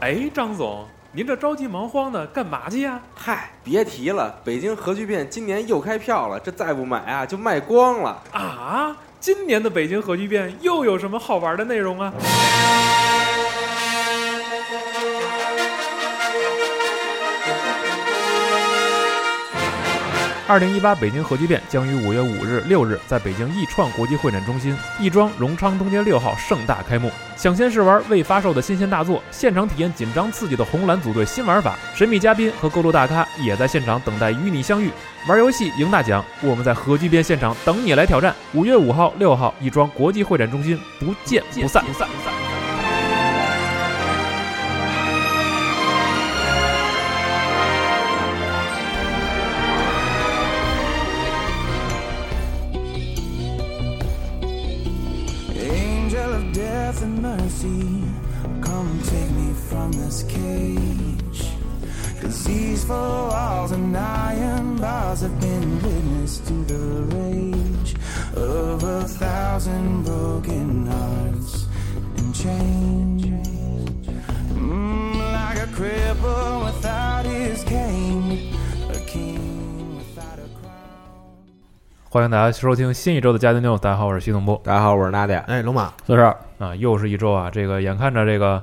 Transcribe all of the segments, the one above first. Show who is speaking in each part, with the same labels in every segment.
Speaker 1: 哎，张总，您这着急忙慌的干嘛去呀？
Speaker 2: 嗨，别提了，北京核聚变今年又开票了，这再不买啊就卖光了。
Speaker 1: 啊，今年的北京核聚变又有什么好玩的内容啊？二零一八北京核聚变将于五月五日、六日在北京易创国际会展中心亦庄荣昌东街六号盛大开幕。抢先试玩未发售的新鲜大作，现场体验紧张刺激的红蓝组队新玩法，神秘嘉宾和各路大咖也在现场等待与你相遇。玩游戏赢大奖，我们在核聚变现场等你来挑战。五月五号、六号，亦庄国际会展中心，不见不散。
Speaker 3: Angel of death and mercy, come take me from this cage. Cause these four walls and iron bars have been witness to the rage of a thousand broken hearts and chains. Mm, like a cripple without his cane, a king without a crown.
Speaker 1: 欢迎大家收听新一周的家庭 news，大家好，我是徐总波。
Speaker 2: 大家好，我是娜姐。
Speaker 4: 哎，龙马，
Speaker 1: 四十二啊，又是一周啊！这个眼看着这个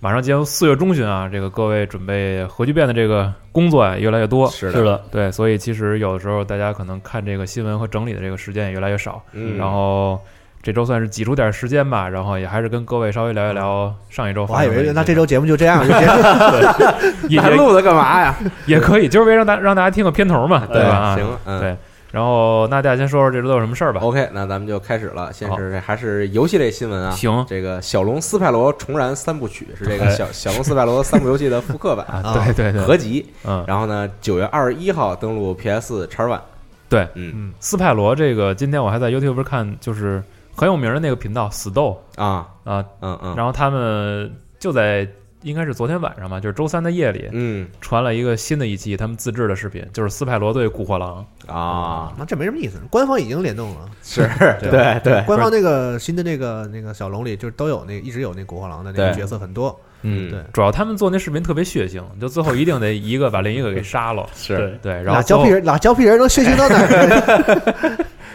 Speaker 1: 马上进入四月中旬啊，这个各位准备核聚变的这个工作啊越来越多。
Speaker 2: 是的，
Speaker 5: 是的，，
Speaker 1: 对，所以其实有的时候大家可能看这个新闻和整理的这个时间也越来越少。
Speaker 2: 嗯
Speaker 1: 然后这周算是挤出点时间吧，然后也还是跟各位稍微聊一聊上一周
Speaker 4: 我
Speaker 1: 发
Speaker 4: 还以
Speaker 1: 生的一些。
Speaker 4: 为那这周节目就这样，就结束
Speaker 1: 也
Speaker 2: 那
Speaker 1: 也
Speaker 2: 录的干嘛呀？
Speaker 1: 也可以，就是为了让大让大家听个片头 嘛，对吧？啊
Speaker 2: 行，哦嗯，
Speaker 1: 对然后那大家先说说这周都有什么事儿吧。
Speaker 2: OK，那咱们就开始了。先是这还是游戏类新闻啊。
Speaker 1: 行
Speaker 2: 这个《小龙斯派罗》重燃三部曲是这个
Speaker 1: 哎
Speaker 2: 小小龙斯派罗三部游戏的复刻版
Speaker 1: 啊，
Speaker 4: 啊
Speaker 1: 对 对对，
Speaker 2: 合集。
Speaker 1: 嗯，
Speaker 2: 然后呢，九月二十一号登陆 PS 叉 One。
Speaker 1: 对，
Speaker 2: 嗯
Speaker 1: 嗯，斯派罗这个，今天我还在 YouTube 看，就是很有名的那个频道死斗
Speaker 2: 啊，
Speaker 1: 啊，
Speaker 2: 嗯嗯，
Speaker 1: 然后他们就在应该是昨天晚上吧，就是周三的夜里
Speaker 2: 嗯
Speaker 1: 传了一个新的一期他们自制的视频，就是斯派罗对古惑狼，
Speaker 2: 啊，
Speaker 4: 那这没什么意思。官方已经联动了，
Speaker 2: 是
Speaker 1: 对
Speaker 2: 对对，
Speaker 4: 官方那个新的那个那个小龙里，就是都有那一直有那古惑狼的那个
Speaker 2: 对
Speaker 4: 角色很多，
Speaker 2: 嗯
Speaker 4: 对，
Speaker 1: 主要他们做那视频特别血腥，就最后一定得一个把另一个给杀了
Speaker 5: 是
Speaker 1: 对，然后
Speaker 4: 俩胶皮
Speaker 1: 最后
Speaker 4: 人，俩胶皮人能血腥到哪儿？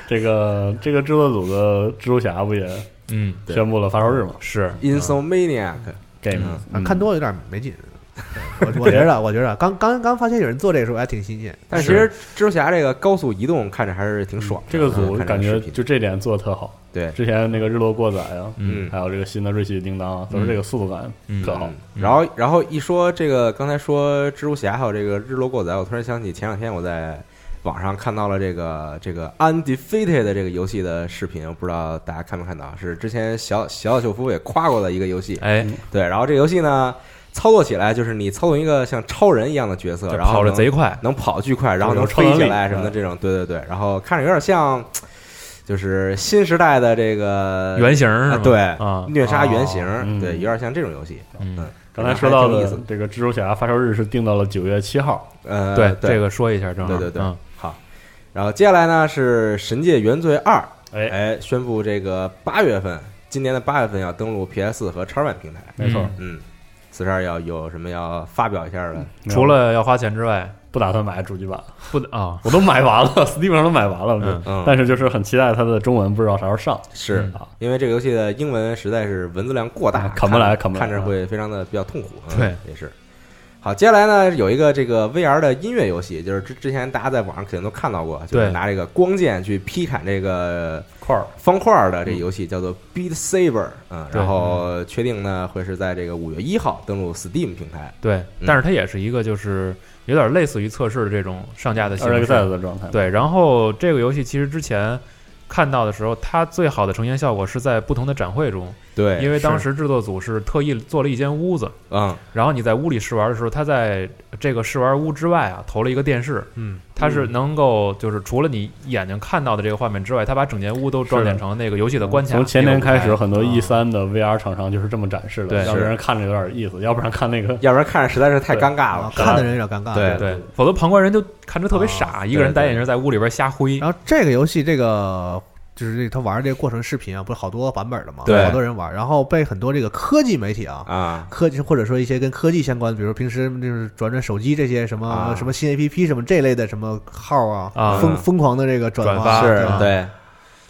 Speaker 5: 这个这个制作组的蜘蛛侠不也
Speaker 1: 嗯，
Speaker 2: 对嗯
Speaker 5: 宣布了发售日吗
Speaker 1: 是
Speaker 2: Insomniac，
Speaker 5: ？Game
Speaker 4: 啊看多了有点没劲。我我觉得，我觉得刚刚刚发现有人做这个时候还挺新鲜。
Speaker 2: 但其实蜘蛛侠这个高速移动看着还是挺爽的。
Speaker 5: 这个
Speaker 2: 嗯
Speaker 5: 组
Speaker 2: 看
Speaker 5: 感
Speaker 2: 视
Speaker 5: 觉
Speaker 2: 频
Speaker 5: 就这点做的特好，
Speaker 2: 对，
Speaker 5: 之前那个日落过载啊，
Speaker 2: 嗯
Speaker 5: 还有这个新的瑞奇与叮当啊，都是这个速度感
Speaker 1: 嗯
Speaker 5: 特好
Speaker 2: 嗯。然后，然后一说这个，刚才说蜘蛛侠还有这个日落过载，我突然想起前两天我在网上看到了这个这个 Undefeated 的这个游戏的视频，我不知道大家看没看到，是之前小小小秀夫也夸过的一个游戏。
Speaker 1: 哎，
Speaker 2: 对，然后这游戏呢，操作起来就是你操纵一个像超人一样的角色，
Speaker 1: 就
Speaker 2: 然后
Speaker 1: 跑着
Speaker 2: 能
Speaker 1: 贼快，
Speaker 2: 能跑巨快，然后能
Speaker 5: 超能
Speaker 2: 飞
Speaker 5: 力嗯
Speaker 2: 起来什么的这种，对对对，然后看着有点像，就是新时代的这个
Speaker 1: 原型是
Speaker 2: 啊
Speaker 1: 吗？
Speaker 2: 对
Speaker 1: 啊，
Speaker 2: 虐杀原型
Speaker 5: 哦，嗯
Speaker 2: 对，有点像这种游戏。
Speaker 1: 嗯，
Speaker 5: 刚才说到
Speaker 2: 还挺有意
Speaker 5: 的
Speaker 2: 思
Speaker 5: 这个蜘蛛侠发售日是定到了九月七号，
Speaker 2: 呃，
Speaker 1: 对，
Speaker 2: 对
Speaker 1: 这个说一下正好，
Speaker 2: 对对对
Speaker 1: 嗯，
Speaker 2: 好。然后接下来呢是《神界原罪二》，
Speaker 5: 哎，
Speaker 2: 哎，宣布这个八月份，今年的八月份要登陆 PS 和 X One 平台。
Speaker 5: 没错，
Speaker 2: 嗯，四十二要有什么要发表一
Speaker 5: 嗯
Speaker 2: 下的？
Speaker 1: 除了要花钱之外，
Speaker 5: 不打算买主 机版，
Speaker 1: 不啊，
Speaker 5: 我都买完了 ，Steam 上都买完了，
Speaker 2: 嗯
Speaker 5: 但是就是很期待它的中文不知道啥时候上。
Speaker 2: 是
Speaker 5: 嗯
Speaker 2: 因为这个游戏的英文实在是文字量过大，
Speaker 5: 啊砍不来
Speaker 2: 看
Speaker 5: 砍不来
Speaker 2: 看着会非常的比较痛苦。嗯
Speaker 1: 对，
Speaker 2: 也是。好，接下来呢有一个这个 VR 的音乐游戏，就是之之前大家在网上肯定都看到过，就是
Speaker 1: 对
Speaker 2: 拿这个光剑去劈砍这个
Speaker 5: 块儿
Speaker 2: 方块儿的这个游戏，叫做 Beat Saber，嗯，
Speaker 1: 对
Speaker 2: 然后确定呢会是在这个五月一号登陆 Steam 平台，
Speaker 1: 对
Speaker 2: 嗯，
Speaker 1: 但是它也是一个就是有点类似于测试的这种上架的形
Speaker 5: a l
Speaker 1: 式。
Speaker 5: e x i 的状态，，
Speaker 1: 对，然后这个游戏其实之前看到的时候，它最好的呈现效果是在不同的展会中，
Speaker 2: 对，
Speaker 1: 因为当
Speaker 2: 时
Speaker 1: 时制作组是特意做了一间屋子，
Speaker 2: 嗯
Speaker 1: 然后你在屋里试玩的时候，它在这个试玩屋之外啊投了一个电视，
Speaker 4: 嗯，
Speaker 1: 它是能够就是除了你眼睛看到的这个画面之外，它把整间屋都装点成那个游戏的关卡。
Speaker 5: 从前年开始，，很多
Speaker 1: 啊
Speaker 5: E 三的 VR 厂商就是这么展示
Speaker 1: 对
Speaker 5: 的，
Speaker 2: 嗯
Speaker 5: 让
Speaker 2: 是
Speaker 5: 人看着有点意思，要不然看那个
Speaker 2: 要不然看着实在是太
Speaker 5: 对
Speaker 2: 尴尬
Speaker 4: 啊
Speaker 2: 了，，
Speaker 4: 看的人有点尴尬。
Speaker 2: 对啊
Speaker 1: 对，否则旁观人就看着特别傻，一个人
Speaker 2: 对对
Speaker 1: 戴
Speaker 2: 啊
Speaker 1: 眼镜在屋里边瞎挥。
Speaker 4: 然后这个游戏这个就是这他玩这个过程视频啊，不是好多版本了嘛，
Speaker 2: 对
Speaker 4: 好多人玩，然后被很多这个科技媒体啊。
Speaker 2: 啊，
Speaker 4: 科技或者说一些跟科技相关的，比如说平时就是转转手机这些什么、
Speaker 2: 啊
Speaker 4: 什么新 A P P 什么这类的什么号啊，
Speaker 1: 啊
Speaker 4: 疯疯狂的这个转
Speaker 1: 转发
Speaker 2: 嗯
Speaker 4: 发
Speaker 2: 是
Speaker 4: 吧
Speaker 2: 对，
Speaker 1: 啊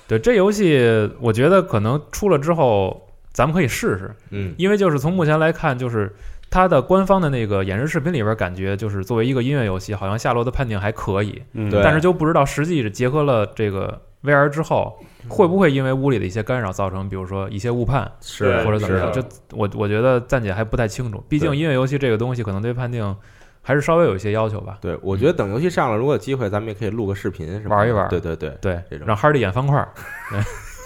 Speaker 1: 对这游戏，我觉得可能出了之后，咱们可以试试，
Speaker 2: 嗯
Speaker 1: 因为就是从目前来看，就是它的官方的那个演示视频里边，感觉就是作为一个音乐游戏，好像《夏洛的判定》还可以，
Speaker 5: 嗯，
Speaker 2: 对
Speaker 1: 但是就不知道实际结合了这个 VR 之后，
Speaker 2: 嗯
Speaker 1: 会不会因为屋里的一些干扰造成，比如说一些误判
Speaker 2: 是
Speaker 1: 或者怎么样？
Speaker 5: 是
Speaker 1: 这我我觉得暂且还不太清楚，毕竟
Speaker 2: 对
Speaker 1: 音乐游戏这个东西可能对判定还是稍微有一些要求吧。
Speaker 2: 对，我觉得等游戏上了，如果有机会，咱们也可以录个视频什么的，
Speaker 1: 嗯玩一玩
Speaker 2: 对对对，
Speaker 1: 对
Speaker 2: 这，种
Speaker 1: 让 Hardy 演方块，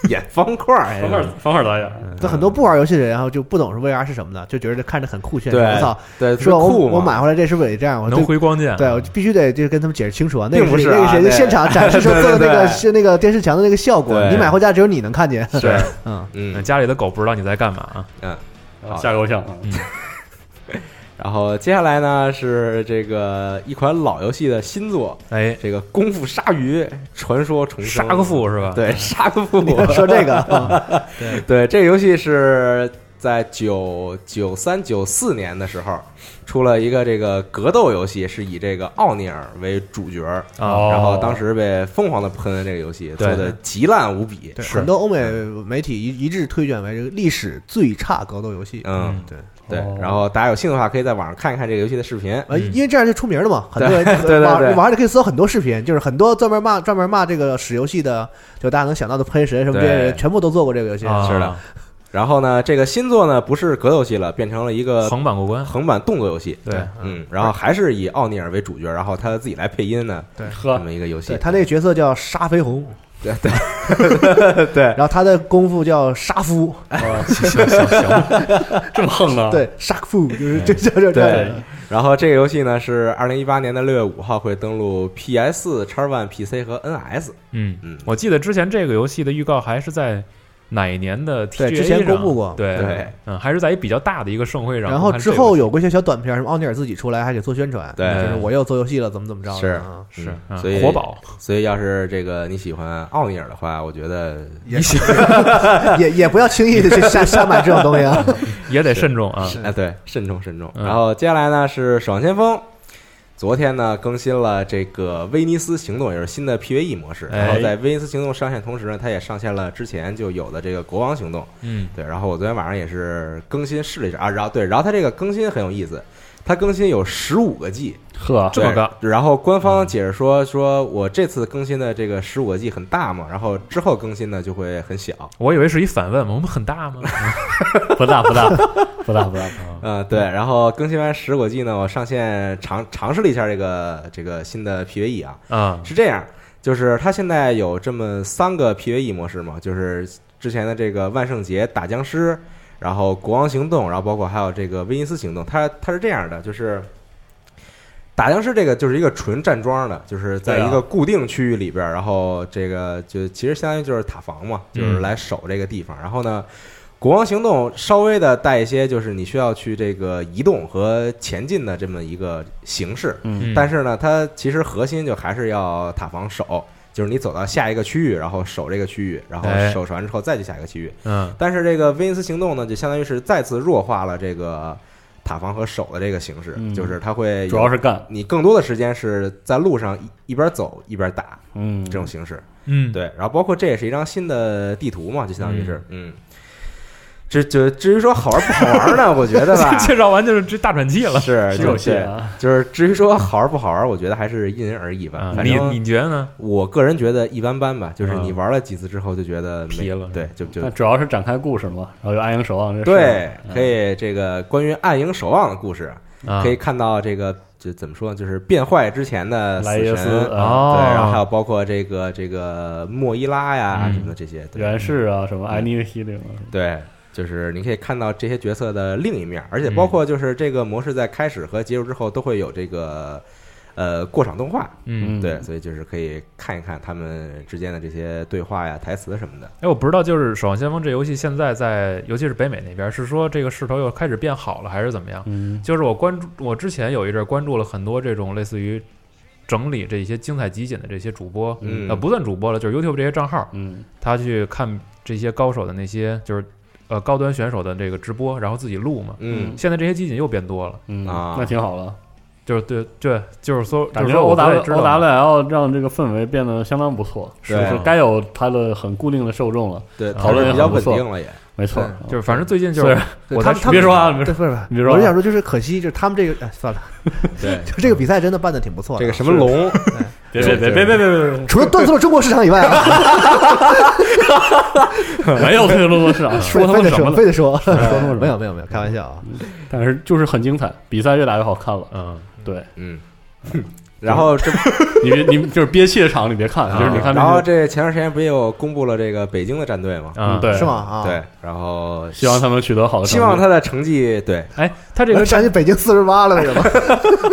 Speaker 2: 演 方块儿，哎嗯
Speaker 5: 方块方块导演，
Speaker 4: 那很多不玩游戏的人，然后就不懂是 VR 是什么的，就觉得这看着很酷炫。
Speaker 2: 对
Speaker 4: 我操，
Speaker 2: 对，
Speaker 4: 说
Speaker 2: 特酷
Speaker 4: 我
Speaker 2: 嘛
Speaker 4: 我买回来这是不是得这样？
Speaker 2: 啊
Speaker 4: 我
Speaker 1: 能
Speaker 4: 对
Speaker 1: 回光剑。
Speaker 4: 对，我就必须得就跟他们解释清楚啊。那个
Speaker 2: 并不是
Speaker 4: 那个
Speaker 2: 啊
Speaker 4: 谁
Speaker 2: 对
Speaker 4: 现场展示时候做的
Speaker 2: 对
Speaker 4: 那
Speaker 2: 对
Speaker 4: 个
Speaker 2: 对
Speaker 4: 是那个电视墙的那个效果，
Speaker 2: 对
Speaker 4: 你买回家只有你能看 见。
Speaker 5: 对，
Speaker 4: 嗯，
Speaker 1: 嗯
Speaker 2: 嗯，
Speaker 1: 家里的狗不知道你在干嘛啊？
Speaker 2: 好
Speaker 5: 下够呛啊！
Speaker 2: 然后接下来呢是这个一款老游戏的新作，
Speaker 1: 哎，
Speaker 2: 这个《功夫鲨鱼》传说重生，
Speaker 1: 杀个父是吧？，
Speaker 2: 对，杀个父，
Speaker 4: 你要说这个，嗯
Speaker 2: 对，这个游戏是在九九三九四年的时候出了一个这个格斗游戏，是以这个奥尼尔为主角，
Speaker 1: 哦
Speaker 2: 然后当时被疯狂的喷这个游戏，做
Speaker 1: 对
Speaker 2: 的极烂无比，
Speaker 4: 对，
Speaker 1: 是
Speaker 4: 很多欧美媒体一一致推选为这个历史最差格斗游戏。
Speaker 2: 嗯，
Speaker 4: 对，
Speaker 2: 对
Speaker 5: 哦。
Speaker 2: 然后大家有兴趣的话，可以在网上看一看这个游戏的视频。
Speaker 4: 呃，
Speaker 1: 嗯
Speaker 4: 因为这样就出名了嘛，很多人
Speaker 2: 对 对对
Speaker 4: 网
Speaker 2: 对
Speaker 4: 网上就可以搜很多视频，就是很多专门骂专门骂这个屎游戏的，就大家能想到的喷神什么这些
Speaker 2: 对
Speaker 4: 人，全部都做过这个游戏。
Speaker 1: 啊
Speaker 2: 是的，然后呢，这个新作呢不是格斗游戏了，变成了一个
Speaker 1: 横版过关。
Speaker 2: 横版动作游戏。
Speaker 1: 对，
Speaker 2: 嗯，然后还是以奥尼尔为主角，然后他自己来配音呢，这
Speaker 5: 呵，
Speaker 2: 么一个游戏
Speaker 4: 对。他那个角色叫沙飞鸿，
Speaker 2: 对对对，
Speaker 4: 然后他的功夫叫沙夫，
Speaker 5: 行行行，这么横呢？，
Speaker 4: 对，沙夫就是这
Speaker 2: 啊嗯
Speaker 4: 这 这
Speaker 2: 对
Speaker 4: 这，
Speaker 2: 然后这个游戏呢是二零一八年的六月五号会登陆 PS、X One、PC 和 NS。
Speaker 1: 嗯
Speaker 2: 嗯
Speaker 1: 我记得之前这个游戏的预告还是在哪一年的 TGA
Speaker 4: 对之前
Speaker 1: 上
Speaker 4: 公布过
Speaker 1: 对
Speaker 2: 对，
Speaker 1: 嗯，还是在一比较大的一个盛会上。
Speaker 4: 然后之后有过一些小短片，什么奥尼尔自己出来还给做宣传，
Speaker 2: 对
Speaker 4: 就是我又做游戏了，怎么怎么着的，
Speaker 2: 是
Speaker 4: 啊
Speaker 1: 是
Speaker 2: 嗯
Speaker 1: 嗯
Speaker 2: 所以
Speaker 1: 活宝，
Speaker 2: 所以要是这个你喜欢奥尼尔的话，我觉得
Speaker 4: 也 也也不要轻易的去瞎瞎买这种东西啊。
Speaker 1: 也得慎重啊。
Speaker 2: 哎，对，慎重慎重。
Speaker 1: 嗯
Speaker 2: 然后接下来呢是《守望先锋》，昨天呢更新了这个威尼斯行动，也是新的 PVE 模式。然后
Speaker 1: 哎
Speaker 2: 在威尼斯行动上线同时呢，它也上线了之前就有的这个国王行动。
Speaker 1: 嗯，
Speaker 2: 对，然后我昨天晚上也是更新试了一下啊，然后对，然后它这个更新很有意思，它更新有十五个 G，
Speaker 5: 呵，
Speaker 1: 这么高
Speaker 2: 对然后官方解释说，说我这次更新的这个十五个 G 很大嘛，然后之后更新呢就会很小。
Speaker 1: 我以为是一反问嘛，我们很大吗？
Speaker 5: 不大不大不大不大，
Speaker 2: 嗯，对，然后更新完十果季呢，我上线尝尝试了一下这个这个新的 PVE 啊，
Speaker 1: 啊，
Speaker 2: 是这样，就是它现在有这么三个 PVE 模式嘛，就是之前的这个万圣节打僵尸，然后国王行动，然后包括还有这个威尼斯行动，它它是这样的，就是。打僵尸这个就是一个纯站桩的，就是在
Speaker 5: 对啊
Speaker 2: 一个固定区域里边儿，然后这个就其实相当于就是塔防嘛，就是
Speaker 1: 嗯
Speaker 2: 来守这个地方。然后呢，国王行动稍微的带一些就是你需要去这个移动和前进的这么一个形式，
Speaker 5: 嗯
Speaker 1: 嗯
Speaker 2: 但是呢，它其实核心就还是要塔防守，就是你走到下一个区域，然后守这个区域，然后
Speaker 1: 哎
Speaker 2: 守守完之后再去下一个区域。
Speaker 1: 嗯
Speaker 2: 但是这个威尼斯行动呢，就相当于是再次弱化了这个塔防和守的这个形式，
Speaker 5: 嗯
Speaker 2: 就是它会
Speaker 5: 主要
Speaker 2: 是
Speaker 5: 是干，
Speaker 2: 你更多的时间是在路上一一边走一边打
Speaker 5: 嗯，
Speaker 2: 这种形式。
Speaker 1: 嗯，，
Speaker 2: 对，然后包括这也是一张新的地图嘛，就相当于是，嗯，这就至于说好玩不好玩呢，我觉得 吧
Speaker 1: 介绍完就是这大喘气了。
Speaker 2: 是
Speaker 5: 新游
Speaker 2: 就
Speaker 5: 戏
Speaker 2: 是
Speaker 5: 啊，
Speaker 2: 就是至于说好玩不好玩，我觉得还是因人而异吧
Speaker 1: 啊。，
Speaker 2: 反
Speaker 1: 你
Speaker 2: 正
Speaker 1: 你觉得呢？
Speaker 2: 我个人觉得一般般吧，就是
Speaker 1: 嗯
Speaker 2: 你玩了几次之后就觉得没
Speaker 1: 疲了
Speaker 2: 对，就就
Speaker 5: 那主啊要是展开故事嘛，然后有《暗影守望》这事
Speaker 2: 对，可
Speaker 5: 嗯
Speaker 2: 以这个关于暗影守望的故事，
Speaker 1: 啊
Speaker 2: 可以看到这个就怎么说，就是变坏之前的
Speaker 5: 莱
Speaker 2: 死
Speaker 5: 耶斯
Speaker 2: 神。
Speaker 5: 啊，
Speaker 2: 呃对，然后还
Speaker 1: 哦，
Speaker 2: 有包括这个这个莫伊拉呀
Speaker 1: 嗯
Speaker 2: 什么的这些，对
Speaker 5: 源氏啊，什么《I Need Healing》啊，
Speaker 2: 对，就是你可以看到这些角色的另一面，而
Speaker 5: 嗯
Speaker 2: 且包括就是这个模式在开始和结束之后都会有这个呃过场动画，
Speaker 1: 嗯，
Speaker 2: 对，所以就是可以看一看他们之间的这些对话呀、台词什么的。
Speaker 1: 哎，我不知道，就是《守望先锋》这游戏现在在，尤其是北美那边，是说这个势头又开始变好了，还是怎么样？
Speaker 5: 嗯，
Speaker 1: 就是我关注，我之前有一阵儿关注了很多这种类似于整理这些精彩集锦的这些主播，
Speaker 2: 嗯
Speaker 1: 呃，不算主播了，就是 YouTube 这些账号，
Speaker 5: 嗯
Speaker 1: 他去看这些高手的那些就是呃高端选手的这个直播，然后自己录嘛。
Speaker 2: 嗯
Speaker 1: 现在这些集锦又变多了，
Speaker 5: 嗯
Speaker 2: 啊
Speaker 5: 那挺好了。
Speaker 1: 就是对对，就是说，就
Speaker 5: 感
Speaker 1: 是
Speaker 5: 觉
Speaker 1: 说我
Speaker 5: O
Speaker 1: 大概
Speaker 5: W
Speaker 1: 知
Speaker 5: O
Speaker 1: 道
Speaker 5: W
Speaker 1: 了，
Speaker 5: L 让这个氛围变得相当不错，
Speaker 2: 是
Speaker 5: 就是该有它的很固定的受众了，
Speaker 2: 对，
Speaker 1: 讨
Speaker 5: 论
Speaker 2: 还是
Speaker 5: 也
Speaker 2: 比较
Speaker 5: 很不
Speaker 2: 稳
Speaker 5: 错
Speaker 2: 定了也，
Speaker 5: 没错。
Speaker 2: 对
Speaker 1: 就是反正最近就
Speaker 5: 虽
Speaker 1: 是
Speaker 5: 然
Speaker 4: 对
Speaker 1: 我
Speaker 4: 他
Speaker 1: 在
Speaker 4: 们他们
Speaker 5: 别说话了，别
Speaker 4: 对，
Speaker 5: 说
Speaker 4: 不是不
Speaker 5: 别
Speaker 4: 是，
Speaker 5: 说
Speaker 4: 我
Speaker 5: 啊
Speaker 4: 是想说，就是可惜，就是他们这个，哎，算了，
Speaker 2: 对，
Speaker 4: 就这个比赛真的办的挺不错的。啊
Speaker 2: 这个什么龙，
Speaker 5: 别别别别别别
Speaker 4: 除了断送了中国市场以外 啊，
Speaker 5: 别，没有退路多市场，啊说他
Speaker 4: 非得
Speaker 5: 妈什么
Speaker 4: 说
Speaker 5: 了？
Speaker 4: 非得说，
Speaker 5: 说他妈什
Speaker 4: 没
Speaker 5: 么？
Speaker 4: 有没有没有，开玩笑啊。
Speaker 5: 但是就是很精彩，比赛越打越好看了。
Speaker 1: 嗯，
Speaker 5: 对
Speaker 2: 嗯，然后这，
Speaker 5: 你别你就是憋气的场你别看，就是你看
Speaker 2: 啊然后
Speaker 5: 那些，
Speaker 2: 这前段时间不也有公布了这个北京的战队吗？
Speaker 1: 啊
Speaker 5: 嗯，对，
Speaker 4: 是吗？？啊，
Speaker 2: 对，，然后
Speaker 5: 希望他们取得好的成绩，
Speaker 2: 希望他的成绩对，
Speaker 1: 哎，他这个
Speaker 4: 想起北京四十八了，那个吗？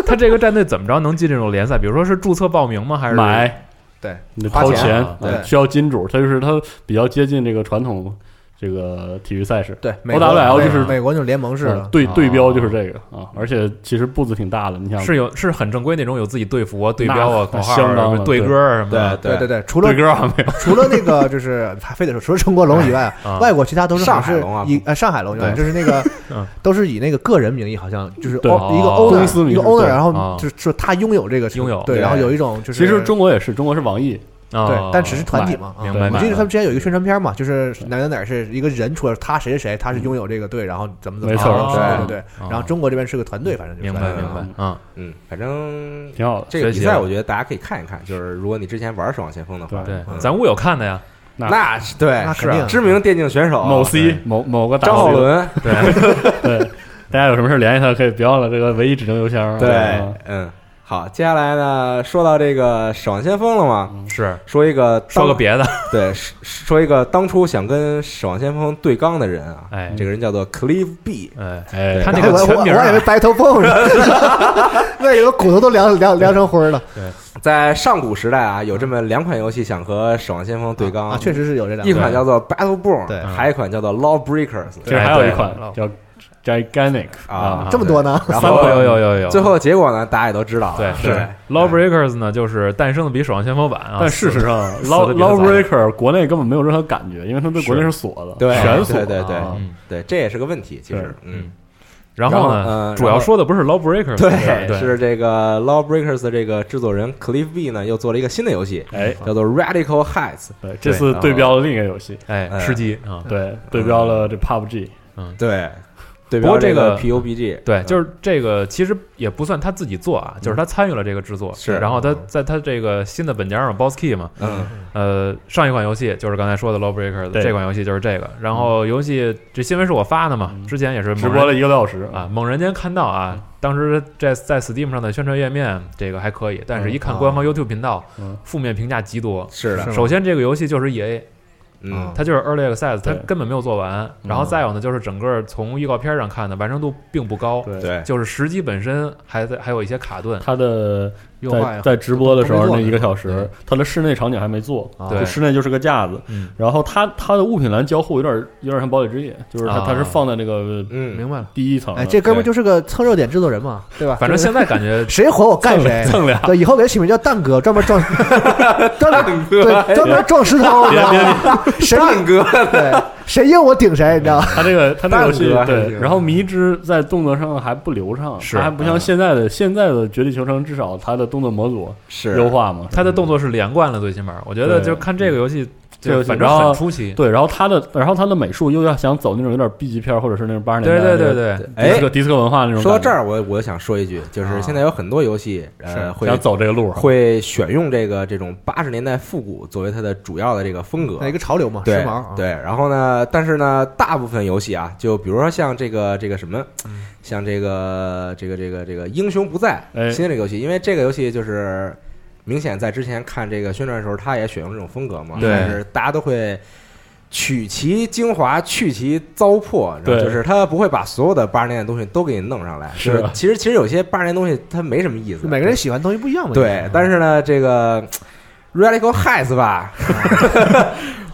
Speaker 1: 他这个战队怎么着能进这种联赛？比如说是注册报名吗？还是
Speaker 5: 买，
Speaker 2: 对，
Speaker 5: 你得
Speaker 2: 花
Speaker 5: 掏
Speaker 2: 钱
Speaker 5: 钱
Speaker 2: 啊，
Speaker 4: 对
Speaker 5: 需要金主，它就是它比较接近这个传统这个体育赛事，
Speaker 4: 对 啊
Speaker 5: 欧大 L 就是
Speaker 4: 美国那种联盟式
Speaker 5: 嗯
Speaker 4: 的，
Speaker 5: 对
Speaker 1: 哦
Speaker 5: 对标就是这个啊，而且其实步子挺大的，你想
Speaker 1: 是有是很正规那种有自己队服啊、对
Speaker 5: 那
Speaker 1: 标啊、
Speaker 5: 那
Speaker 1: 口号啊、
Speaker 5: 相当
Speaker 1: 什么
Speaker 5: 了
Speaker 1: 对
Speaker 5: 对
Speaker 1: 歌啊什么的。
Speaker 2: 对
Speaker 4: 对对对，除了
Speaker 5: 对歌还没有，
Speaker 4: 除了那个就是还非得说，除了中国龙以外
Speaker 5: 哎
Speaker 1: 啊，
Speaker 4: 外国其他都是
Speaker 2: 上海
Speaker 4: 好像是
Speaker 2: 龙啊
Speaker 4: 以呃上海龙以外，
Speaker 5: 对
Speaker 4: 就是那 个
Speaker 1: 嗯
Speaker 4: 都是以那个个人名义，好像就是
Speaker 5: 对啊
Speaker 4: o- 一个
Speaker 1: 哦
Speaker 4: owner
Speaker 5: 公司名
Speaker 4: 一
Speaker 5: 义
Speaker 4: 个 owner，
Speaker 5: 对
Speaker 4: 然
Speaker 1: 啊
Speaker 4: 后就是说他拥有这个
Speaker 1: 拥有
Speaker 4: 对，
Speaker 2: 对
Speaker 4: 然后有一种就是
Speaker 5: 其实中国也是，中国是网易，
Speaker 1: 对
Speaker 4: 对，但只是团体嘛，啊
Speaker 1: 哦明白
Speaker 4: 我
Speaker 1: 明白
Speaker 4: 记得
Speaker 1: 嗯
Speaker 4: 他。们之前有一个宣传片嘛，就是哪哪哪儿是一个人，除了他谁谁谁，他是拥有这个队，然后怎么怎么
Speaker 5: 没
Speaker 4: 着，啊
Speaker 5: 错
Speaker 4: 对
Speaker 1: 哦
Speaker 4: 对对。
Speaker 1: 哦
Speaker 4: 然后中国这边是个团队，反正就是
Speaker 1: 明白
Speaker 4: 对
Speaker 1: 明白
Speaker 5: 嗯
Speaker 1: 啊，
Speaker 2: 嗯，反正
Speaker 5: 挺好的。
Speaker 2: 这个比
Speaker 1: 学习
Speaker 2: 赛
Speaker 1: 了
Speaker 2: 我觉得大家可以看一看，就是如果你之前玩《守望先锋》的话，
Speaker 5: 对
Speaker 1: 对，
Speaker 2: 嗯
Speaker 1: 咱屋有看的呀，
Speaker 5: 那
Speaker 2: 那是对
Speaker 4: 那肯定
Speaker 2: 知名电竞选手
Speaker 5: 某 C 某某个打
Speaker 2: 张浩
Speaker 5: 字
Speaker 2: 伦，
Speaker 5: 对，大家有什么事联系他，可以别忘了这个唯一指定邮箱。
Speaker 2: 对
Speaker 5: 啊，
Speaker 2: 嗯，好，接下来呢，说到这个《守望先锋》了嘛，
Speaker 1: 是
Speaker 2: 说一个当
Speaker 1: 说个别的，
Speaker 2: 对，说说一个当初想跟《守望先锋》对刚的人啊，
Speaker 1: 哎
Speaker 2: 这个人叫做 Clive B，
Speaker 1: 哎，
Speaker 5: 哎，
Speaker 1: 他那
Speaker 4: 哎
Speaker 1: 个
Speaker 4: 我
Speaker 1: 全
Speaker 4: 我我
Speaker 1: 名儿啊
Speaker 4: 以为 Battle Bone，那 有个骨头都凉凉凉成灰了
Speaker 2: 在上古时代啊，有这么两款游戏想和《守望先锋》对刚
Speaker 4: 啊！确，实是有这两
Speaker 2: 一
Speaker 4: 个，
Speaker 2: 款叫做 Battleborn，
Speaker 4: 对
Speaker 2: 还有一款叫做 Lawbreakers，
Speaker 5: 其实还有一
Speaker 1: 对
Speaker 5: 款叫 Gigantic
Speaker 2: 啊
Speaker 4: 这么多呢？
Speaker 2: 然
Speaker 1: 三
Speaker 2: 后
Speaker 1: 个有有有有，
Speaker 2: 最后结果呢，大家也都知道了，
Speaker 1: 对
Speaker 2: 是。
Speaker 1: Lawbreakers 呢，就是诞生的比《守望先锋》晚啊，
Speaker 5: 但事实上
Speaker 1: 死得
Speaker 5: ，Law
Speaker 1: 比较
Speaker 5: Law
Speaker 1: 早
Speaker 5: Breaker 国内根本没有任何感觉，因为它对国内是锁的，
Speaker 2: 对
Speaker 5: 全锁，
Speaker 2: 对对对
Speaker 5: 啊
Speaker 1: 嗯
Speaker 2: 对，这也是个问题，其实，嗯，
Speaker 1: 然后
Speaker 2: 然后
Speaker 1: 呢，
Speaker 2: 呃
Speaker 1: 主
Speaker 2: 然
Speaker 1: 要
Speaker 2: 后
Speaker 1: 说的不是 Lawbreakers，
Speaker 2: 对，
Speaker 1: 对，
Speaker 2: 是这个 Lawbreakers 的这个制作人 Cliff B 呢，又做了一个新的游戏，
Speaker 5: 哎，
Speaker 2: 叫做 Radical Heights，
Speaker 5: 对，这次对标了另一个游戏，
Speaker 1: 哎，
Speaker 2: 嗯
Speaker 1: 吃鸡啊，
Speaker 5: 对，对标了这 PUBG，
Speaker 2: 对，对
Speaker 1: 不过
Speaker 2: 标
Speaker 1: 这
Speaker 2: 个
Speaker 1: 个
Speaker 2: PUBG，
Speaker 5: 嗯
Speaker 1: 对，就是这个，其实也不算他自己做啊，就是他参与了这个制作。
Speaker 2: 是
Speaker 1: 然后
Speaker 5: 嗯
Speaker 1: 他在他这个新的本家上，Boss Key 嘛，
Speaker 2: 嗯，
Speaker 1: 呃，上一款游戏就是刚才说的 Lawbreaker，
Speaker 5: 对嗯
Speaker 1: 这款游戏就是这个。然后游戏这新闻是我发的嘛，之前也是
Speaker 5: 直
Speaker 1: 猛
Speaker 5: 播了嗯
Speaker 1: 然
Speaker 5: 一个多小时
Speaker 1: 啊，猛然间看到啊，当时在在 Steam 上的宣传页面这个还可以，但是一看官方 YouTube 频道
Speaker 5: 啊嗯，
Speaker 1: 负面评价极多。
Speaker 2: 是的，
Speaker 4: 是吗
Speaker 1: 首先，这个游戏就是啊 EA，
Speaker 2: 嗯，
Speaker 1: 它就是 early access，它
Speaker 5: 对嗯
Speaker 1: 根本没有做完。然后再有呢，就是整个从预告片上看的完成度并不高，
Speaker 5: 对
Speaker 2: 对，
Speaker 1: 就是时机本身还在还有一些卡顿。
Speaker 5: 他的
Speaker 4: 优化
Speaker 5: 在
Speaker 4: 呀，
Speaker 5: 在直播的时
Speaker 4: 都
Speaker 5: 候
Speaker 4: 没做
Speaker 5: 那
Speaker 4: 呢
Speaker 5: 一个小时，他的室内场景还没做，
Speaker 1: 啊对
Speaker 5: 就室内就是个架子
Speaker 1: 嗯，
Speaker 5: 然后他他的物品栏交互有点有点像堡垒之夜，就是他
Speaker 1: 啊
Speaker 5: 他是放在那个
Speaker 2: 嗯，
Speaker 1: 明白了，
Speaker 5: 第一层的，
Speaker 4: 哎，这哥们儿
Speaker 2: 对
Speaker 4: 就是个蹭热点制作人嘛，对吧？
Speaker 1: 反正
Speaker 4: 就是
Speaker 1: 现在感 觉
Speaker 4: 谁火我干谁，
Speaker 5: 蹭俩，
Speaker 4: 对，以后给他起名叫蛋哥，专 门撞，专门对，
Speaker 1: 哎
Speaker 4: 专门撞石头，你知道吗？谁
Speaker 2: 蛋哥，
Speaker 4: 对谁硬我顶谁，你知道吗？
Speaker 5: 他这个他这个游戏
Speaker 2: 蛋哥还
Speaker 5: 对，
Speaker 2: 行
Speaker 5: 然后迷之在动作上还不流畅，
Speaker 1: 是嗯
Speaker 5: 它还不像现在的现在的绝地求生，至少它的动作模组
Speaker 2: 是
Speaker 5: 优化嘛，
Speaker 1: 它的动作是连贯了，最起码我觉得
Speaker 5: 对
Speaker 1: 就看这个游戏，
Speaker 5: 这个游
Speaker 1: 就
Speaker 5: 戏
Speaker 1: 反正啊
Speaker 5: 然
Speaker 1: 很
Speaker 5: 后
Speaker 1: 出奇。
Speaker 5: 对，然后他的，然后他的美术又要想走那种有点 B 级片儿或者是那种八十年
Speaker 1: 对
Speaker 5: 代
Speaker 1: 对对
Speaker 5: 那个
Speaker 1: 对，
Speaker 5: 迪
Speaker 2: 哎
Speaker 5: 斯，科迪斯科文化那种。
Speaker 2: 说到这，儿，我我想说一句，就是现在有很多游戏，呃，会
Speaker 5: 想走这个路儿，
Speaker 2: 会选用这个这种八十年代复古作为它的主要的这个风格，
Speaker 4: 一个潮流嘛，时
Speaker 2: 对
Speaker 4: 髦啊。
Speaker 2: 对，然后呢，但是呢，大部分游戏啊，就比如说像这个这个什么，
Speaker 4: 嗯
Speaker 2: 像这个这个这个这个英雄不在
Speaker 5: 哎
Speaker 2: 新的这个游戏，因为这个游戏就是明显在之前看这个宣传的时候，它也选用这种风格嘛，
Speaker 1: 对
Speaker 2: 但是大家都会。取其精华，去其糟粕，然后
Speaker 5: 对
Speaker 2: 就是它不会把所有的八十年代的东西都给你弄上来。
Speaker 5: 是
Speaker 2: 就其实其实有些八十年代东西它没什么意思，
Speaker 4: 啊每个人喜欢的东西不一样嘛。
Speaker 2: 对，但是呢，这个 Radical Heights 吧，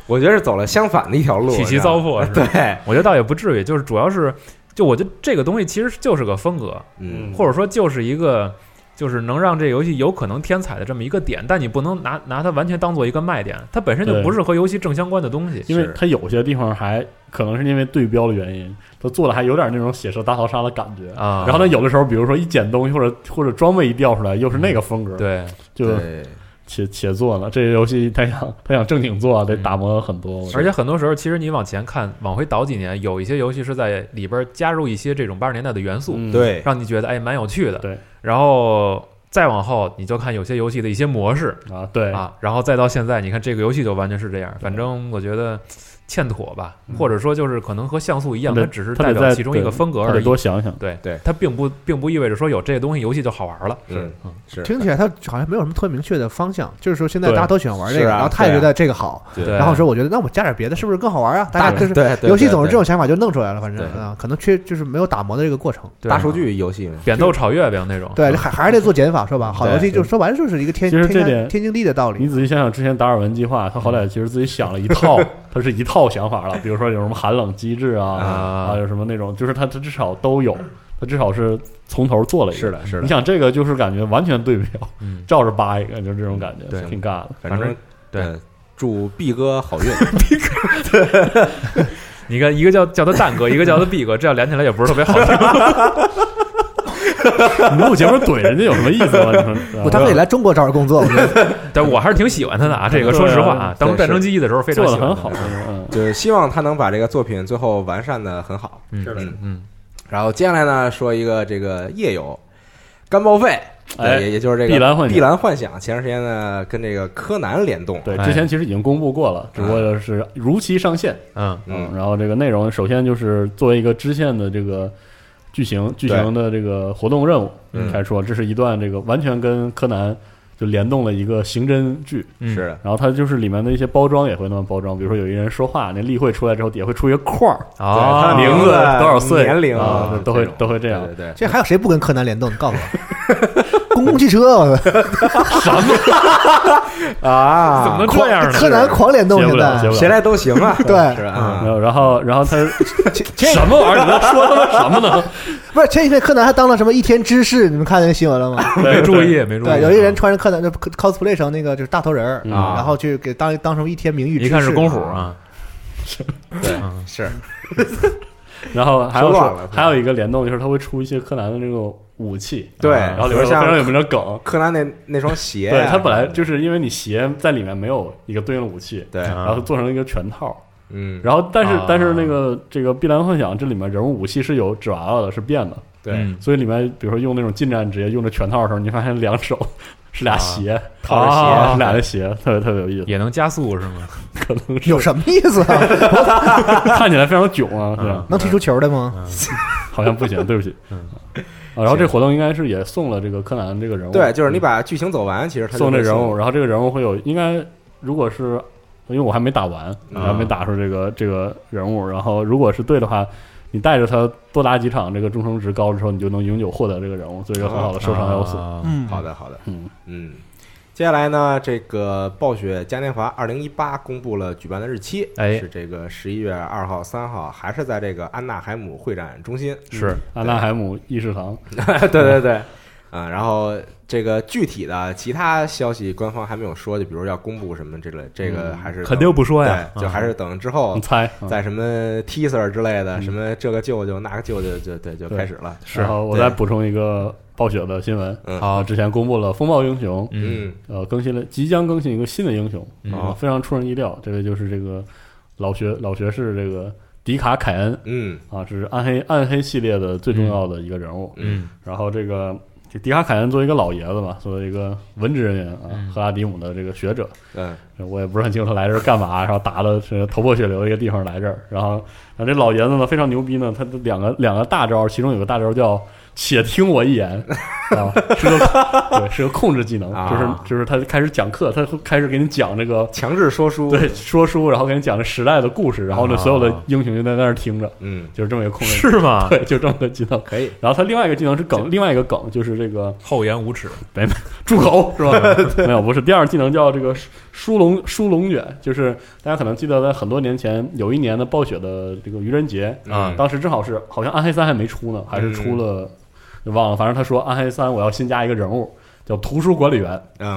Speaker 2: 我觉得是走了相反的一条路，
Speaker 1: 取其
Speaker 2: 是吧
Speaker 1: 糟粕是吧
Speaker 2: 对，
Speaker 4: 嗯
Speaker 1: 我觉得倒也不至于，就是主要是，就我觉得这个东西其实就是个风格，
Speaker 2: 嗯
Speaker 1: 或者说就是一个就是能让这游戏有可能添彩的这么一个点，但你不能拿拿它完全当做一个卖点，它本身就
Speaker 5: 对
Speaker 1: 不是和游戏正相关的东西。
Speaker 5: 因为
Speaker 2: 是
Speaker 5: 它有些地方还可能是因为对标的原因，它做的还有点那种血色大逃杀的感觉
Speaker 1: 啊
Speaker 5: 然后呢，有的时候比如说一捡东西或者或者装备一掉出来，又是那个风格，，
Speaker 1: 对，
Speaker 5: 就
Speaker 2: 对
Speaker 5: 且且做了。这个游戏他想他想正经做，得
Speaker 1: 嗯
Speaker 5: 打磨很多。我觉
Speaker 1: 而
Speaker 5: 得
Speaker 1: 且很多时候，其实你往前看，往回倒几年，有一些游戏是在里边加入一些这种八十年代的元素，
Speaker 5: 嗯
Speaker 2: 对，
Speaker 1: 让你觉得哎蛮有趣的。
Speaker 5: 对，
Speaker 1: 然后再往后，你就看有些游戏的一些模式
Speaker 5: 啊，对，
Speaker 1: 啊，然后再到现在，你看这个游戏就完全是这样。反正我觉得欠妥吧，
Speaker 5: 嗯
Speaker 1: 或者说就是可能和像素一样，
Speaker 5: 它
Speaker 1: 它
Speaker 5: 得
Speaker 1: 只是
Speaker 5: 它
Speaker 1: 代
Speaker 5: 得
Speaker 1: 表
Speaker 5: 在
Speaker 1: 其中一个风格
Speaker 5: 他
Speaker 1: 而
Speaker 5: 得
Speaker 1: 已
Speaker 5: 多。想想。
Speaker 1: 对
Speaker 2: 对
Speaker 1: 它并不并不意味着说有这个东西游戏就好玩了。
Speaker 2: 嗯
Speaker 5: 嗯
Speaker 2: 是
Speaker 4: 听起来它好像没有什么特别明确的方向，就是说现在大家都喜欢玩这
Speaker 2: 对
Speaker 4: 个，
Speaker 2: 是啊
Speaker 4: 然后他也觉得这个好，
Speaker 2: 对
Speaker 1: 对
Speaker 4: 然后说我觉得那我加点别的是不是更好玩啊？大家
Speaker 1: 对
Speaker 4: 就是
Speaker 2: 对对
Speaker 4: 游戏总是
Speaker 2: 对
Speaker 4: 这种想法就弄出来了，反正
Speaker 2: 对
Speaker 4: 啊，可能缺就是没有打磨的这个过程。
Speaker 1: 对
Speaker 2: 大数据游戏嘛，
Speaker 1: 扁豆炒月饼那
Speaker 2: 嗯
Speaker 1: 种，
Speaker 4: 对，还还是得做减法，说吧，好游戏
Speaker 5: 对
Speaker 4: 就说白了就是一个天
Speaker 5: 其实
Speaker 4: 天
Speaker 5: 这点
Speaker 4: 天经地义的道
Speaker 5: 你
Speaker 4: 理。
Speaker 5: 仔细想想，之前达尔文计划，他好歹其实自己想了一套，他是一套想法了。比如说有什么寒冷机制啊，
Speaker 1: 啊
Speaker 5: 啊，有什么那种，就是他他至少都有，他至少是从头做了一个。
Speaker 2: 是的，是
Speaker 5: 你
Speaker 2: 的，
Speaker 5: 想这个就是感觉完全对标，
Speaker 1: 嗯，
Speaker 5: 照着扒一个，就这种感觉，
Speaker 1: 对
Speaker 5: 挺尬的。
Speaker 2: 反
Speaker 1: 反
Speaker 2: 正
Speaker 1: 正对
Speaker 2: 呃祝 B 哥好运，
Speaker 1: 你看一个叫叫他蛋哥，一个 叫他 B 哥，这样连起来也不是特别好听。
Speaker 5: 你录节目怼人家有什么意思吗？你说，
Speaker 4: 不，他可以来中国找找工作，我觉得
Speaker 1: 但我还是挺喜欢他的啊，这个
Speaker 5: 对啊
Speaker 1: 说实话啊，当初
Speaker 2: 对
Speaker 1: 战争机器的时候非
Speaker 5: 做
Speaker 1: 常
Speaker 5: 的
Speaker 1: 喜欢
Speaker 5: 很
Speaker 1: 他
Speaker 5: 好，嗯，
Speaker 2: 就是希望他能把这个作品最后完善的很好。
Speaker 1: 嗯
Speaker 5: 是的
Speaker 1: 嗯嗯，
Speaker 2: 然后接下来呢，说一个这个夜游干报废，对
Speaker 5: 哎
Speaker 2: 也也就是这个
Speaker 5: 碧蓝幻想
Speaker 2: 碧蓝幻想，前段时间呢跟这个柯南联动，
Speaker 5: 对，
Speaker 1: 哎
Speaker 5: 之前其实已经公布过了，只不过是如期上线。
Speaker 1: 嗯
Speaker 2: 嗯，
Speaker 5: 然后这个内容首先就是作为一个支线的这个剧情剧情的这个活动任务
Speaker 1: 嗯
Speaker 5: 开始说，这是一段这个完全跟柯南就联动了一个刑侦剧。
Speaker 1: 嗯
Speaker 2: 是的，
Speaker 5: 然后它就是里面的一些包装也会那么包装，比如说有一人说话，那例会出来之后也会出一个框儿，对
Speaker 1: 啊，
Speaker 5: 他的名字多少岁、
Speaker 2: 年龄
Speaker 5: 啊
Speaker 2: 啊
Speaker 5: 都会
Speaker 2: 这种
Speaker 5: 都会这样
Speaker 2: 对。对
Speaker 4: 这还有谁不跟柯南联动？你告诉我，公共汽 车我操
Speaker 2: 对啊，
Speaker 1: 怎么能这样呢？
Speaker 4: 柯南狂联动
Speaker 5: 接不
Speaker 4: 现
Speaker 5: 了接
Speaker 4: 在
Speaker 5: 不，了
Speaker 2: 谁来都行啊，
Speaker 4: 对
Speaker 2: 是吧？
Speaker 5: 然
Speaker 2: 啊
Speaker 5: 后，然后，然 后他
Speaker 4: 这这
Speaker 5: 什么玩意儿？你在说他妈什么呢？
Speaker 4: 不是前几天柯南还当了什么一天知事，你们看那个新闻了吗？
Speaker 1: 没注意，没注意。
Speaker 4: 对，有一人穿着柯南就 cosplay 成那个就是大头人儿，啊
Speaker 5: 嗯
Speaker 4: 然后去给当当成一天名誉知识，
Speaker 1: 一看是公虎啊，
Speaker 2: 对
Speaker 1: 嗯
Speaker 2: 是
Speaker 5: 然后还有
Speaker 2: 说乱了
Speaker 5: 还有一个联动就是他会出一些柯南的那种武器，啊
Speaker 2: 对
Speaker 5: 然后里
Speaker 2: 比如
Speaker 5: 面有非
Speaker 2: 像
Speaker 5: 常有名的梗。
Speaker 2: 柯南那那双鞋啊，
Speaker 5: 对，它本来就是因为你鞋在里面没有一个对应的武器，
Speaker 2: 对，
Speaker 1: 啊
Speaker 5: 然后做成了一个全套。
Speaker 2: 嗯，
Speaker 5: 然后，但是
Speaker 1: 啊
Speaker 5: 但是那个这个《碧蓝幻想》这里面人物武器是有纸娃娃的，是变的，
Speaker 2: 对，
Speaker 1: 嗯
Speaker 5: 所以里面比如说用那种近战职业用的全套的时候，你发现两手 是俩鞋，
Speaker 2: 啊套着鞋
Speaker 5: 啊是 俩的鞋，特别特别 有意思，
Speaker 1: 也能加速是吗？
Speaker 5: 可能是
Speaker 4: 有什么意思 啊？
Speaker 5: 看起来非常囧啊，对吧
Speaker 1: 嗯？
Speaker 4: 能踢出球的吗？
Speaker 5: 好像不行，对不 起。
Speaker 1: 嗯
Speaker 5: 啊，然后这活动应该是也送了这个柯南这个人物，
Speaker 2: 对，就是你把剧情走完，其实他
Speaker 5: 送这人物，
Speaker 2: 物
Speaker 5: 然后这个人物会有应该如果是因为我还没打完，
Speaker 2: 嗯
Speaker 5: 然后没打出这个这个人物，然后如果是对的话，你带着他多打几场，这个终生值高的时候，你就能永久获得这个人物，做一个很好的收藏要素。
Speaker 1: 啊
Speaker 4: 嗯，
Speaker 2: 好的，好的，
Speaker 5: 嗯，
Speaker 2: 嗯。接下来呢，这个暴雪嘉年华二零一八公布了举办的日期，
Speaker 1: 哎
Speaker 2: 是这个十一月二号、三号，还是在这个安纳海姆会展中心？
Speaker 1: 是
Speaker 5: 安娜嗯海姆议事堂，
Speaker 2: 对对对， 啊、然后这个具体的其他消息官方还没有说，就比如要公布什么之类，这个还是等
Speaker 1: 肯定不说呀
Speaker 2: 对就
Speaker 1: 啊
Speaker 2: 还是等之后
Speaker 5: 你猜？嗯
Speaker 2: 哦在什么 teaser 之类的，什么这个舅舅那个舅舅，就对就
Speaker 5: 对
Speaker 2: 开始了。
Speaker 1: 是
Speaker 5: 然后我
Speaker 2: 对
Speaker 5: 再补充一个暴雪的新闻，
Speaker 2: 嗯
Speaker 5: 啊，
Speaker 1: 好，
Speaker 5: 之前公布了风暴英雄，
Speaker 1: 嗯
Speaker 2: 嗯，
Speaker 5: 呃，更新了，即将更新一个新的英雄，
Speaker 1: 嗯
Speaker 5: 啊，非常出人意料，这个就是这个老学老学士这个迪卡凯恩，
Speaker 2: 嗯
Speaker 5: 啊，这是暗黑暗黑系列的最重要的一个人物。
Speaker 1: 嗯
Speaker 5: 然后这个这迪卡凯恩作为一个老爷子嘛，作为一个文职人员啊，
Speaker 1: 嗯
Speaker 5: 赫拉迪姆的这个学者，
Speaker 2: 嗯
Speaker 5: 我也不是很清楚他来这儿干嘛，然后打的是头破血流一个地方来这儿，然后然后这老爷子呢非常牛逼呢，他的两个两个大招，其中有个大招叫“且听我一言”，啊，是个对是个控制技能，
Speaker 2: 啊
Speaker 5: 就是就是他开始讲课，他会开始给你讲这个。
Speaker 2: 强制说书，
Speaker 5: 对，说书，然后给你讲这时代的故事，然后呢，
Speaker 1: 啊
Speaker 5: 所有的英雄就在那儿听着，
Speaker 2: 嗯，
Speaker 5: 就是这么一个控制技能。
Speaker 1: 是吗？
Speaker 5: 对，就这么个技能。
Speaker 2: 可以，
Speaker 5: 然后它另外一个技能是梗，另外一个梗就是这个
Speaker 1: 厚颜无耻，
Speaker 5: 住口，是吧？ 没有，不是。第二技能叫这个舒舒龙舒龙卷，就是大家可能记得，在很多年前有一年的暴雪的这个愚人节，
Speaker 1: 啊
Speaker 2: 嗯
Speaker 5: 当时正好是好像暗黑三还没出呢，还是出了，忘了。反正他说暗黑三我要新加一个人物，叫图书管理员
Speaker 2: 嗯，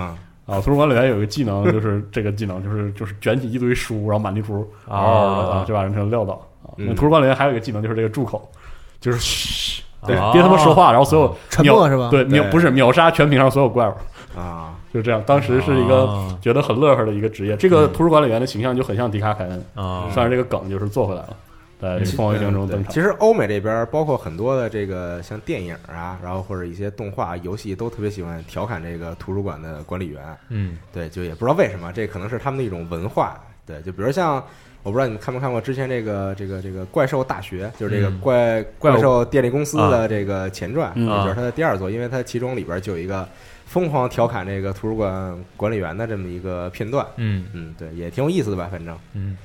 Speaker 5: 啊。图书管理员有一个技能，就是这个技能就是就是卷起一堆书，然后满地图
Speaker 1: 哦
Speaker 5: 啊，就把人全撂倒啊。那
Speaker 2: 嗯
Speaker 5: 图书管理员还有一个技能就是这个住口，就是嘘，
Speaker 2: 对
Speaker 1: 啊
Speaker 5: 别他妈说话，然后所有
Speaker 4: 哦沉
Speaker 5: 秒
Speaker 4: 默是吧？
Speaker 5: 对秒
Speaker 2: 对
Speaker 5: 不是秒杀全屏上所有怪物，
Speaker 2: 啊，
Speaker 5: 就这样。当时是一个
Speaker 1: 啊
Speaker 5: 觉得很乐呵的一个职业，这个图书管理员的形象就很像迪卡凯恩，
Speaker 1: 啊
Speaker 5: 算是这个梗就是做回来了，在《凤凰卫星》中
Speaker 2: 嗯对
Speaker 5: 登场。
Speaker 2: 其实欧美这边包括很多的这个像电影啊，然后或者一些动画、游戏，都特别喜欢调侃这个图书馆的管理员。
Speaker 1: 嗯
Speaker 2: 对，就也不知道为什么，这可能是他们的一种文化。对，就比如像。我不知道你们看没看过之前这个这个这个怪兽大学，就是这个
Speaker 1: 嗯
Speaker 2: 怪、
Speaker 1: 怪物
Speaker 2: 怪兽电力公司
Speaker 1: 啊
Speaker 2: 的这个前传，
Speaker 5: 嗯
Speaker 2: 也就是它的第二作，因为它其中里边就有一个疯狂调侃这个图书馆管理员的这么一个片段，
Speaker 1: 嗯
Speaker 2: 嗯，对，也挺有意思的吧，反正。
Speaker 1: 嗯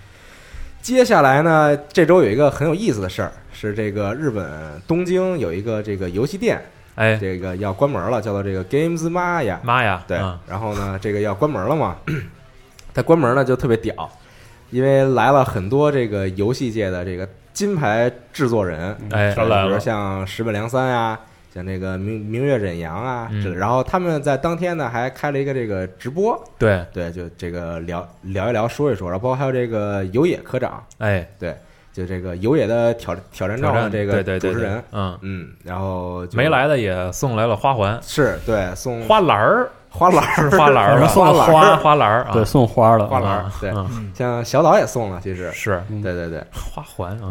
Speaker 2: 接下来呢，这周有一个很有意思的事儿，是这个日本东京有一个这个游戏店，
Speaker 1: 哎
Speaker 2: 这个要关门了，叫做这个 Games Maya。
Speaker 1: 妈呀，
Speaker 2: 对
Speaker 1: 啊，
Speaker 2: 然后呢，这个要关门了嘛， 它关门呢就特别屌，因为来了很多这个游戏界的这个金牌制作人，
Speaker 1: 哎
Speaker 5: 全来
Speaker 2: 比如
Speaker 5: 了，
Speaker 2: 像石本良三啊，像这个明明月忍阳啊，
Speaker 1: 嗯
Speaker 2: 这然后他们在当天呢还开了一个这个直播，
Speaker 1: 对，
Speaker 2: 对，就这个聊聊一聊，说一说，然后包括还有这个有野科长。
Speaker 1: 哎，
Speaker 2: 就这个有野的挑挑战
Speaker 1: 挑
Speaker 2: 状的
Speaker 1: 战
Speaker 2: 这
Speaker 1: 对
Speaker 2: 个
Speaker 1: 对
Speaker 2: 主
Speaker 1: 对
Speaker 2: 持
Speaker 1: 对
Speaker 2: 人，
Speaker 1: 嗯，
Speaker 2: 嗯，然后就
Speaker 1: 没来的也送来了花环、
Speaker 2: 是对送
Speaker 1: 花篮儿，
Speaker 2: 花篮
Speaker 1: 是
Speaker 2: 儿
Speaker 1: 花篮儿吧？
Speaker 5: 送了
Speaker 2: 花
Speaker 1: 花
Speaker 2: 篮儿
Speaker 1: 花篮儿啊，
Speaker 5: 对，送花了，
Speaker 2: 花篮儿
Speaker 1: 啊，
Speaker 2: 对，
Speaker 1: 嗯
Speaker 2: 像小岛也送了，其实
Speaker 1: 是
Speaker 5: 嗯
Speaker 2: 对对对
Speaker 1: 花环啊，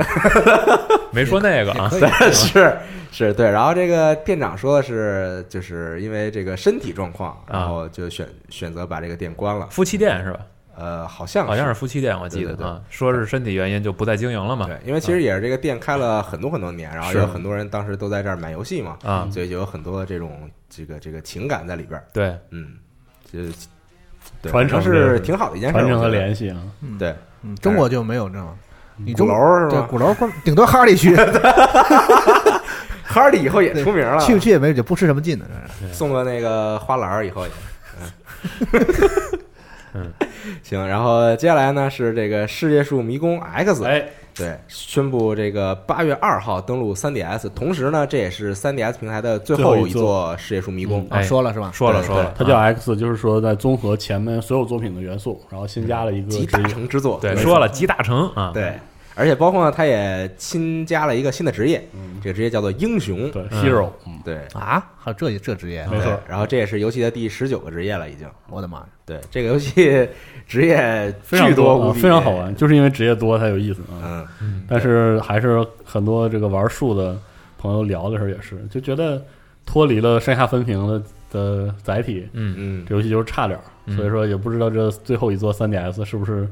Speaker 1: 没说那个啊，
Speaker 2: 对是是对，然后这个店长说的是，就是因为这个身体状况，然后就选选择把这个店关了，
Speaker 1: 夫妻店是吧？
Speaker 2: 呃，好像
Speaker 1: 好像是夫妻店，我记
Speaker 2: 对对
Speaker 1: 得
Speaker 2: 对
Speaker 1: 啊，说是身体原因就不再经营了嘛。
Speaker 2: 对，因为其实也是这个店开了很多很多年，然后
Speaker 1: 是
Speaker 2: 有很多人当时都在这儿买游戏嘛，
Speaker 1: 啊，
Speaker 2: 所以就有很多的这种这个这个情感在里边儿，
Speaker 1: 对，
Speaker 2: 嗯，就对
Speaker 5: 传
Speaker 2: 反正
Speaker 5: 承这
Speaker 2: 是
Speaker 5: 个
Speaker 2: 挺好的一件事儿，
Speaker 5: 传承
Speaker 2: 我
Speaker 5: 和
Speaker 2: 觉得
Speaker 5: 联系啊，
Speaker 2: 对
Speaker 4: 嗯，中国就没有这种，
Speaker 5: 嗯
Speaker 4: 你
Speaker 2: 鼓
Speaker 4: 中
Speaker 2: 楼儿是
Speaker 4: 对
Speaker 2: 吧？
Speaker 4: 鼓楼关，顶多哈尔地区
Speaker 2: 哈尔滨以后也出名了，
Speaker 4: 去不去也没也不吃什么劲的，这是
Speaker 2: 送个那个花篮儿以 后也。嗯行，然后接下来呢是这个《世界树迷宫 X》，
Speaker 5: 哎，
Speaker 2: 对，宣布这个八月二号登陆 3DS，同时呢，这也是 3DS 平台的最
Speaker 5: 最
Speaker 2: 后
Speaker 5: 后一
Speaker 2: 一座《世界树迷宫》
Speaker 5: 嗯
Speaker 4: 啊
Speaker 1: 哎
Speaker 4: 说了是吧？
Speaker 1: 说了
Speaker 2: 对
Speaker 1: 说了，啊
Speaker 5: 它叫 X，就是说在综合前面所有作品的元素，然后新加了一个
Speaker 2: 集
Speaker 5: 这
Speaker 2: 大
Speaker 5: 个
Speaker 2: 成之作。
Speaker 1: 对，
Speaker 2: 没
Speaker 1: 说
Speaker 2: 错
Speaker 1: 了集大成啊，
Speaker 2: 对，而且包括呢，它也新加了一个新的职业，这个职业叫做英雄。
Speaker 5: 嗯对
Speaker 1: 嗯
Speaker 5: Hero，嗯，
Speaker 2: 对，
Speaker 4: 啊，还有这这职业，
Speaker 5: 没错
Speaker 2: 对，然后这也是游戏的第十九个职业了，已经。
Speaker 4: 我的妈呀！
Speaker 2: 对，这个游戏职业
Speaker 5: 非常
Speaker 2: 巨
Speaker 5: 多，
Speaker 2: 无
Speaker 5: 啊
Speaker 2: 比，
Speaker 5: 非常好。玩，就是因为职业多才有意思啊。
Speaker 2: 嗯，
Speaker 5: 但是还是很多这个玩树的朋友聊的时候也是，就觉得脱离了上下分屏的的载体，
Speaker 1: 嗯，
Speaker 2: 嗯，
Speaker 5: 这游戏就是差点儿，
Speaker 1: 嗯
Speaker 5: 所以说也不知道这最后一座 3DS 是不是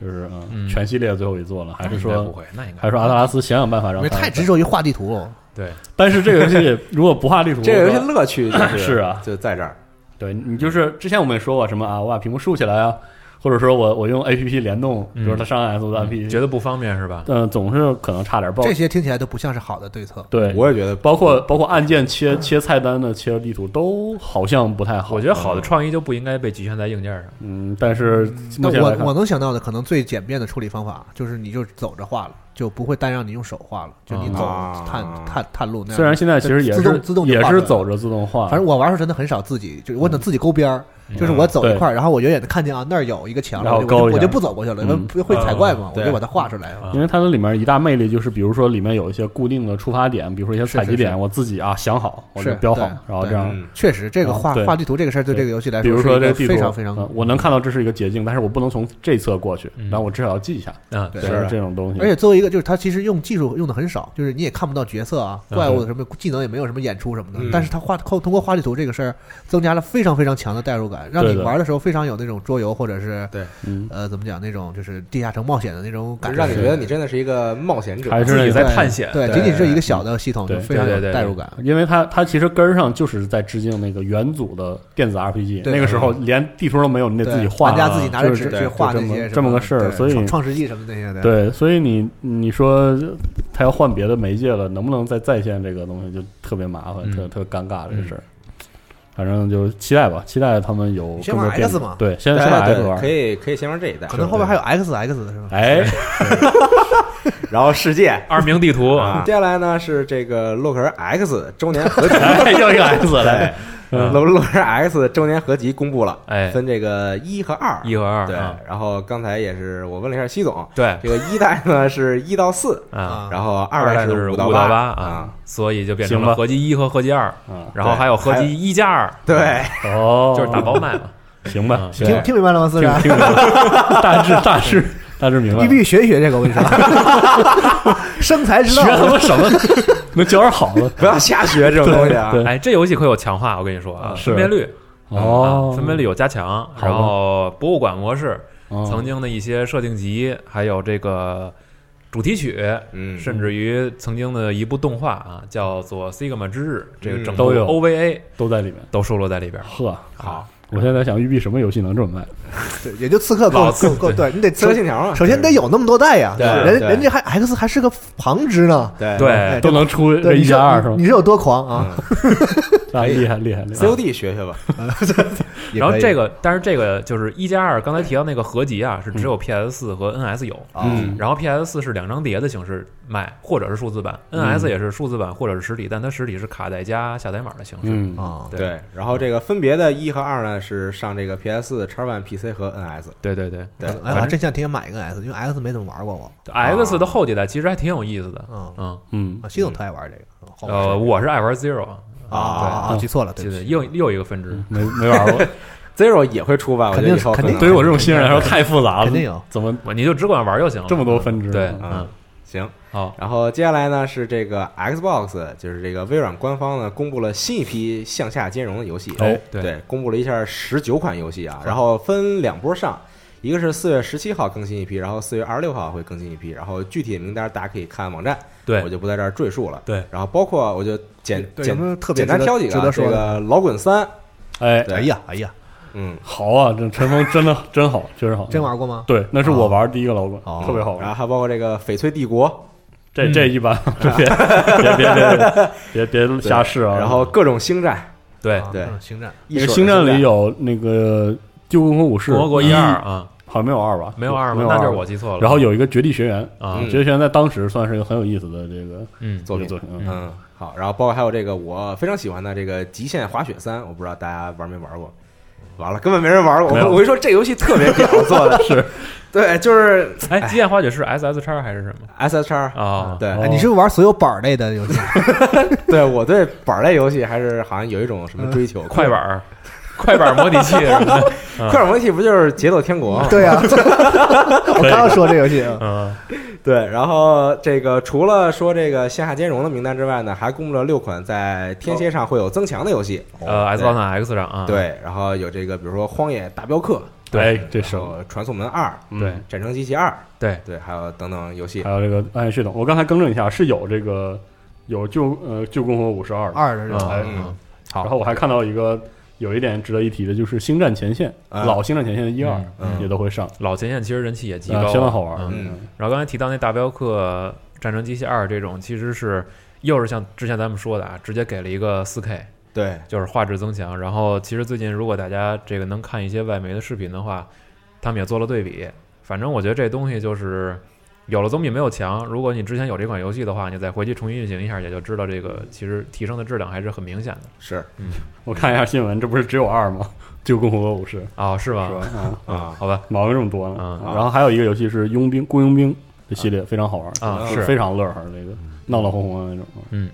Speaker 5: 就是
Speaker 1: 嗯
Speaker 5: 嗯全系列最后一座了，还是
Speaker 1: 那应该不
Speaker 5: 说
Speaker 1: 会，那应该
Speaker 5: 还是说阿特啊拉斯想想办法让
Speaker 4: 因为
Speaker 5: 它
Speaker 4: 太执着于画地图，
Speaker 1: 对，
Speaker 5: 但是这个游戏如果不画地图，
Speaker 2: 这个游戏乐趣就是
Speaker 5: 是啊
Speaker 2: 就在这儿。
Speaker 5: 对你就是之前我们也说过什么啊，我把屏幕竖起来啊，或者说我我用 A P P 联动，比
Speaker 1: 嗯
Speaker 5: 如说它上 S 我的 A P P，
Speaker 1: 觉得不方便是吧？
Speaker 5: 嗯、总是可能差点爆。
Speaker 4: 这些听起来都不像是好的对策。
Speaker 5: 对，
Speaker 2: 我也觉得，
Speaker 5: 包括包括按键切切菜单的切地图都好像不太好。
Speaker 1: 我觉得好的创意就不应该被局限在硬件上。
Speaker 5: 嗯，但是
Speaker 4: 那
Speaker 5: 目前来
Speaker 4: 我
Speaker 5: 看
Speaker 4: 我能想到的可能最简便的处理方法就是你就走着画了，就不会单让你用手画了，就你走
Speaker 2: 啊
Speaker 4: 探探探路那样。
Speaker 5: 虽然现在其实也是
Speaker 4: 自动自动就
Speaker 5: 也
Speaker 4: 画出来
Speaker 5: 是
Speaker 4: 了
Speaker 5: 走着自动化，
Speaker 4: 反正我玩的时候真的很少自己，就是我能自己勾边儿，就是我走一块儿，然后我远远的看见啊那儿有一个墙，
Speaker 5: 嗯然后
Speaker 4: 我就
Speaker 5: 勾一下
Speaker 4: 我就不走过去了，因为
Speaker 5: 嗯
Speaker 4: 不会踩怪嘛，我
Speaker 2: 对
Speaker 4: 就把它画出来。
Speaker 1: 啊
Speaker 5: 因为它的里面一大魅力就是，比如说里面有一些固定的触发点，比如说一些采集
Speaker 4: 是
Speaker 5: 点，
Speaker 4: 是
Speaker 5: 我自己啊想好，我就是标好
Speaker 4: 对，
Speaker 5: 然后
Speaker 4: 对
Speaker 5: 这样。
Speaker 2: 嗯，
Speaker 4: 确实，这个画
Speaker 5: 啊对
Speaker 4: 画地图这个事儿对这个游戏来
Speaker 5: 比
Speaker 4: 说
Speaker 5: 如
Speaker 4: 是
Speaker 5: 说
Speaker 4: 一
Speaker 5: 这
Speaker 4: 个
Speaker 5: 地图
Speaker 4: 非常非常
Speaker 5: 嗯我能看到这是一个捷径，但是我不能从这侧过去，
Speaker 1: 嗯
Speaker 5: 然后我至少要记一下，
Speaker 1: 嗯，
Speaker 4: 对
Speaker 5: 就是这种东西。
Speaker 4: 而且作为一个，就是它其实用技术用的很少，就是你也看不到角色啊、
Speaker 5: 嗯
Speaker 4: 怪物的什么技能，也没有什么演出什么的。
Speaker 2: 嗯
Speaker 4: 但是它画通通过画地图这个事儿，增加了非常非常强的代入感，让
Speaker 5: 对
Speaker 4: 你
Speaker 5: 的
Speaker 4: 玩的时候非常有那种桌游或者是
Speaker 5: 嗯，
Speaker 4: 呃怎么讲那种就是地下城冒险的那
Speaker 2: 就
Speaker 4: 种感
Speaker 2: 是
Speaker 4: 觉，
Speaker 2: 让你觉得你真的是一个冒险者。
Speaker 5: 还是
Speaker 1: 自己
Speaker 5: 那
Speaker 1: 在
Speaker 5: 个，
Speaker 4: 对
Speaker 1: 探险
Speaker 4: 对，
Speaker 2: 对
Speaker 4: 仅仅是一个小的系统，
Speaker 5: 对
Speaker 4: 就非常
Speaker 1: 对
Speaker 4: 有
Speaker 1: 对对
Speaker 4: 代入感。
Speaker 5: 因为它它其实根儿上就是在致敬那个元祖的电子 RPG，
Speaker 4: 对
Speaker 5: 那个时候连地图都没有，你得
Speaker 4: 对
Speaker 5: 自己画
Speaker 4: 玩
Speaker 5: 啊，
Speaker 4: 家自己拿着
Speaker 5: 就是
Speaker 4: 纸
Speaker 5: 这
Speaker 4: 去画
Speaker 5: 就
Speaker 4: 那
Speaker 5: 这么
Speaker 4: 些什
Speaker 5: 这么个事儿
Speaker 4: 对
Speaker 5: 所以
Speaker 4: 创创世纪什么那些的，
Speaker 5: 对，所以你你说他要换别的媒介了，能不能再再现这个东西就特别麻烦，
Speaker 1: 嗯
Speaker 5: 特特尴尬这个事儿。反正就期待吧，期待他们有
Speaker 4: 先
Speaker 5: 更多
Speaker 4: 玩
Speaker 5: 变
Speaker 4: X
Speaker 5: 化
Speaker 4: 嘛。
Speaker 5: 对，先
Speaker 2: 对
Speaker 5: 先把
Speaker 2: 对
Speaker 5: X
Speaker 2: 对，
Speaker 5: 玩
Speaker 2: 可。以可以先玩这一代
Speaker 4: 可，能后边还有 X X 是吧？
Speaker 5: 哎，
Speaker 2: 然后世界。
Speaker 1: 二明地图啊，
Speaker 2: 接下来呢是这个洛克人 X 周年合集，
Speaker 5: 哎又一个 X 来，嗯
Speaker 2: 乐乐视 X 周年合集公布了，
Speaker 1: 哎
Speaker 2: 分这个一和二，
Speaker 1: 一和二，
Speaker 2: 对
Speaker 1: 啊，
Speaker 2: 然后刚才也是我问了一下西总，
Speaker 1: 对
Speaker 2: 这个一代呢是一到四，
Speaker 1: 啊，
Speaker 2: 然后
Speaker 1: 二代
Speaker 2: 代
Speaker 1: 是
Speaker 2: 五
Speaker 1: 到
Speaker 2: 八
Speaker 1: 啊，，所以就变成
Speaker 5: 行
Speaker 1: 了
Speaker 5: 吧
Speaker 1: 合集一和合集二，
Speaker 5: 啊，
Speaker 1: 然后还有合集一加二，
Speaker 2: 对，
Speaker 5: 哦，
Speaker 1: 就是打包嗯卖嘛。
Speaker 5: 行吧，行，
Speaker 4: 听听明白了吗？思
Speaker 5: 听
Speaker 4: 然，
Speaker 5: 听明白了， 大致大致大致明
Speaker 4: 你
Speaker 5: 白了
Speaker 4: 必。须学一学这个，我跟你说， 生财之
Speaker 5: 学
Speaker 4: 道。
Speaker 5: 他妈 什么？能教点好的？
Speaker 2: 不要瞎学这种东西啊
Speaker 5: 对，对
Speaker 1: 哎，这游戏可有强化，我跟你说啊，
Speaker 5: 是
Speaker 1: 分辨率
Speaker 5: 哦
Speaker 1: 啊，，分辨率有加强，
Speaker 5: 好吧
Speaker 1: 然后博物馆模式，
Speaker 5: 哦
Speaker 1: 曾经的一些设定集，还有这个主题曲，
Speaker 2: 嗯，
Speaker 1: 甚至于曾经的一部动画啊，叫做《Sigma 之日》，这个
Speaker 2: 嗯
Speaker 1: 整部
Speaker 5: 都有
Speaker 1: OVA
Speaker 5: 都在里面。
Speaker 1: 都收录在里边。
Speaker 5: 呵，
Speaker 1: 好，
Speaker 5: 我现在在想育碧什么游戏能这么卖？
Speaker 4: 对，也就刺客够
Speaker 1: 老刺
Speaker 4: 够够，对你得
Speaker 2: 刺客信
Speaker 4: 首
Speaker 2: 条嘛，
Speaker 4: 首先得有那么多代呀，
Speaker 2: 对
Speaker 4: 人
Speaker 2: 对
Speaker 4: 人家还 X 还是个旁支呢，
Speaker 2: 对
Speaker 1: 对，
Speaker 5: 都能出这
Speaker 4: 哎对，
Speaker 5: 一
Speaker 4: 你
Speaker 5: 加
Speaker 4: 说
Speaker 5: 二是吗嗯
Speaker 4: 你？是有多狂啊？
Speaker 5: 啊，厉害厉害厉害！
Speaker 2: COD 学学 吧，
Speaker 4: 也
Speaker 1: 然后
Speaker 4: 可以
Speaker 1: 这个，但是这个就是一加二，刚才提到那个合集啊，是只有 PS 四和 NS 有，
Speaker 4: 啊
Speaker 2: 嗯
Speaker 1: 然后 PS 四是两张碟的形式卖，或者是数字版，NS 也是数字版或者是实体，但它实体是卡带加下载码的形式。
Speaker 5: 嗯，
Speaker 4: 啊，
Speaker 1: 对
Speaker 2: 对，然后这个分别的一和二呢是上这个 PS 4 X One、PC 和 NS，
Speaker 1: 对对对
Speaker 2: 对
Speaker 4: 哎，我还真想挺想买一个 S，因为 X 没怎么玩过我。
Speaker 1: ，X 的后几代其实还挺有意思的，
Speaker 4: 嗯
Speaker 1: 嗯，
Speaker 5: 嗯
Speaker 4: 啊，，系统特爱玩这个。好玩
Speaker 1: 呃，我是爱玩 Zero 啊
Speaker 4: 啊啊
Speaker 1: 对
Speaker 4: 啊，记错了，
Speaker 1: 记
Speaker 4: 对不
Speaker 1: 得
Speaker 4: 起，
Speaker 1: 又又一个分支，
Speaker 5: 没没玩过。
Speaker 2: Zero 也会出吧？我觉得
Speaker 4: 肯定
Speaker 2: 以后
Speaker 4: 肯
Speaker 2: 可
Speaker 4: 定
Speaker 2: 能
Speaker 5: 对于我这种新人来说太复杂了，
Speaker 4: 肯定有
Speaker 5: 怎么
Speaker 1: 我你就只管玩就行了。哦
Speaker 5: 这么多分支？
Speaker 1: 对，
Speaker 5: 嗯
Speaker 1: 嗯
Speaker 2: 嗯，行。
Speaker 1: 好，
Speaker 2: 然后接下来呢是这个 Xbox，就是这个微软官方呢公布了新一批向下兼容的游戏，
Speaker 4: 哦
Speaker 5: 哎
Speaker 1: 对
Speaker 2: 公布了一下十九款游戏啊，然后分两波上，一个是四月十七号更新一批，然后四月二十六号会更新一批，然后具体的名单大家可以看网站，
Speaker 1: 对
Speaker 2: 我就不在这儿赘述了。
Speaker 1: 对
Speaker 2: 然后包括我就简
Speaker 4: 对
Speaker 2: 简
Speaker 4: 有没有特别
Speaker 2: 简单
Speaker 4: 值得
Speaker 2: 挑几个
Speaker 4: 值
Speaker 2: 啊，
Speaker 4: 得说
Speaker 2: 这
Speaker 4: 的
Speaker 2: 个老滚三，
Speaker 5: 哎，
Speaker 2: 对
Speaker 4: 哎呀哎呀，
Speaker 2: 嗯，
Speaker 5: 好啊，这陈峰真的真好，确实好，嗯
Speaker 4: 真。玩过吗？
Speaker 5: 对，那是我玩第一个老滚，
Speaker 4: 嗯
Speaker 5: 特别好
Speaker 2: 哦然
Speaker 5: 玩
Speaker 2: 后。还包括这个翡翠帝国，
Speaker 5: 这这一般，这别别别别别别瞎试啊！
Speaker 2: 然后各种星战，
Speaker 1: 对，
Speaker 4: 啊
Speaker 2: 对
Speaker 4: 嗯星战
Speaker 2: 一
Speaker 5: 那个
Speaker 2: 水
Speaker 5: 星战
Speaker 2: 的
Speaker 5: 里有那个旧共和武士，嗯
Speaker 1: 共和国一二啊，
Speaker 5: 好像没有二吧？
Speaker 1: 没有二
Speaker 5: 没
Speaker 1: 吗？
Speaker 5: 有
Speaker 1: 那就是
Speaker 5: 二
Speaker 1: 我。记错了。
Speaker 5: 然后有一个绝地学员
Speaker 1: 啊
Speaker 2: 嗯
Speaker 5: 绝地学员在当时算是一个很有意思的这个
Speaker 1: 嗯，
Speaker 2: 作品
Speaker 5: 一个，作品。嗯
Speaker 2: 嗯，好，然后包括还有这个我非常喜欢的这个《极限滑雪三》，我不知道大家玩没玩过。完了，根本没人玩过。
Speaker 5: 没有
Speaker 2: 我我跟你说，这游戏特别屌做的，
Speaker 5: 是
Speaker 2: 对，就是
Speaker 1: 哎，极限滑雪是 SS 叉还是什么
Speaker 2: S H R。
Speaker 1: 啊？
Speaker 2: 对、
Speaker 5: 哦
Speaker 4: 哎，你是不是玩所有板儿类的游戏？
Speaker 2: 对，我对板儿类游戏还是好像有一种什么追求。
Speaker 5: 嗯
Speaker 1: 快板儿， 快板儿模拟器什么的。
Speaker 2: 快板儿模拟器不就是《节奏天国》吗？
Speaker 4: 对 呀，我刚要说这游戏，嗯
Speaker 1: 嗯，
Speaker 2: 对，然后这个除了说这个线下兼容的名单之外呢，还公布了六款在天蝎上会有增强的游戏。
Speaker 1: 呃，S 杠 X 上啊，
Speaker 2: 对，然后有这个比如说《荒野大镖客》，
Speaker 5: 对，哎这
Speaker 2: 然
Speaker 5: 是
Speaker 2: 后《传送门二》，
Speaker 5: 嗯
Speaker 1: 对
Speaker 2: 《战争机器二》，
Speaker 1: 对
Speaker 2: 对，还有等等游戏
Speaker 5: 还。有这个暗夜血统。我刚才更正一下，是有这个有旧呃旧共和五十二的。
Speaker 4: 二的这种
Speaker 1: 嗯
Speaker 2: 哦
Speaker 5: 哎
Speaker 1: 嗯，好
Speaker 5: 然后我还看到一个有一点值得一提的，就是《星战前线》
Speaker 2: 啊
Speaker 5: 老《星战前线》的一二
Speaker 2: 嗯
Speaker 5: 也都会上，
Speaker 1: 老前线其实人气也极
Speaker 5: 啊
Speaker 1: 高，
Speaker 5: 相当好玩。
Speaker 1: 嗯
Speaker 2: 嗯
Speaker 1: 然后刚才提到那大镖客战争机器二这种，其实是又是像之前咱们说的啊，直接给了一个四 K，
Speaker 2: 对，
Speaker 1: 就是画质增强。然后其实最近如果大家这个能看一些外媒的视频的话，他们也做了对比。反正我觉得这东西就是有了总比没有强。如果你之前有这款游戏的话，你再回去重新运行一下，也就知道这个其实提升的质量还是很明显的
Speaker 2: 是
Speaker 5: 我看一下新闻，这不是只有二吗？旧共和国武士
Speaker 1: 啊、是吧？
Speaker 5: 是吧？啊，
Speaker 2: 啊，
Speaker 1: 好吧，
Speaker 5: 毛病这么多呢。
Speaker 1: 嗯
Speaker 5: 然后还有一个游戏是佣兵雇佣兵这系列非常好玩
Speaker 1: 啊
Speaker 5: 就是嗯非常乐呵，这个闹闹哄哄的那种。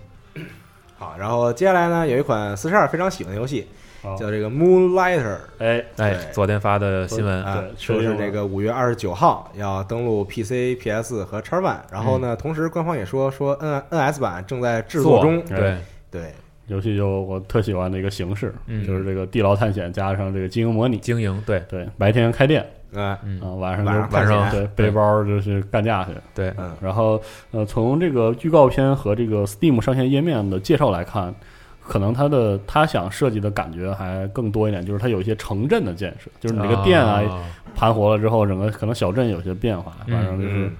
Speaker 2: 好，然后接下来呢，有一款四十二非常喜欢的游戏，
Speaker 5: 好
Speaker 2: 叫这个 Moonlighter，
Speaker 5: 啊哎，
Speaker 1: 哎，
Speaker 2: 对
Speaker 1: 昨天发的新闻，
Speaker 2: 啊
Speaker 5: 对，确
Speaker 2: 说
Speaker 5: 定
Speaker 2: 是
Speaker 5: 了
Speaker 2: 这个五月二十九号要登陆 PC、PS 和 X One，然后呢，同时官方也说说 N NS 版正在制作中，
Speaker 5: 做
Speaker 1: 对
Speaker 5: 哎，
Speaker 2: 对，
Speaker 5: 游戏就我特喜欢的一个形式，
Speaker 1: 嗯
Speaker 5: 就是这个地牢探险加上这个经营模拟。
Speaker 1: 经营，对
Speaker 5: 对，白天开店
Speaker 2: 嗯
Speaker 1: 嗯
Speaker 5: 啊，晚上
Speaker 2: 晚上
Speaker 5: 就
Speaker 2: 探
Speaker 1: 险
Speaker 5: 对背包就是干架去。
Speaker 1: 对，
Speaker 2: 嗯
Speaker 5: 然后呃，从这个预告片和这个 Steam 上线页面的介绍来看，可能它的它想设计的感觉还更多一点，就是它有一些城镇的建设，就是你这个店啊、盘活了之后，整个可能小镇有些变化，
Speaker 1: 嗯
Speaker 5: 反正就是、
Speaker 2: 嗯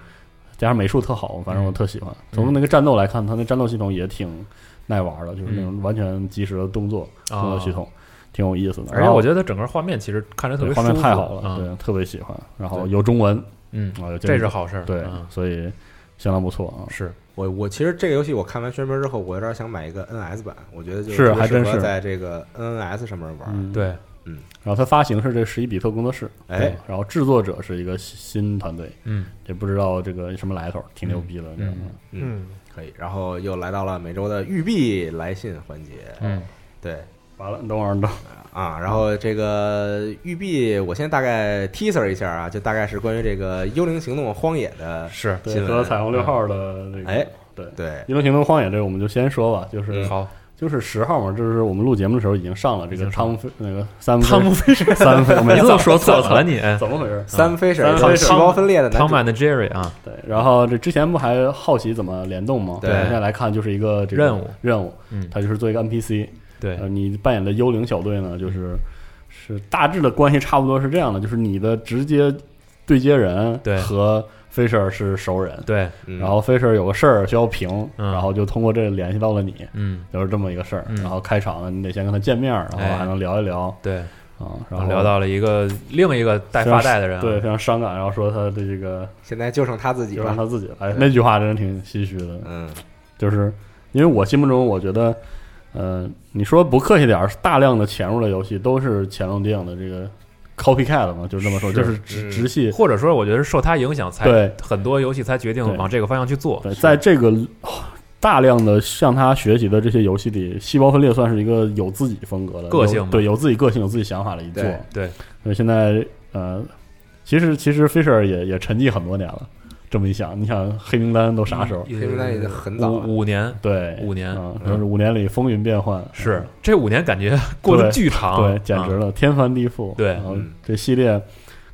Speaker 5: 加上美术特好，反正我特喜欢。从那个战斗来看，它那战斗系统也挺耐玩的，就是那种完全及时的动作、
Speaker 1: 嗯啊
Speaker 5: 动作系统，挺有意思的。
Speaker 1: 而且我
Speaker 5: 得。
Speaker 1: 觉得整个画面其实看着特别
Speaker 5: 画面
Speaker 1: 舒服
Speaker 5: 太好了，
Speaker 1: 嗯
Speaker 5: 对，特别喜欢。然后
Speaker 1: 对
Speaker 5: 有中文
Speaker 1: 嗯，
Speaker 5: 啊，有
Speaker 1: 这
Speaker 5: 是
Speaker 1: 是好事儿，
Speaker 5: 对
Speaker 1: 嗯，
Speaker 5: 所以相当不错啊。
Speaker 1: 是
Speaker 2: 我我其实这个游戏我看完宣传片之后，我有点想买一个 NS 版，我觉得就是特别
Speaker 5: 还真
Speaker 2: 适合
Speaker 5: 是
Speaker 2: 在这个 NS 上面玩。
Speaker 5: 嗯，。
Speaker 1: 对，
Speaker 5: 然后它发行是这十一比特工作室，
Speaker 2: 哎
Speaker 5: 对，然后制作者是一个新团队，
Speaker 1: 嗯，
Speaker 5: 也不知道这个什么来头，挺牛逼的，这样的
Speaker 1: 嗯
Speaker 4: 嗯，
Speaker 2: 可以，然后又来到了每周的玉币来信环节。
Speaker 1: 嗯，
Speaker 2: 对
Speaker 5: 完了，你等会儿，你等会儿
Speaker 2: 啊，然后这个玉币，我先大概 teaser 一下啊，就大概是关于这个《幽灵行动：荒野》的
Speaker 1: 是，
Speaker 5: 对
Speaker 2: 新闻
Speaker 5: 和彩虹六号的这个，
Speaker 2: 哎，
Speaker 5: 对，
Speaker 2: 对，
Speaker 5: 移动行动荒野这个我们就先说吧，就是
Speaker 1: 嗯好，
Speaker 5: 就是十号嘛，就是我们录节目的时候已经上了这
Speaker 1: 已
Speaker 5: 个
Speaker 1: 经
Speaker 5: 汤姆菲那个三
Speaker 1: 汤姆
Speaker 5: 菲 三 菲，我每次都说错
Speaker 1: 了
Speaker 5: 了，
Speaker 1: 你，哎
Speaker 5: 怎么回事？
Speaker 2: 三飞是
Speaker 5: 三飞是
Speaker 2: 细胞分裂的男
Speaker 1: 汤
Speaker 2: 主，
Speaker 1: 姆的 Jerry 啊，
Speaker 5: 对，然后这之前不还好奇怎么联动吗？
Speaker 2: 对
Speaker 5: 现在来看就是一个这个
Speaker 1: 任务
Speaker 5: 任务，
Speaker 1: 嗯，
Speaker 5: 它就是做一个 NPC，
Speaker 1: 对
Speaker 5: 呃，，你扮演的幽灵小队呢，就是是大致的关系差不多是这样的，就是你的直接对接人
Speaker 1: 对
Speaker 5: 和 Fisher 是熟人，
Speaker 1: 对，
Speaker 2: 嗯
Speaker 5: 然后 Fisher 有个事儿需要评，
Speaker 1: 嗯
Speaker 5: 然后就通过这联系到了你，
Speaker 1: 嗯，
Speaker 5: 就是这么一个事儿。
Speaker 1: 嗯
Speaker 5: 然后开场呢，你得先跟他见面儿，然
Speaker 1: 哎
Speaker 5: 后还能聊一聊
Speaker 1: 对，
Speaker 5: 啊，然
Speaker 1: 然
Speaker 5: 后
Speaker 1: 后聊到了一个另一个带发带的人啊，
Speaker 5: 对非常伤感，然后说他的这个
Speaker 2: 现在就剩他自己
Speaker 5: 就让
Speaker 2: 了。
Speaker 5: 他自己来，那句话真的挺唏嘘的，
Speaker 2: 嗯
Speaker 5: 就是因为我心目中我觉得。呃，你说不客气点儿，大量的潜入的游戏都是潜龙谍影的这个 copycat 嘛，就是这么说，
Speaker 1: 是
Speaker 5: 就是直
Speaker 2: 嗯
Speaker 5: 直系
Speaker 1: 或者说我觉得是受他影响才
Speaker 5: 对
Speaker 1: 很多游戏才决定
Speaker 5: 对
Speaker 1: 往这个方向去做，
Speaker 5: 对，在这个哦大量的向他学习的这些游戏里，细胞分裂算是一个有自己风格的
Speaker 1: 个性
Speaker 5: 有
Speaker 1: 嘛
Speaker 5: 对，有自己个性、有自己想法的一作。
Speaker 2: 对
Speaker 1: 对，
Speaker 5: 所以现在呃，其实其实 Fisher 也也沉寂很多年了。这么一想，你想黑名单都啥时候？
Speaker 1: 嗯
Speaker 2: 黑名单已经很早了，
Speaker 1: 五五年，
Speaker 5: 对，
Speaker 1: 五年
Speaker 5: 嗯，
Speaker 1: 嗯
Speaker 5: 就是五年里风云变幻，
Speaker 1: 是这五年感觉 过得巨长，
Speaker 5: 对，简直
Speaker 1: 啊
Speaker 5: 了，天翻地覆。
Speaker 1: 对
Speaker 5: 然后
Speaker 2: 嗯
Speaker 5: 这系列，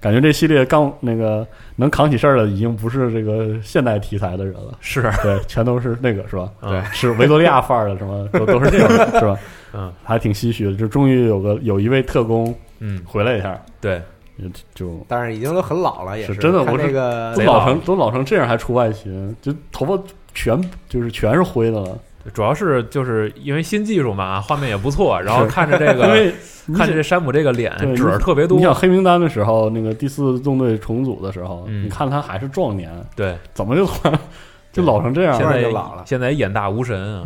Speaker 5: 感觉这系列刚那个能扛起事儿的，已经不是这个现代题材的人了。
Speaker 1: 嗯是，
Speaker 5: 对，全都是那个是吧？
Speaker 1: 嗯对
Speaker 5: 是维多利亚范儿的，什么都都是这种，是吧？
Speaker 1: 嗯
Speaker 5: 还挺唏嘘的。就终于有个有一位特工
Speaker 1: 嗯，
Speaker 5: 回来一下，
Speaker 1: 对，
Speaker 5: 就就
Speaker 2: 但是已经都很老了，也
Speaker 5: 是真的
Speaker 2: 看
Speaker 5: 我是
Speaker 2: 这个
Speaker 5: 都
Speaker 1: 贼
Speaker 5: 老
Speaker 1: 老
Speaker 5: 成都老成这样还出外勤，就头发全就是全是灰的了。
Speaker 1: 主要是就是因为新技术嘛，画面也不错，然后
Speaker 5: 是
Speaker 1: 看着这
Speaker 5: 因
Speaker 1: 个
Speaker 5: 为你
Speaker 1: 看
Speaker 5: 想
Speaker 1: 着这山姆这个脸
Speaker 5: 对
Speaker 1: 褶儿特别多
Speaker 5: 你，想黑名单的时候，那个第四纵队重组的时候，
Speaker 1: 嗯
Speaker 5: 你看他还是壮年，
Speaker 1: 对，
Speaker 5: 怎么就就老成这样哎
Speaker 1: 现
Speaker 5: 了？
Speaker 2: 突
Speaker 1: 在
Speaker 2: 然就老了
Speaker 1: 现在眼大无神 啊，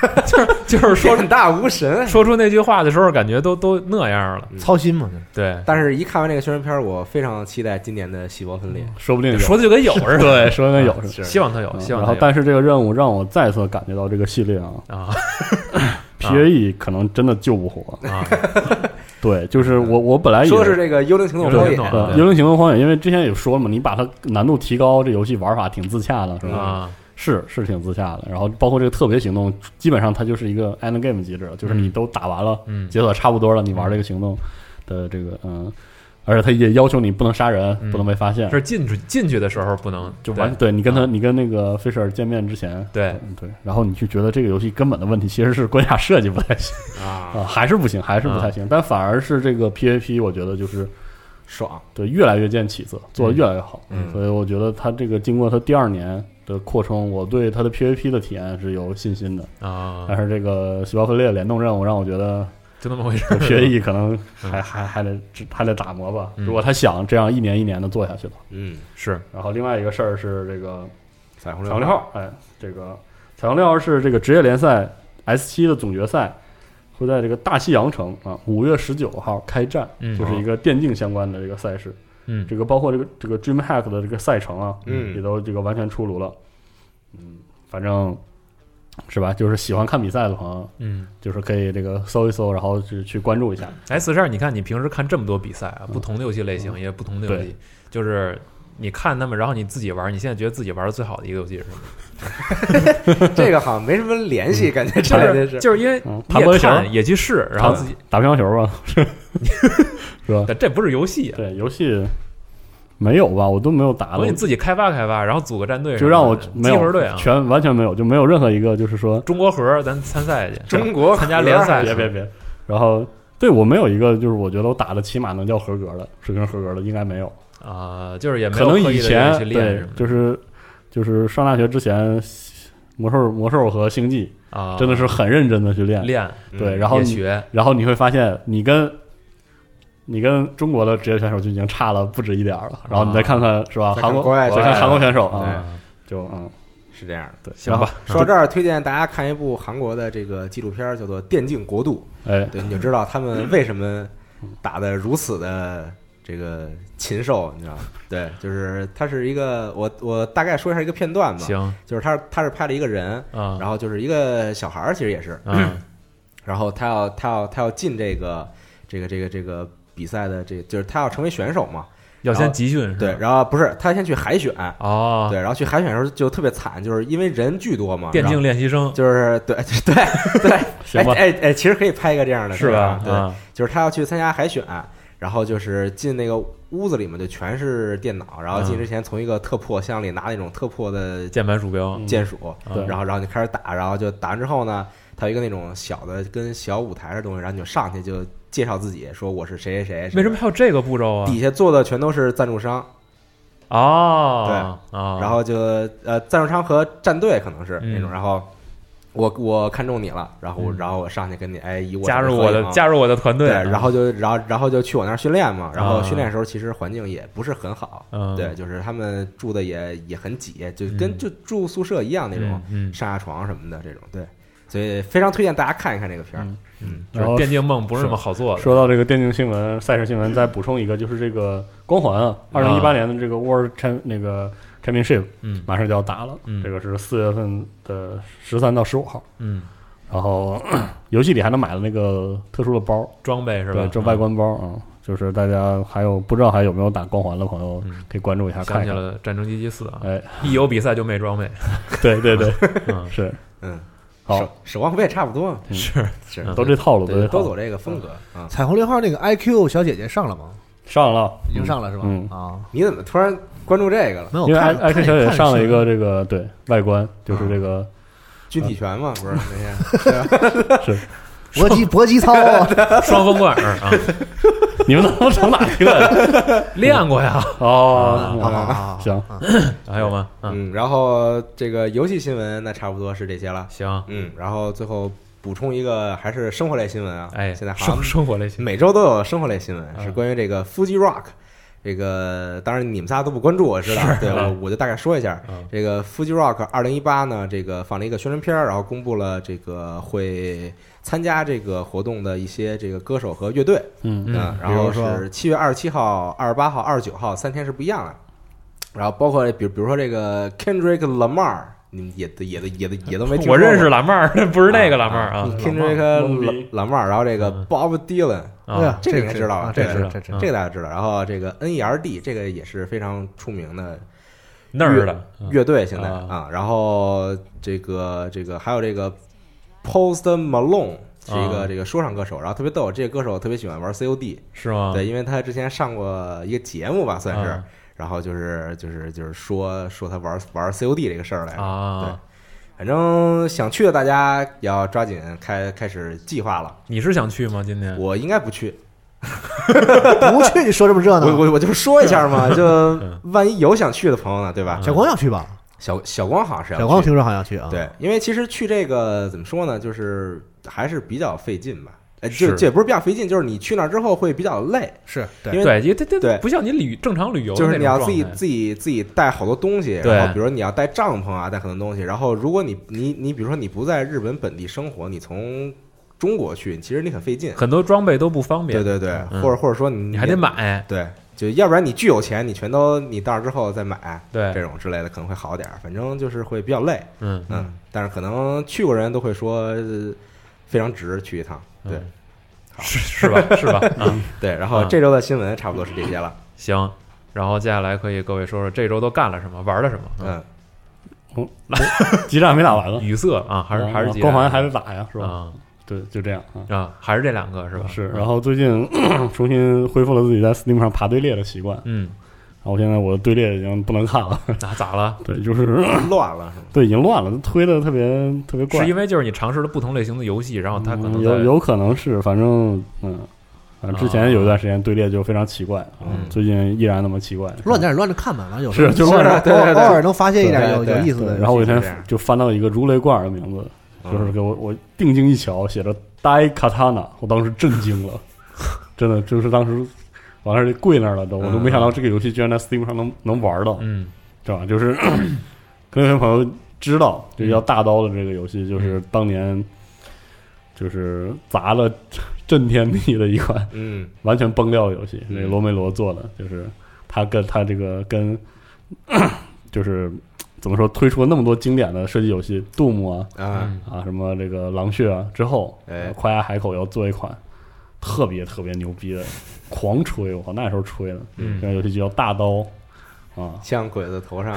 Speaker 1: 对 就是就 是说
Speaker 2: 很大无神。啊
Speaker 1: 说出那句话的时候，感觉都都那样
Speaker 2: 嗯
Speaker 5: 嗯
Speaker 1: 了，
Speaker 4: 操心嘛，
Speaker 1: 对，
Speaker 2: 但是，一看完这个宣传片，我非常期待今年的细胞分裂。
Speaker 1: 嗯
Speaker 5: 说不定有
Speaker 1: 说的就跟有似的，
Speaker 5: 对，说不定有
Speaker 1: 啊
Speaker 5: 是吧
Speaker 2: 是
Speaker 1: 希望他有，
Speaker 5: 嗯
Speaker 1: 希望
Speaker 5: 然
Speaker 1: 他
Speaker 5: 后，
Speaker 1: 有
Speaker 5: 但是这个任务让我再次感觉到这个系列啊
Speaker 1: 啊
Speaker 5: ，PAE 可能真的救不活。
Speaker 1: 啊，
Speaker 5: 对，就是
Speaker 1: 嗯
Speaker 5: 我我本来以
Speaker 2: 说的是
Speaker 5: 为。
Speaker 2: 这个《幽灵行动：
Speaker 1: 哎幽灵
Speaker 2: 荒野
Speaker 1: 行》，动
Speaker 5: 呃，
Speaker 1: 对
Speaker 5: 幽灵行动荒野，因为之前也说了嘛，你把它难度提高，这游戏玩法挺自洽的，是吧？
Speaker 1: 啊，
Speaker 5: 是是挺自洽的。然后包括这个特别行动，基本上它就是一个 end game 机制了，就是你
Speaker 1: 嗯
Speaker 5: 都打完了，
Speaker 1: 嗯，
Speaker 5: 解锁差不多了，你玩这个行动的这个嗯，而且它也要求你不能杀人，
Speaker 1: 嗯
Speaker 5: 不能被发现，
Speaker 1: 是进去进去的时候不能
Speaker 5: 就
Speaker 1: 对
Speaker 5: 完对你跟他
Speaker 1: 嗯
Speaker 5: 你跟那个菲舍尔见面之前，
Speaker 1: 对
Speaker 5: 嗯对，然后你就觉得这个游戏根本的问题其实是关卡设计不太行
Speaker 2: 啊，
Speaker 5: 啊，还是不行，还是不太行，但反而是这个 PVP，我觉得就是
Speaker 2: 爽！
Speaker 5: 对越来越见起色，做的越来越好，
Speaker 2: 嗯
Speaker 5: 所以我觉得它这个经过它第二年的扩充，我对它的 PVP 的体验是有信心的，
Speaker 1: 啊
Speaker 5: 但，是这个细胞分裂联动任务让我觉得
Speaker 1: 就那么回事
Speaker 5: 这
Speaker 1: 儿，
Speaker 5: PVE 可能还还还得还得打磨吧，
Speaker 1: 嗯
Speaker 5: 如果他想这样一年一年的做下去的话，
Speaker 2: 嗯，
Speaker 1: 是
Speaker 5: 然后另外一个事儿是这个。
Speaker 2: 彩虹
Speaker 5: 彩
Speaker 2: 六
Speaker 5: 虹六，号，哎，这个彩虹六号是这个职业联赛 S 七的总决赛，会在这个大西洋城啊，五月十九号开战，
Speaker 1: 嗯
Speaker 5: 就是一个电竞相关的这个赛事。
Speaker 1: 嗯
Speaker 5: 这个包括这个这个 DreamHack 的这个赛程啊，
Speaker 2: 嗯
Speaker 5: 也都这个完全出炉了。嗯，反正是吧，就是喜欢看比赛的朋友，
Speaker 1: 嗯。
Speaker 5: 就是可以这个搜一搜，然后去去关注一下。
Speaker 1: 哎，四十二，你看你平时看这么多比赛啊，
Speaker 5: 嗯
Speaker 1: 不同的游戏类型，也不同的游戏
Speaker 5: 对，
Speaker 1: 就是你看他们，然后你自己玩，你现在觉得自己玩的最好的一个游戏是什么？
Speaker 2: 这个好像没什么联系，感觉这
Speaker 1: 嗯就
Speaker 2: 真
Speaker 1: 是
Speaker 2: 是
Speaker 1: 就是因为
Speaker 5: 嗯，
Speaker 1: 你
Speaker 5: 弹波
Speaker 1: 也
Speaker 5: 球，
Speaker 1: 看也去试，然后自己，
Speaker 5: 打乒乓球吧，是吧？
Speaker 1: 但这不是游戏啊，
Speaker 5: 对，游戏没有吧？我都没有打
Speaker 1: 我
Speaker 5: 了
Speaker 1: 给你。自己开发开发，然后组个战队什
Speaker 5: 就
Speaker 1: 么的，
Speaker 5: 让我
Speaker 1: 集
Speaker 5: 没有
Speaker 1: 合队啊，
Speaker 5: 全完全没有，就没有任何一个就是说
Speaker 1: 中国盒咱参赛去，
Speaker 2: 中国
Speaker 1: 参加联赛
Speaker 5: 别别别，然后对我没有一个就是我觉得我打的起码能叫合格的，水平合格的应该没有，
Speaker 1: 啊，就是也没
Speaker 5: 可
Speaker 1: 有
Speaker 5: 能
Speaker 1: 刻意
Speaker 5: 以
Speaker 1: 地
Speaker 5: 前
Speaker 1: 去练
Speaker 5: 对
Speaker 1: 什么的
Speaker 5: 就是就是上大学之前，魔兽魔兽和星际
Speaker 1: 啊，
Speaker 5: 真的是很认真的去练，
Speaker 1: 练
Speaker 5: 对，
Speaker 2: 嗯
Speaker 5: 然后
Speaker 1: 也
Speaker 5: 你
Speaker 1: 学，
Speaker 5: 然后你会发现你跟。你跟中国的职业选手就已经
Speaker 1: 啊
Speaker 5: 差了不止一点儿了，然后你再看看是吧？
Speaker 2: 再看
Speaker 5: 韩国
Speaker 2: 国外
Speaker 5: 再看
Speaker 2: 选手
Speaker 5: 韩国选手啊
Speaker 2: 对
Speaker 5: 啊，就嗯，
Speaker 2: 哎是这样的。
Speaker 5: 对，行
Speaker 2: 然后
Speaker 5: 吧，
Speaker 2: 说到这儿，推荐大家看一部韩国的这个纪录片儿，叫做《电竞国度》。
Speaker 5: 哎，
Speaker 2: 对，你就知道他们为什么打得如此的这个禽兽，你知道吗？对，就是它是一个，我我大概说一下一个片段吧。，
Speaker 1: 行
Speaker 2: 就是他他是拍了一个人，
Speaker 1: 啊
Speaker 2: 然后就是一个小孩儿，其实也是，
Speaker 1: 啊
Speaker 2: 然后他要他要他要进这个这个这个这个比赛的这，就是他要成为选手嘛。
Speaker 1: 要先集训是吧？
Speaker 2: 对，然后不是他先去海选，
Speaker 1: 哦，
Speaker 2: 对，然后去海选的时候就特别惨，就是因为人巨多嘛，
Speaker 1: 电
Speaker 2: 啊然
Speaker 1: 竞
Speaker 2: 后
Speaker 1: 练习生
Speaker 2: 就是对 对对，
Speaker 5: 行
Speaker 2: 哎
Speaker 5: 吧
Speaker 2: 哎哎，其实可以拍一个这样的，
Speaker 5: 是吧
Speaker 2: 对，
Speaker 1: 啊
Speaker 2: 就是他要去参加海选，然后就是进那个屋子里面就全是电脑，然后进之前从一个特破箱里拿那种特破的
Speaker 1: 键盘鼠标
Speaker 5: 嗯
Speaker 2: 键鼠，
Speaker 1: 啊
Speaker 5: 对
Speaker 2: 然后然后你开始打，然后就打完之后呢，他有一个那种小的跟小舞台的东西，然后你就上去就介绍自己，说我是谁谁谁谁。
Speaker 1: 为什么还有这个步骤啊？
Speaker 2: 底下坐的全都是赞助商，
Speaker 1: 哦，对啊，
Speaker 2: 然后就呃赞助商和战队可能是
Speaker 1: 嗯
Speaker 2: 那种，然后我我看中你了，然后我
Speaker 1: 嗯
Speaker 2: 然后我上去跟你哎以我
Speaker 1: 加入
Speaker 2: 我
Speaker 1: 我的加入我的团队，
Speaker 2: 对，然后就然后然后就去我那儿训练嘛，然后
Speaker 1: 啊
Speaker 2: 训练的时候其实环境也不是很好，
Speaker 1: 嗯
Speaker 2: 对，就是他们住的也也很挤，就
Speaker 1: 嗯
Speaker 2: 跟、就住宿舍一样那种，
Speaker 1: 嗯嗯
Speaker 2: 上下床什么的这种，对，所以非常推荐大家看一看这个片儿，
Speaker 5: 嗯
Speaker 2: 嗯，
Speaker 1: 就
Speaker 5: 然
Speaker 1: 是
Speaker 5: 后
Speaker 1: 电竞梦不是那么好做的，
Speaker 5: 说到这个电竞新闻、赛事新闻，再补充一个，就是这个光环啊，二零一八年的这个 World Champ 那个 Championship
Speaker 1: 嗯
Speaker 5: 马上就要打了，
Speaker 1: 嗯
Speaker 5: 这个是四月份的十三到十五号。
Speaker 1: 嗯，
Speaker 5: 然后 游戏里还能买到那个特殊的包，
Speaker 1: 装备是吧？
Speaker 5: 对，这外观包啊、嗯就是大家还有不知道还有没有打光环的朋友
Speaker 1: 嗯
Speaker 5: 可以关注一下
Speaker 1: 嗯
Speaker 5: 看
Speaker 1: 想
Speaker 5: 一
Speaker 1: 起
Speaker 5: 看。
Speaker 1: 了《战争机器四》啊，
Speaker 5: 哎，
Speaker 1: 一有比赛就没装备，
Speaker 5: 对对对，
Speaker 1: 嗯
Speaker 5: 是
Speaker 2: 嗯，守
Speaker 5: 好，
Speaker 2: 守望不也差不多，
Speaker 5: 嗯
Speaker 1: 是
Speaker 2: 是
Speaker 1: 嗯
Speaker 5: 都这套路，
Speaker 2: 对，
Speaker 5: 这套
Speaker 2: 都
Speaker 5: 路
Speaker 2: 走这个风格啊。
Speaker 4: 彩虹六号那个 IQ 小姐姐上了吗？
Speaker 5: 上了，
Speaker 4: 已经上了是吧？
Speaker 5: 嗯
Speaker 4: 啊，
Speaker 2: 你怎么突然关注这个了？
Speaker 4: 没有，
Speaker 5: 因为艾
Speaker 4: 看
Speaker 5: 艾克
Speaker 4: 看嗯
Speaker 5: 小姐
Speaker 4: 看
Speaker 5: 上了一
Speaker 4: 是
Speaker 5: 个这个对外观，就是这个
Speaker 2: 军体拳嘛，不是那些。
Speaker 5: 是
Speaker 4: 搏击搏击操，哦
Speaker 1: 双峰贯耳啊，
Speaker 5: 你们能不能从哪听来？
Speaker 1: 练过呀？
Speaker 5: 哦，
Speaker 4: 好好好，
Speaker 5: 行
Speaker 4: 啊
Speaker 1: 还有吗？嗯，
Speaker 2: 嗯，然后这个游戏新闻那差不多是这些了。
Speaker 1: 行，
Speaker 2: 嗯，然后最后补充一个，还是生活类新闻啊。
Speaker 1: 哎，
Speaker 2: 现在好
Speaker 1: 生
Speaker 2: 像
Speaker 1: 生活类型，
Speaker 2: 每周都有生活类新闻，
Speaker 1: 嗯
Speaker 2: 是关于这个 Fuji Rock。这个当然你们仨都不关注，我知道，对，我我就大概说一下
Speaker 1: 嗯。
Speaker 2: 这个 Fuji Rock 二零一八呢，这个放了一个宣传片儿，然后公布了这个会参加这个活动的一些这个歌手和乐队。
Speaker 5: 嗯
Speaker 1: 嗯
Speaker 2: 嗯，
Speaker 4: 比
Speaker 2: 然
Speaker 4: 如
Speaker 2: 后
Speaker 4: 说
Speaker 2: 是七月二十七号、二十八号、二十九号三天是不一样的。然后包括比比如说这个 Kendrick Lamar，你们也也也也也都没听说过
Speaker 1: 我认识蓝妹儿， 那不是那个蓝妹儿啊
Speaker 2: 嗯，Kendrick
Speaker 5: 懵
Speaker 2: Lamar，然后这个
Speaker 1: 嗯
Speaker 2: Bob Dylan，
Speaker 4: 哎呀
Speaker 1: 啊，，
Speaker 2: 这个应该
Speaker 4: 是
Speaker 2: 知道吧
Speaker 4: 啊，这
Speaker 2: 对
Speaker 4: 个
Speaker 5: 吧
Speaker 4: 是这知道
Speaker 2: 这个大家知道。然后这个 NERD 这个也是非常出名的
Speaker 1: 那儿的嗯
Speaker 2: 乐队，现在
Speaker 1: 啊
Speaker 2: 啊，然后这个这个还有这个 Post Malone 是一
Speaker 1: 啊
Speaker 2: 个这个说唱歌手，然后特别逗，这个歌手特别喜欢玩 COD，
Speaker 1: 是吗？
Speaker 2: 对，因为他之前上过一个节目吧，算是
Speaker 1: 啊，
Speaker 2: 然后就是就是就是说说他玩玩 COD 这个事儿来着。
Speaker 1: 啊，
Speaker 2: 反正想去的大家也要抓紧开开始计划了。
Speaker 1: 你是想去吗？今天
Speaker 2: 我应该不去，
Speaker 4: 不去你说这么热
Speaker 1: 嗯
Speaker 2: 我
Speaker 4: 闹，
Speaker 2: 我我就说一下嘛，就万一有想去的朋友呢，对吧？
Speaker 1: 嗯
Speaker 4: 小光要去吧？
Speaker 2: 小小光好像是要
Speaker 4: 小光
Speaker 2: 去
Speaker 4: 听说好像要去啊，
Speaker 2: 对，因为其实去这个怎么说呢，就是还是比较费劲吧。呃，就是这也不是比较费劲，就是你去那儿之后会比较累，
Speaker 4: 是
Speaker 2: 因
Speaker 4: 对，
Speaker 2: 为
Speaker 1: 对，因为这这
Speaker 2: 对
Speaker 1: 不像你旅正常旅游的
Speaker 2: 就是
Speaker 1: 那
Speaker 2: 你要
Speaker 1: 种
Speaker 2: 自己
Speaker 1: 状态
Speaker 2: 自己自己带好多东西，
Speaker 1: 对
Speaker 2: 然后比如你要带帐篷啊，带很多东西。然后如果你你你比如说你不在日本本地生活，你从中国去，其实你很费劲。
Speaker 1: 很多装备都不方便，
Speaker 2: 对对对，
Speaker 1: 嗯
Speaker 2: 或者或者说你
Speaker 1: 你还得，买，
Speaker 2: 对，就要不然你巨有钱，你全都你到那儿之后再买，这
Speaker 1: 对，
Speaker 2: 种之类的可能会好点儿。反正就是会比较累，
Speaker 1: 嗯，
Speaker 2: 嗯，但是可能去过人都会说呃非常值去一趟，对、
Speaker 1: 嗯是是吧？ 是吧？啊，
Speaker 2: 对。然后
Speaker 1: 嗯
Speaker 2: 这周的新闻差不多是这些了，
Speaker 1: 行。然后接下来可以各位说说这周都干了什么，玩了什么？
Speaker 2: 嗯，
Speaker 5: 激嗯战没打完了，
Speaker 1: 语塞啊，还是还是
Speaker 5: 啊
Speaker 1: 几
Speaker 5: 光环
Speaker 1: 辆
Speaker 5: 还得打呀，是吧？
Speaker 1: 啊
Speaker 5: 对，就这样啊。
Speaker 1: 啊，还是这两个是吧？
Speaker 5: 是，然后最近 重新恢复了自己在 Steam 上爬队列的习惯，
Speaker 1: 嗯，
Speaker 5: 然后我现在我的队列已经不能看了，
Speaker 1: 那咋了？
Speaker 5: 对，就是
Speaker 2: 嗯 乱了是吗？
Speaker 5: 对已经乱了，推的特别特别怪，
Speaker 1: 是因为就是你尝试了不同类型的游戏，然后它可能
Speaker 5: 嗯
Speaker 1: 在
Speaker 5: 有有可能是，反正嗯，反正之前有一段时间队列就非常奇怪，啊
Speaker 1: 嗯
Speaker 5: 最近依然那么奇怪，
Speaker 4: 乱点也乱着看吧，完了有时候
Speaker 5: 是就
Speaker 4: 偶
Speaker 5: 乱
Speaker 4: 尔
Speaker 5: 着
Speaker 2: 是对对对
Speaker 4: 偶尔能发现一点
Speaker 2: 对
Speaker 4: 有
Speaker 2: 对
Speaker 4: 有意思
Speaker 5: 对
Speaker 4: 的，
Speaker 5: 然后我有一
Speaker 2: 是
Speaker 5: 天
Speaker 2: 这样
Speaker 5: 就翻到一个如雷贯耳的名字，
Speaker 2: 嗯
Speaker 5: 就是给我我定睛一瞧，写着 “die katana”，我当时震惊了，真的就是当时完事儿就跪那儿了都，我都没想到这个游戏居然在 Steam 上能能玩到，
Speaker 1: 嗯
Speaker 5: 知道吧？就是 跟那些朋友知道这叫大刀的这个游戏，就是当年就是砸了震天地的一款
Speaker 2: 嗯
Speaker 5: 完全崩掉的游戏，
Speaker 2: 嗯
Speaker 5: 那个罗梅罗做的，就是他跟他这个跟 就是怎么说推出了那么多经典的射击游戏，Doom 啊
Speaker 1: 嗯
Speaker 2: 啊，
Speaker 5: 啊什么这个狼血啊之后，
Speaker 2: 哎
Speaker 5: 夸下海口要做一款特别特别牛逼的，狂吹，我靠那时候吹的，
Speaker 1: 嗯
Speaker 5: 这款游戏就叫大刀。啊，
Speaker 2: 像鬼子头上，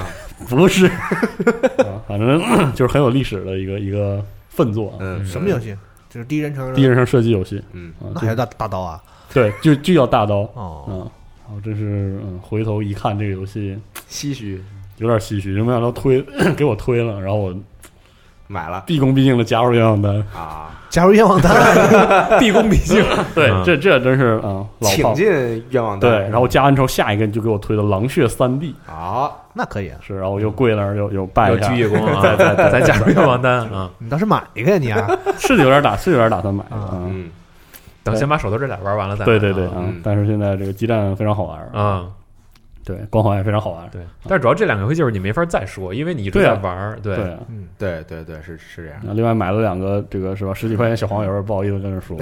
Speaker 5: 不是，啊反正 就是很有历史的一个一个粪作啊，
Speaker 2: 嗯，
Speaker 4: 什么游戏？就是第一人称的，
Speaker 5: 第一人称射击游戏
Speaker 2: 嗯？
Speaker 5: 啊，
Speaker 4: 那
Speaker 5: 就
Speaker 4: 还是大大刀啊？
Speaker 5: 对，就就叫大刀，
Speaker 4: 哦，
Speaker 5: 嗯，然后这是嗯，回头一看这个游戏
Speaker 2: 嗯，唏嘘，
Speaker 5: 有点唏嘘，就没想到推 给我推了，然后我
Speaker 2: 买了
Speaker 5: 毕恭毕敬的加入鸳鸯单，
Speaker 2: 啊，
Speaker 4: 加入愿望单，
Speaker 1: 嗯毕 恭毕敬，
Speaker 5: 对，
Speaker 1: 嗯
Speaker 5: 这这真是啊，老
Speaker 2: 请
Speaker 5: 炮
Speaker 2: 进愿望
Speaker 5: 对，
Speaker 2: 单，
Speaker 5: 然后加完之后下一个就给我推的《狼血三 D
Speaker 2: 好，
Speaker 4: 那可以啊》，。
Speaker 5: 是，然后我又跪那儿又又拜
Speaker 1: 要
Speaker 5: 一下
Speaker 1: 鞠，一躬 啊，再再再加入愿望单啊，
Speaker 4: 你倒是买一个呀，你啊！
Speaker 5: 是有点打，是有点打算买的
Speaker 4: 啊
Speaker 5: 啊，
Speaker 2: 嗯
Speaker 1: 等先把手头这俩玩完了再买
Speaker 5: 对对对
Speaker 1: 啊
Speaker 5: 啊
Speaker 2: 嗯，
Speaker 5: 但是现在这个激战非常好玩儿，
Speaker 1: 啊，
Speaker 5: 对，光环也非常好玩儿，
Speaker 1: 对，但是主要这两个游戏就是你没法再说，因为你一直
Speaker 5: 对
Speaker 1: 在
Speaker 5: 啊
Speaker 1: 玩儿，对
Speaker 5: 对啊。
Speaker 4: 嗯，
Speaker 2: 对对对，是是这样
Speaker 5: 然后另外买了两个这个是吧，十几块钱小黄油，不好意思跟人 说，啊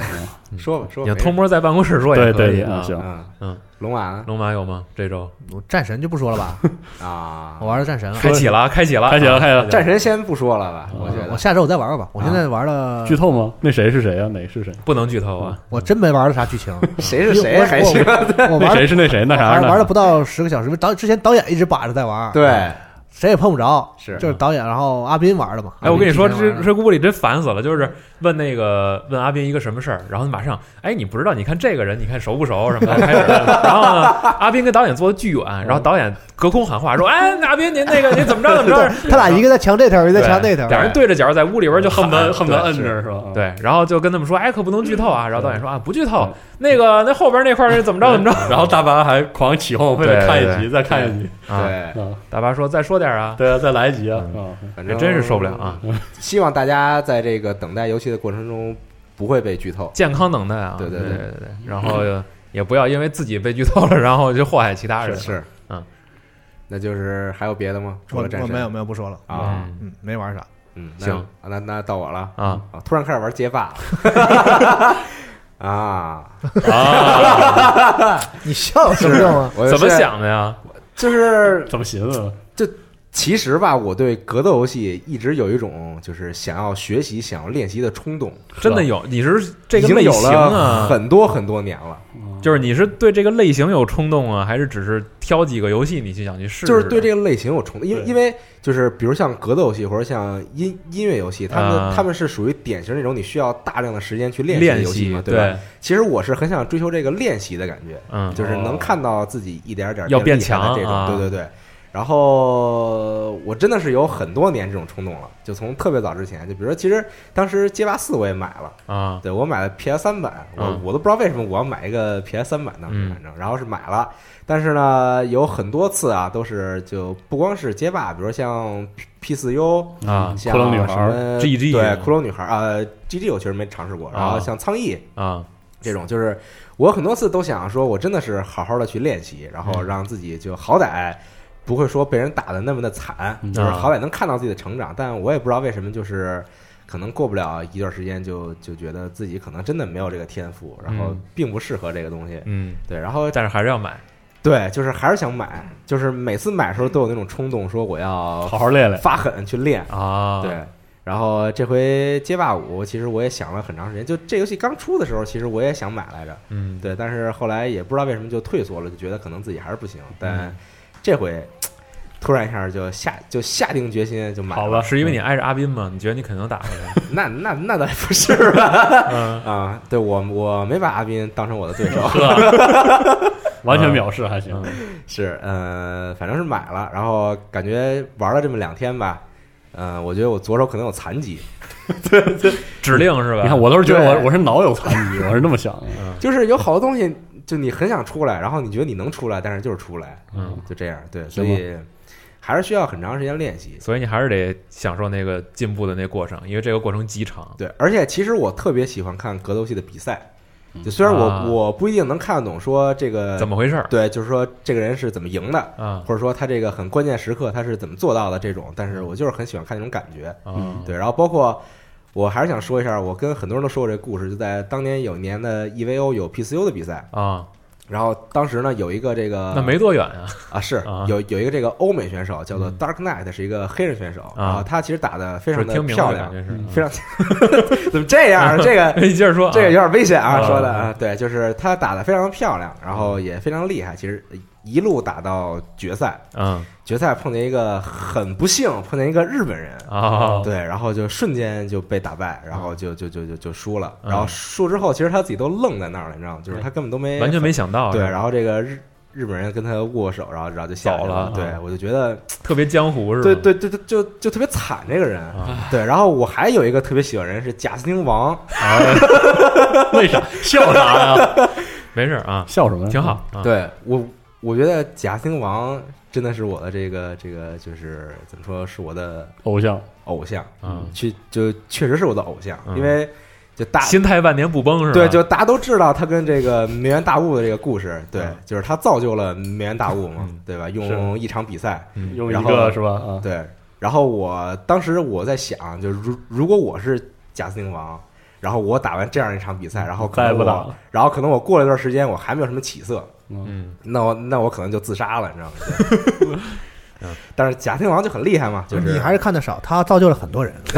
Speaker 2: 的，说吧说
Speaker 1: 你
Speaker 2: 吧，
Speaker 1: 要偷摸在办公室说也
Speaker 5: 对
Speaker 1: 可以
Speaker 5: 对
Speaker 1: 啊
Speaker 5: 啊，。行，
Speaker 2: 嗯
Speaker 1: 嗯，
Speaker 2: 龙马呢
Speaker 1: 龙马有吗？这周
Speaker 4: 我战神就不说了吧，
Speaker 2: 啊
Speaker 4: 我，玩了战神了。
Speaker 1: 开启了，开启了，
Speaker 5: 开启了
Speaker 1: 啊
Speaker 5: 开启了
Speaker 2: 战神先不说了吧，
Speaker 5: 嗯
Speaker 2: 我觉
Speaker 4: 我
Speaker 2: 得
Speaker 4: 下周我再玩玩吧。我现在玩了
Speaker 5: 剧，透吗？那谁是谁啊？哪是谁？
Speaker 1: 不能剧透
Speaker 5: 嗯
Speaker 1: 啊！
Speaker 4: 我真没玩了啥剧情。
Speaker 2: 谁是谁啊还行，
Speaker 4: 我
Speaker 5: 那
Speaker 4: 玩
Speaker 5: 谁是那谁？那啥
Speaker 4: 玩
Speaker 5: 呢？
Speaker 4: 玩了不到十个小时，导之前导演一直把着在玩，，
Speaker 2: 对，
Speaker 4: 谁也碰不着，
Speaker 2: 是
Speaker 4: 就是导演，然后阿斌玩的嘛。
Speaker 1: 哎，我跟你
Speaker 5: 嗯
Speaker 1: 说，
Speaker 4: 阿斌之前玩
Speaker 1: 这
Speaker 4: 的
Speaker 1: 这屋里真烦死了，就是问那个问阿斌一个什么事儿，然后马上，哎，你不知道，你看这个人，你看熟不熟什么的，开始了。然后呢，阿斌跟导演坐的巨远，然后导演隔空喊话说：“哎，阿斌，您那个您怎么着怎么着？”
Speaker 4: 他俩一个在墙这头，一个
Speaker 1: 对
Speaker 4: 在墙那头，
Speaker 1: 俩人对着角在屋里边就
Speaker 5: 恨不得
Speaker 1: 喊
Speaker 5: 嗯恨不得
Speaker 1: 对
Speaker 5: 摁着是
Speaker 2: 哦
Speaker 5: 吧？
Speaker 1: 对，然后就跟他们说，哎，可不能剧透啊。然后导演说啊，不剧透
Speaker 5: 嗯，
Speaker 1: 那个那后边那块儿怎么着怎么
Speaker 5: 然后大巴还狂起哄，为了看一集再看一集
Speaker 1: 着啊。
Speaker 2: 对，
Speaker 5: 啊，
Speaker 1: 大巴说再说点啊，
Speaker 5: 对啊，再来一集啊啊！
Speaker 2: 反
Speaker 1: 这
Speaker 2: 正
Speaker 1: 真是受不了啊！，
Speaker 2: 希望大家在这个等待游戏的过程中不会被剧透。
Speaker 1: 健康等待啊，
Speaker 2: 对
Speaker 1: 对
Speaker 2: 对对
Speaker 1: 对对。然后也不要因为自己被剧透了，然后就祸害其他人。
Speaker 2: 是，啊
Speaker 1: 嗯，
Speaker 2: 那就是还有别的吗？除
Speaker 4: 我
Speaker 2: 了战
Speaker 4: 我
Speaker 2: 神
Speaker 4: 没有没有不说了，
Speaker 2: 啊，
Speaker 1: 嗯
Speaker 4: 嗯，没玩啥。
Speaker 2: 嗯，那
Speaker 1: 行
Speaker 2: 啊，那那到我了
Speaker 1: 啊，
Speaker 2: 啊，突然开始玩街霸了 啊，
Speaker 4: 你笑有什么用啊？
Speaker 2: 我
Speaker 1: 怎么
Speaker 2: 是？
Speaker 1: 想的呀？
Speaker 2: 就是
Speaker 5: 怎么寻思的？啊
Speaker 2: 其实吧，我对格斗游戏一直有一种就是想要学习、想要练习的冲动，
Speaker 1: 真的有，你是这
Speaker 2: 已
Speaker 1: 个
Speaker 2: 经
Speaker 1: 类
Speaker 2: 有
Speaker 1: 型
Speaker 2: 了
Speaker 1: 啊，
Speaker 2: 很多很多年了。
Speaker 1: 就是你是对这个类型有冲动啊，还是只是挑几个游戏你去想去试试？啊
Speaker 2: 就是对这个类型有冲动，因为
Speaker 5: 对
Speaker 2: 因为就是比如像格斗游戏或者像音音乐游戏，他们、
Speaker 1: 啊
Speaker 2: 他们是属于典型那种你需要大量的时间去练习的
Speaker 1: 练
Speaker 2: 游戏
Speaker 1: 习
Speaker 2: 嘛，，吧？
Speaker 1: 对，
Speaker 2: 其实我是很想追求这个练习的感觉，
Speaker 1: 嗯，
Speaker 2: 就是能看到自己一点点
Speaker 1: 要变
Speaker 2: 厉害的
Speaker 1: 强
Speaker 2: 这种，
Speaker 1: 啊
Speaker 2: 对对对。然后我真的是有很多年这种冲动了，就从特别早之前，就比如说，其实当时街霸四我也买了，
Speaker 1: 啊，
Speaker 2: 对我买了 PS 三版，我、
Speaker 1: 嗯
Speaker 2: 我都不知道为什么我要买一个 PS 三版，当时
Speaker 1: 嗯
Speaker 2: 反正、然后是买了，但是呢，有很多次啊，都是就不光是街霸，比如像 P P 四 U
Speaker 1: 啊
Speaker 2: 像
Speaker 5: 骷髅女孩
Speaker 2: 什么
Speaker 1: GG
Speaker 2: 对骷髅女孩啊、呃、，GG 我确实没尝试过，然后
Speaker 1: 啊
Speaker 2: 像苍翼
Speaker 1: 啊，
Speaker 2: 这种，就是我很多次都想说，我真的是好好的去练习，
Speaker 1: 嗯
Speaker 2: 然后让自己就好歹。不会说被人打的那么的惨，
Speaker 5: 嗯
Speaker 2: 就是
Speaker 1: 啊
Speaker 2: 好歹能看到自己的成长，但我也不知道为什么，就是可能过不了一段时间就就觉得自己可能真的没有这个天赋，然后
Speaker 1: 嗯
Speaker 2: 并不适合这个东西，
Speaker 1: 嗯，
Speaker 2: 对，然后
Speaker 1: 但是还是要买，
Speaker 2: 对，就是还是想买，就是每次买的时候都有那种冲动，说我要
Speaker 5: 好好练练，
Speaker 2: 发狠去练，
Speaker 1: 啊，
Speaker 2: 对，然后这回街霸五，其实我也想了很长时间，就这游戏刚出的时候，其实我也想买来着，
Speaker 1: 嗯，
Speaker 2: 对，但是后来也不知道为什么就退缩了，就觉得可能自己还是不行。但
Speaker 5: 嗯
Speaker 2: 这回突然一下就下就下定决心就买
Speaker 5: 好
Speaker 2: 了，
Speaker 5: 吧？
Speaker 1: 是因为你挨着阿斌吗？你觉得你肯定打回来？
Speaker 2: 那那那倒也不是吧？
Speaker 1: 嗯，
Speaker 2: 啊，对我我没把阿斌当成我的对 手，
Speaker 5: 完全藐视还行，
Speaker 2: 是呃，反正是买了，然后感觉玩了这么两天吧，嗯、我觉得我左手可能有残疾，
Speaker 1: 指令是吧？
Speaker 5: 你看，我都是觉得
Speaker 2: 对
Speaker 5: 我我是脑有残疾，我是这么想的。
Speaker 2: 就是有好多东西，就你很想出来，然后你觉得你能出来，但是就是出不来，
Speaker 1: 嗯，
Speaker 2: 就这样。对，所
Speaker 5: 行吧
Speaker 2: 以还是需要很长时间练习。
Speaker 1: 所以你还是得享受那个进步的那过程，因为这个过程极长
Speaker 2: 对，而且其实我特别喜欢看格斗戏的比赛，就虽然我、
Speaker 1: 啊
Speaker 2: 我不一定能看得懂说这个
Speaker 1: 怎么回事儿
Speaker 2: 对，就是说这个人是怎么赢的，
Speaker 1: 啊？
Speaker 5: 嗯
Speaker 2: 或者说他这个很关键时刻他是怎么做到的这种，但是我就是很喜欢看那种感觉。
Speaker 1: 啊，
Speaker 2: 嗯对，然后包括我还是想说一下，我跟很多人都说过这个故事，就在当年有一年的 EVO 有 PCU 的比赛，
Speaker 1: 啊，
Speaker 2: 然后当时呢有一个这个
Speaker 1: 那没多远啊，
Speaker 2: 啊是
Speaker 1: 啊嗯
Speaker 2: 有有一个这个欧美选手叫做 Dark Knight，是一个黑人选手，然后他其实打的非
Speaker 1: 啊就是
Speaker 2: 常的
Speaker 1: 听明
Speaker 2: 漂
Speaker 1: 白了，
Speaker 2: 亮
Speaker 1: 感，觉嗯是。
Speaker 2: 非常 怎么这样？这个
Speaker 1: 你接着说啊，
Speaker 2: 这个有点危险啊，
Speaker 1: 啊
Speaker 2: 说的啊，对，就是他打的非常漂亮，然后也非常厉害，其实一路打到决赛，
Speaker 1: 嗯
Speaker 2: 决赛碰见一个很不幸，碰见一个日本人，
Speaker 1: 啊，
Speaker 2: 对，然后就瞬间就被打败，然后就就就就就输了，
Speaker 1: 嗯
Speaker 2: 然后输之后，其实他自己都愣在那儿了，你知道吗？就是他根本都没
Speaker 1: 完全没想到，
Speaker 2: 对，然后这个日。日本人跟他握手，然后然后就下去
Speaker 1: 走了
Speaker 2: 对
Speaker 1: 啊
Speaker 2: 我就觉得，
Speaker 1: 特别江湖是吧？
Speaker 2: 对对对对，就就特别惨这个人。
Speaker 1: 啊
Speaker 2: 对，然后我还有一个特别喜欢的人是贾斯汀王，
Speaker 1: 啊
Speaker 5: 为啥笑啥呀？
Speaker 1: 没事儿啊，
Speaker 5: 笑什么呀？
Speaker 1: 挺好。啊，
Speaker 2: 对我，我觉得贾斯汀王真的是我的这个这个，就是怎么说是我的
Speaker 5: 偶像，
Speaker 2: 偶像，
Speaker 1: 嗯
Speaker 2: 去就确实是我的偶像，
Speaker 1: 嗯
Speaker 2: 因为就大
Speaker 1: 心态万年不崩是吧？
Speaker 2: 对，就大家都知道他跟这个梅园大悟的这个故事，对
Speaker 1: 嗯，
Speaker 2: 就是他造就了梅园大悟嘛
Speaker 1: 嗯，
Speaker 2: 对吧？用一场比赛，
Speaker 1: 嗯
Speaker 5: 用
Speaker 2: 然
Speaker 5: 一
Speaker 2: 后
Speaker 5: 个是吧？啊，
Speaker 2: 对，然后我当时我在想，就是如如果我是贾斯汀王。然后我打完这样一场比赛，然后可
Speaker 5: 再也
Speaker 2: 能
Speaker 5: 不打
Speaker 2: 我，
Speaker 5: 了。
Speaker 2: 然后可能我过了一段时间，我还没有什么起色，
Speaker 5: 嗯，
Speaker 1: 嗯
Speaker 2: 那我那我可能就自杀了，你知道吗？ 嗯但是贾天王就很厉害嘛，就是
Speaker 4: 你还是看的少，他造就了很多人。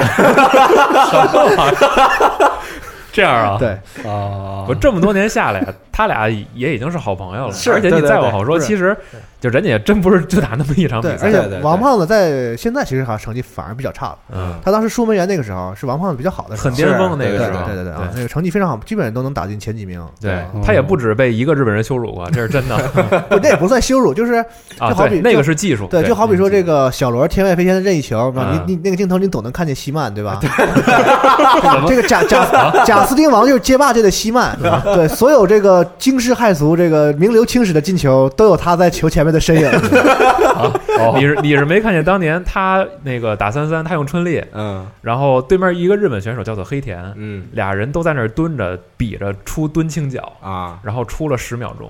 Speaker 5: 这样啊，
Speaker 4: 对，
Speaker 5: 啊，
Speaker 1: 我这么多年下来， 他俩也已经是好朋友了。
Speaker 2: 是
Speaker 1: 而且你
Speaker 2: 对对
Speaker 1: 再往后说，
Speaker 4: 对
Speaker 1: 其实就人家也真不是就打那么一啊场比
Speaker 4: 对，
Speaker 1: 赛
Speaker 4: 而
Speaker 2: 对对
Speaker 4: 且
Speaker 2: 对
Speaker 4: 王胖子在现在其实好像成绩反而比较差了。
Speaker 1: 嗯，
Speaker 4: 他当时输梅园那个时候是王胖子比较好的时候，
Speaker 1: 很巅峰那
Speaker 4: 对
Speaker 1: 个
Speaker 4: 对
Speaker 1: 时
Speaker 4: 对
Speaker 1: 候，
Speaker 4: 对对啊，那个成绩非常好，基本上都能打进前几名。
Speaker 1: 对
Speaker 5: 嗯
Speaker 1: 他也不止被一个日本人羞辱过，这是 真的
Speaker 4: 不，这也不算羞 辱，就是
Speaker 1: 啊。
Speaker 4: 就好比
Speaker 1: 对，
Speaker 4: 就
Speaker 1: 那个是技术，
Speaker 4: 对，就好比说这个小罗天外飞仙的任意球，
Speaker 1: 嗯啊
Speaker 4: 你你那个镜头你总能看见希曼对吧？
Speaker 5: 怎么
Speaker 4: 这个 贾贾贾斯汀王就是街霸界的希曼，
Speaker 1: 啊
Speaker 4: 对，所有这个惊世骇俗、这个名留青史的进球，都有他在球前面的身影。
Speaker 1: 哦
Speaker 5: 哦
Speaker 1: 你是你是没看见当年他那个打三三，他用春丽，
Speaker 2: 嗯
Speaker 1: 然后对面一个日本选手叫做黑田，
Speaker 2: 嗯
Speaker 1: 俩人都在那儿蹲着比着出蹲轻脚，
Speaker 2: 啊，
Speaker 1: 然后出了十秒钟，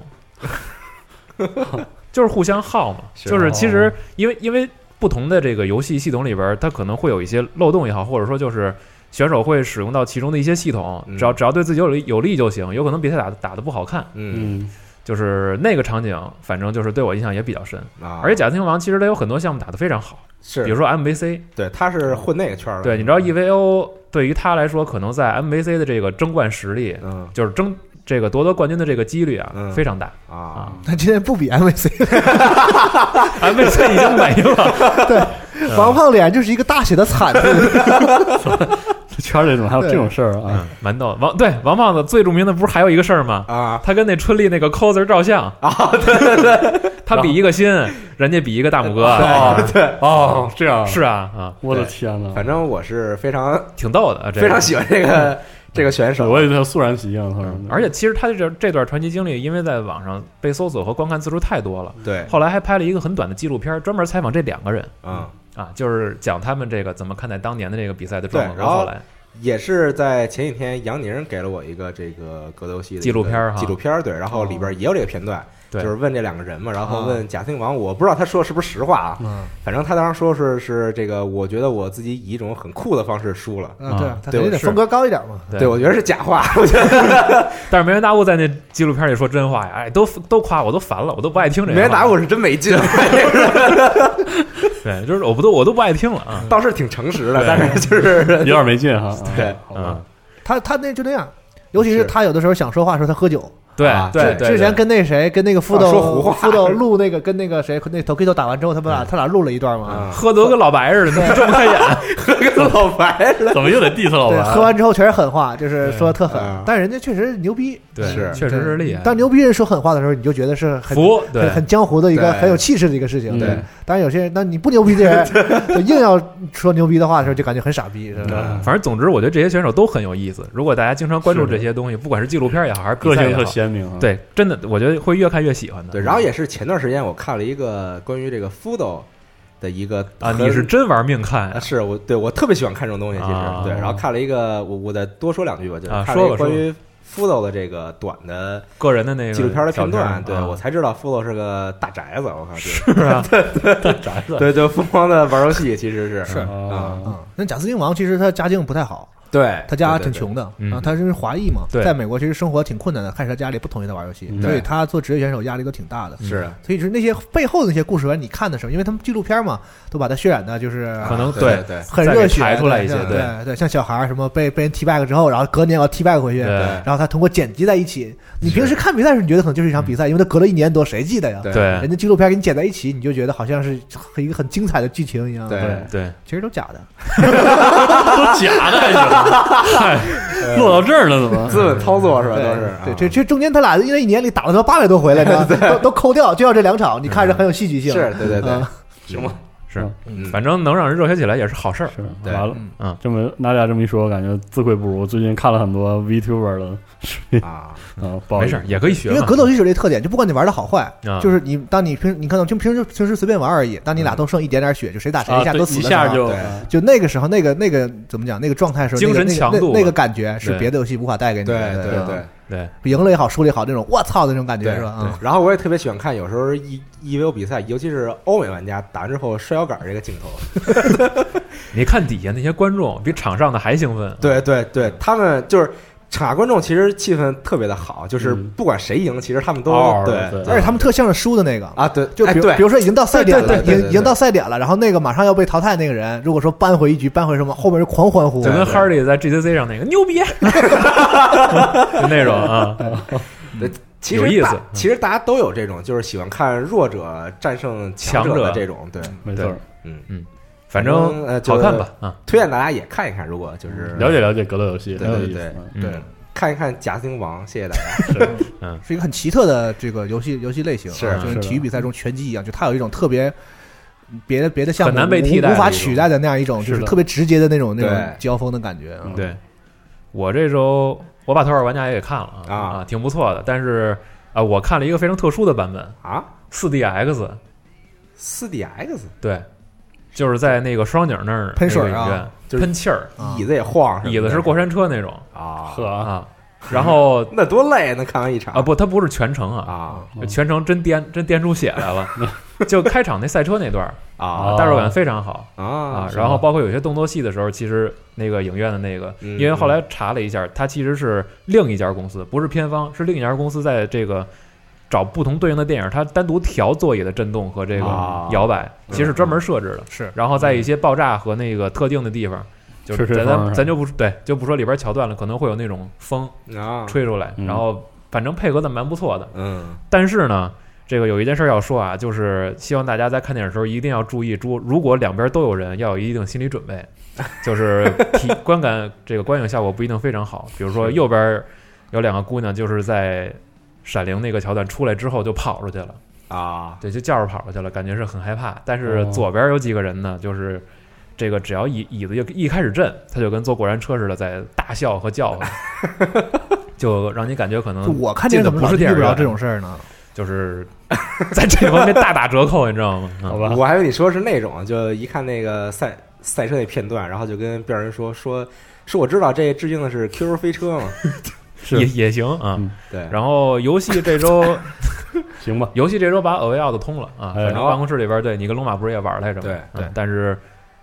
Speaker 1: 就是互相耗嘛。
Speaker 2: 是哦
Speaker 1: 就是其实因为因为不同的这个游戏系统里边儿，它可能会有一些漏洞也好，或者说就是选手会使用到其中的一些系统，
Speaker 2: 嗯
Speaker 1: 只要只要对自己有利有利就行。有可能比赛打打的不好看，
Speaker 2: 嗯
Speaker 5: 嗯，
Speaker 1: 就是那个场景，反正就是对我印象也比较深。
Speaker 2: 啊，
Speaker 1: 嗯而且贾斯汀王其实他有很多项目打得非常好，
Speaker 2: 是
Speaker 1: 比如说 MVC，
Speaker 2: 对，他是混那个圈儿的，嗯
Speaker 1: 对，你知道 EVO 对于他来说，可能在 MVC 的这个争冠实力，
Speaker 2: 嗯
Speaker 1: 就是争这个夺得冠军的这个几率啊
Speaker 2: 嗯
Speaker 1: 非常大。
Speaker 2: 啊，
Speaker 4: 他今天不比 MVC，
Speaker 1: MVC 已经没了，嗯
Speaker 4: 王胖脸就是一个大写的 惨字。
Speaker 5: 这圈里怎么还有这种事儿啊？
Speaker 1: 嗯，蛮逗的。王对王胖子最著名的不是还有一个事儿吗？
Speaker 2: 啊
Speaker 1: 他跟那春丽那个 coser 照相啊，对对对， 他比一个心，人家比一个大拇哥，
Speaker 5: 哦，对，哦，这样
Speaker 1: 是，啊啊，
Speaker 5: 我的天哪！
Speaker 2: 反正我是非常
Speaker 1: 挺逗的，啊，这个
Speaker 2: 非常喜欢这
Speaker 1: 嗯
Speaker 2: 个这个选手
Speaker 5: 我，也觉得肃然起敬，他说，
Speaker 1: 而且其实他这这段传奇经历，因为在网上被搜索和观看次数太多了，
Speaker 2: 对，
Speaker 1: 后来还拍了一个很短的纪录片，专门采访这两个人
Speaker 2: 嗯，
Speaker 1: 啊，就是讲他们这个怎么看待当年的这个比赛的状况
Speaker 2: 对
Speaker 1: 和
Speaker 2: 然后
Speaker 1: 后来，
Speaker 2: 也是在前几天，杨宁给了我一个这个格斗系的一个
Speaker 1: 纪录片儿哈哦
Speaker 2: 纪录片儿对，然后里边也有这个片段，
Speaker 1: 对啊
Speaker 2: 就是问这两个人嘛，然后问贾斯汀王，我不知道他说的是不是实话啊，
Speaker 1: 嗯
Speaker 2: 反正他当时说是是这个，我觉得我自己以一种很酷的方式输了，
Speaker 4: 嗯，对
Speaker 1: 啊，
Speaker 4: 他
Speaker 2: 对
Speaker 4: 肯定得
Speaker 2: 是
Speaker 4: 风格高一点嘛。
Speaker 1: 对
Speaker 2: 对我觉得是假话， 我觉得
Speaker 1: 但是梅人大悟在那纪录片里说真话呀，哎，都都夸我都烦了，我都不爱听这
Speaker 2: 没
Speaker 1: 些
Speaker 2: 人
Speaker 1: 话
Speaker 2: 打
Speaker 1: 了
Speaker 2: 我是真没劲，
Speaker 1: 对，就是我不都我都不爱听了啊。
Speaker 2: 倒是挺诚实的，
Speaker 1: 对
Speaker 2: 但是就是
Speaker 5: 有 点没劲哈。
Speaker 2: 对
Speaker 5: 啊好
Speaker 1: 嗯
Speaker 5: 吧，
Speaker 4: 他他那就那样，尤其
Speaker 2: 是
Speaker 4: 是他有的时候想说话的时候，他喝酒。
Speaker 1: 对
Speaker 2: 啊
Speaker 1: 对
Speaker 4: 之
Speaker 1: 对，
Speaker 4: 之前
Speaker 1: 对
Speaker 4: 跟那谁跟那个副斗
Speaker 2: 啊说胡话
Speaker 4: 副斗录那个跟那个谁那头 K 头打完之后，他们俩
Speaker 1: 嗯
Speaker 4: 他俩录了一段嘛。
Speaker 2: 啊
Speaker 1: 喝得跟老白似的，睁不开眼。
Speaker 2: 跟老白了，
Speaker 5: 啊怎么又得 diss 老
Speaker 4: 对，
Speaker 5: 白？
Speaker 4: 喝完之后全是狠话，就是
Speaker 1: 对嗯
Speaker 4: 说特狠
Speaker 2: 啊，
Speaker 4: 但人家确实牛逼，
Speaker 1: 对，
Speaker 2: 是
Speaker 1: 确实是
Speaker 4: 对
Speaker 1: 厉害。
Speaker 4: 当牛逼人说狠话的时候，你就觉得是很
Speaker 1: 服对
Speaker 4: 很很江湖的一个
Speaker 2: 对
Speaker 4: 很有气势的一个事情。
Speaker 5: 嗯
Speaker 4: 对，当然有些人，那你不牛逼的人， 就硬要说牛逼的话的时候，就感觉很傻逼，是吧？
Speaker 5: 对
Speaker 1: 嗯反正总之，我觉得这些选手都很有意思。如果大家经常关注
Speaker 5: 是的
Speaker 1: 这些东西，不管是纪录片也好，还是比
Speaker 5: 个
Speaker 1: 赛
Speaker 5: 性
Speaker 1: 也
Speaker 5: 特
Speaker 1: 好，
Speaker 5: 鲜明啊。，
Speaker 1: 对，真的，我觉得会越看越喜欢的。
Speaker 2: 对，然后也是前段时间我看了一个关于这个 Fudo 的一个
Speaker 1: 啊，
Speaker 2: 和
Speaker 1: 你是真玩命看
Speaker 2: 啊，
Speaker 1: 呀
Speaker 2: 是我对我特别喜欢看这种东西，其实
Speaker 1: 啊
Speaker 2: 对。然后看了一个，我我再多说两句吧，就是
Speaker 1: 啊
Speaker 2: 看了一
Speaker 1: 说吧
Speaker 2: 个关于 f u o 的这个短的
Speaker 1: 个人的那个
Speaker 2: 纪录片的
Speaker 1: 小
Speaker 2: 片段，对
Speaker 1: 啊
Speaker 2: 我才知道 f u o 是个大宅子。我靠，是
Speaker 1: 是啊，
Speaker 5: 宅子
Speaker 2: 对，就疯狂的玩游戏，其实是
Speaker 6: 是
Speaker 2: 啊，
Speaker 5: 啊，
Speaker 4: 嗯，那贾斯汀王其实他家境不太好，
Speaker 2: 对，
Speaker 4: 他家
Speaker 2: 对
Speaker 4: 挺，穷的啊
Speaker 1: 对对嗯，
Speaker 4: 他是华裔嘛，
Speaker 1: 对
Speaker 4: 在美国其实生活挺困难的，开始他家里不同意他玩游戏，
Speaker 5: 嗯
Speaker 4: 所以
Speaker 2: 对
Speaker 4: 他做职业选手压力都挺大的
Speaker 2: 对。对是
Speaker 4: 所以就是那些背后的那些故事，你看的时候，因为他们纪录片嘛，都把它渲染的就是
Speaker 1: 可能
Speaker 2: 啊对
Speaker 1: 对
Speaker 2: 对
Speaker 4: 很热血，
Speaker 1: 再给排出来一些
Speaker 4: 对
Speaker 1: 对
Speaker 4: 对对，像小孩儿什么被被人 T back 之后，然后隔年要 T back 回去，
Speaker 1: 对
Speaker 4: 然后他通过剪辑在一起。你平时看比赛的时，候，你觉得可能就是一场比赛，因为他隔了一年多，谁记得呀？
Speaker 2: 对
Speaker 1: 嗯对
Speaker 4: 人家纪录片给你剪在一起，你就觉得好像是一个很精彩的剧情一样。
Speaker 2: 对
Speaker 1: 对对，
Speaker 4: 其实都假的。
Speaker 5: 都假的还行，嗨，落到这儿了怎么？
Speaker 2: 资本操作是吧？都是啊
Speaker 4: 对，这这中间他俩因为一年里打了他妈八百多回来，你知道吗都都抠掉，就要这两场，你看着很有戏剧性。
Speaker 2: 这是对对对
Speaker 4: 嗯，
Speaker 2: 行吧，
Speaker 1: 是
Speaker 5: 嗯，
Speaker 2: 嗯
Speaker 1: 反正能让人热血起来也是好事儿。
Speaker 5: 是
Speaker 2: 对
Speaker 5: 完了，
Speaker 1: 嗯，
Speaker 5: 这么娜姐这么一说，我感觉自愧不如。最近看了很多 VTuber 的视频
Speaker 2: 啊，
Speaker 5: 啊，不好
Speaker 1: 没
Speaker 5: 意
Speaker 1: 事
Speaker 5: 思
Speaker 1: 儿，，也可以学
Speaker 4: 因
Speaker 1: 嘛。
Speaker 4: 为格斗游戏有这特点，就不管你玩的好坏
Speaker 1: 啊，
Speaker 4: 就是你当你平你可能就平时平时随便玩而已，当你俩都剩一点点血，就谁打谁
Speaker 5: 啊，
Speaker 4: 一下
Speaker 5: 对
Speaker 4: 都死
Speaker 5: 一
Speaker 4: 的
Speaker 5: 下
Speaker 4: 时候
Speaker 5: 就
Speaker 2: 对
Speaker 5: 啊
Speaker 4: 就那个时候，那个那个怎么讲？那个状态的时候，
Speaker 1: 精神
Speaker 4: 那个
Speaker 1: 强度
Speaker 4: 那个那个感觉是
Speaker 1: 对
Speaker 4: 别的游戏无法带给你
Speaker 2: 对
Speaker 4: 的。啊
Speaker 2: 对对。
Speaker 1: 对，
Speaker 4: 赢了也好，输了也好，那种我操的那种感觉
Speaker 2: 对
Speaker 4: 是吧？啊，
Speaker 2: 然后我也特别喜欢看，有时候 E E V O 比赛，尤其是欧美玩家打完之后摔摇杆儿这个镜头。
Speaker 1: 你看底下那些观众比场上的还兴奋。
Speaker 2: 对对对，他们就是场下观众，其实气氛特别的好，就是
Speaker 5: 嗯
Speaker 2: 不管谁赢，其实他们都
Speaker 1: 哦
Speaker 5: 嗷嗷
Speaker 2: 对
Speaker 5: 的对
Speaker 4: 而且他们特像是输的那个。
Speaker 2: 啊，对，
Speaker 4: 就
Speaker 2: 哎
Speaker 4: 比如、
Speaker 2: 对
Speaker 4: 比如说已经到赛
Speaker 2: 对
Speaker 4: 点了，
Speaker 2: 对对对
Speaker 4: 赢
Speaker 2: 对
Speaker 4: 赢到赛点了，然后那个马上要被淘汰那个人，如果说扳回一局，扳回什么，后面就狂欢呼
Speaker 1: 就。跟
Speaker 2: 对
Speaker 1: Hardy 在 GTC 上那个牛逼，就那种啊，
Speaker 2: 其
Speaker 1: 有
Speaker 2: 实
Speaker 1: 意
Speaker 2: 大
Speaker 1: 思嗯
Speaker 2: 其实大家都有这种，就是喜欢看弱者战胜
Speaker 1: 强
Speaker 2: 者
Speaker 1: 者
Speaker 2: 的这种。对，
Speaker 5: 没错儿，
Speaker 1: 反正
Speaker 2: 呃，就
Speaker 1: 好看吧，啊，
Speaker 2: 推荐大家也看一看，如果就是
Speaker 5: 了解了解格斗游戏，
Speaker 2: 对
Speaker 5: 很有
Speaker 2: 对
Speaker 5: 意
Speaker 2: 对
Speaker 5: 思。啊
Speaker 1: 嗯
Speaker 2: 对，看一看《贾斯汀王》，谢谢大家。
Speaker 4: 是一个很奇特的这个游戏游戏类型啊，
Speaker 2: 是
Speaker 4: 就跟
Speaker 5: 是
Speaker 4: 体育比赛中拳击一样，就它有一种特别别的别的项目
Speaker 1: 很难被
Speaker 4: 无
Speaker 1: 替代的
Speaker 4: 无法
Speaker 1: 一种
Speaker 4: 取代的那样一种，就是是
Speaker 5: 的
Speaker 4: 特别直接的那种那种
Speaker 2: 对
Speaker 4: 交锋的感觉啊。
Speaker 5: 嗯
Speaker 1: 对，我这周我把《头号玩家》也给看了
Speaker 2: 啊
Speaker 1: 啊，挺不错的。但是啊，我看了一个非常特殊的版本，
Speaker 2: 啊，
Speaker 1: 四 DX，
Speaker 2: 四 DX
Speaker 1: 对，就是在那个双井那儿
Speaker 4: 喷水啊
Speaker 1: 那个影院
Speaker 2: 就是
Speaker 1: 喷气儿，
Speaker 4: 啊
Speaker 2: 嗯椅子也晃，
Speaker 1: 椅子是过山车那种
Speaker 2: 啊，
Speaker 5: 呵啊，
Speaker 1: 啊。然后
Speaker 2: 那多累啊！那看完一场
Speaker 1: 啊，不，它不是全程啊，
Speaker 2: 啊
Speaker 1: 全程真颠真颠出血来了，就开场那赛车那段儿
Speaker 2: 啊
Speaker 1: 啊，代入感非常好。啊
Speaker 2: 啊，
Speaker 1: 然后包括有些动作戏的时候，其实那个影院的那个，
Speaker 2: 嗯
Speaker 1: 因为后来查了一下，它其实是另一家公司，不是片方，是另一家公司在这个找不同对应的电影，它单独调座椅的震动和这个
Speaker 2: 啊
Speaker 1: 摇摆，其实是专门设置的。
Speaker 4: 是，
Speaker 1: 然后在一些爆炸和那个特定的地方，就
Speaker 5: 吹吹
Speaker 1: 咱
Speaker 5: 风
Speaker 1: 咱
Speaker 5: 是
Speaker 1: 咱就不对，就不说里边桥段了，可能会有那种风
Speaker 2: 啊，
Speaker 1: 吹出来，
Speaker 5: 嗯
Speaker 1: 然后反正配合的蛮不错的。
Speaker 2: 嗯
Speaker 1: 但是呢，这个有一件事儿要说啊，就是希望大家在看电影的时候一定要注意，如如果两边都有人，要有一定心理准备，就是体观感这个观影效果不一定非常好。比如说右边有两个姑娘，就是在《闪灵》那个桥段出来之后就跑出去了，
Speaker 2: 啊
Speaker 1: 对，就叫着跑出去了，感觉是很害怕。但是
Speaker 5: 哦
Speaker 1: 左边有几个人呢，就是。这个只要椅椅子一一开始震，他就跟坐过山车似的，在大笑和 叫唤，就让你感觉可能
Speaker 4: 就我看电影怎么
Speaker 1: 进的
Speaker 4: 老
Speaker 1: 不是
Speaker 4: 遇
Speaker 1: 电影
Speaker 4: 不着
Speaker 1: 院
Speaker 4: 这种事儿呢？
Speaker 1: 就是 在这方面大打折扣，你知道吗？嗯
Speaker 5: 好吧，
Speaker 2: 我还以为你说是那种，啊就一看那个赛赛车那片段，然后就跟边上人说说说我知道这致敬的是 QQ 飞车嘛，
Speaker 1: 也
Speaker 5: 是
Speaker 1: 也行啊
Speaker 5: 嗯。
Speaker 2: 对，
Speaker 1: 然后游戏这周，
Speaker 5: 行吧，
Speaker 1: 游戏这周把 a w a y Out 通了啊，
Speaker 5: 哎
Speaker 1: 反正办公室里边，对你跟龙马不是也玩来着吗？
Speaker 2: 对
Speaker 1: 嗯
Speaker 2: 对
Speaker 1: 但是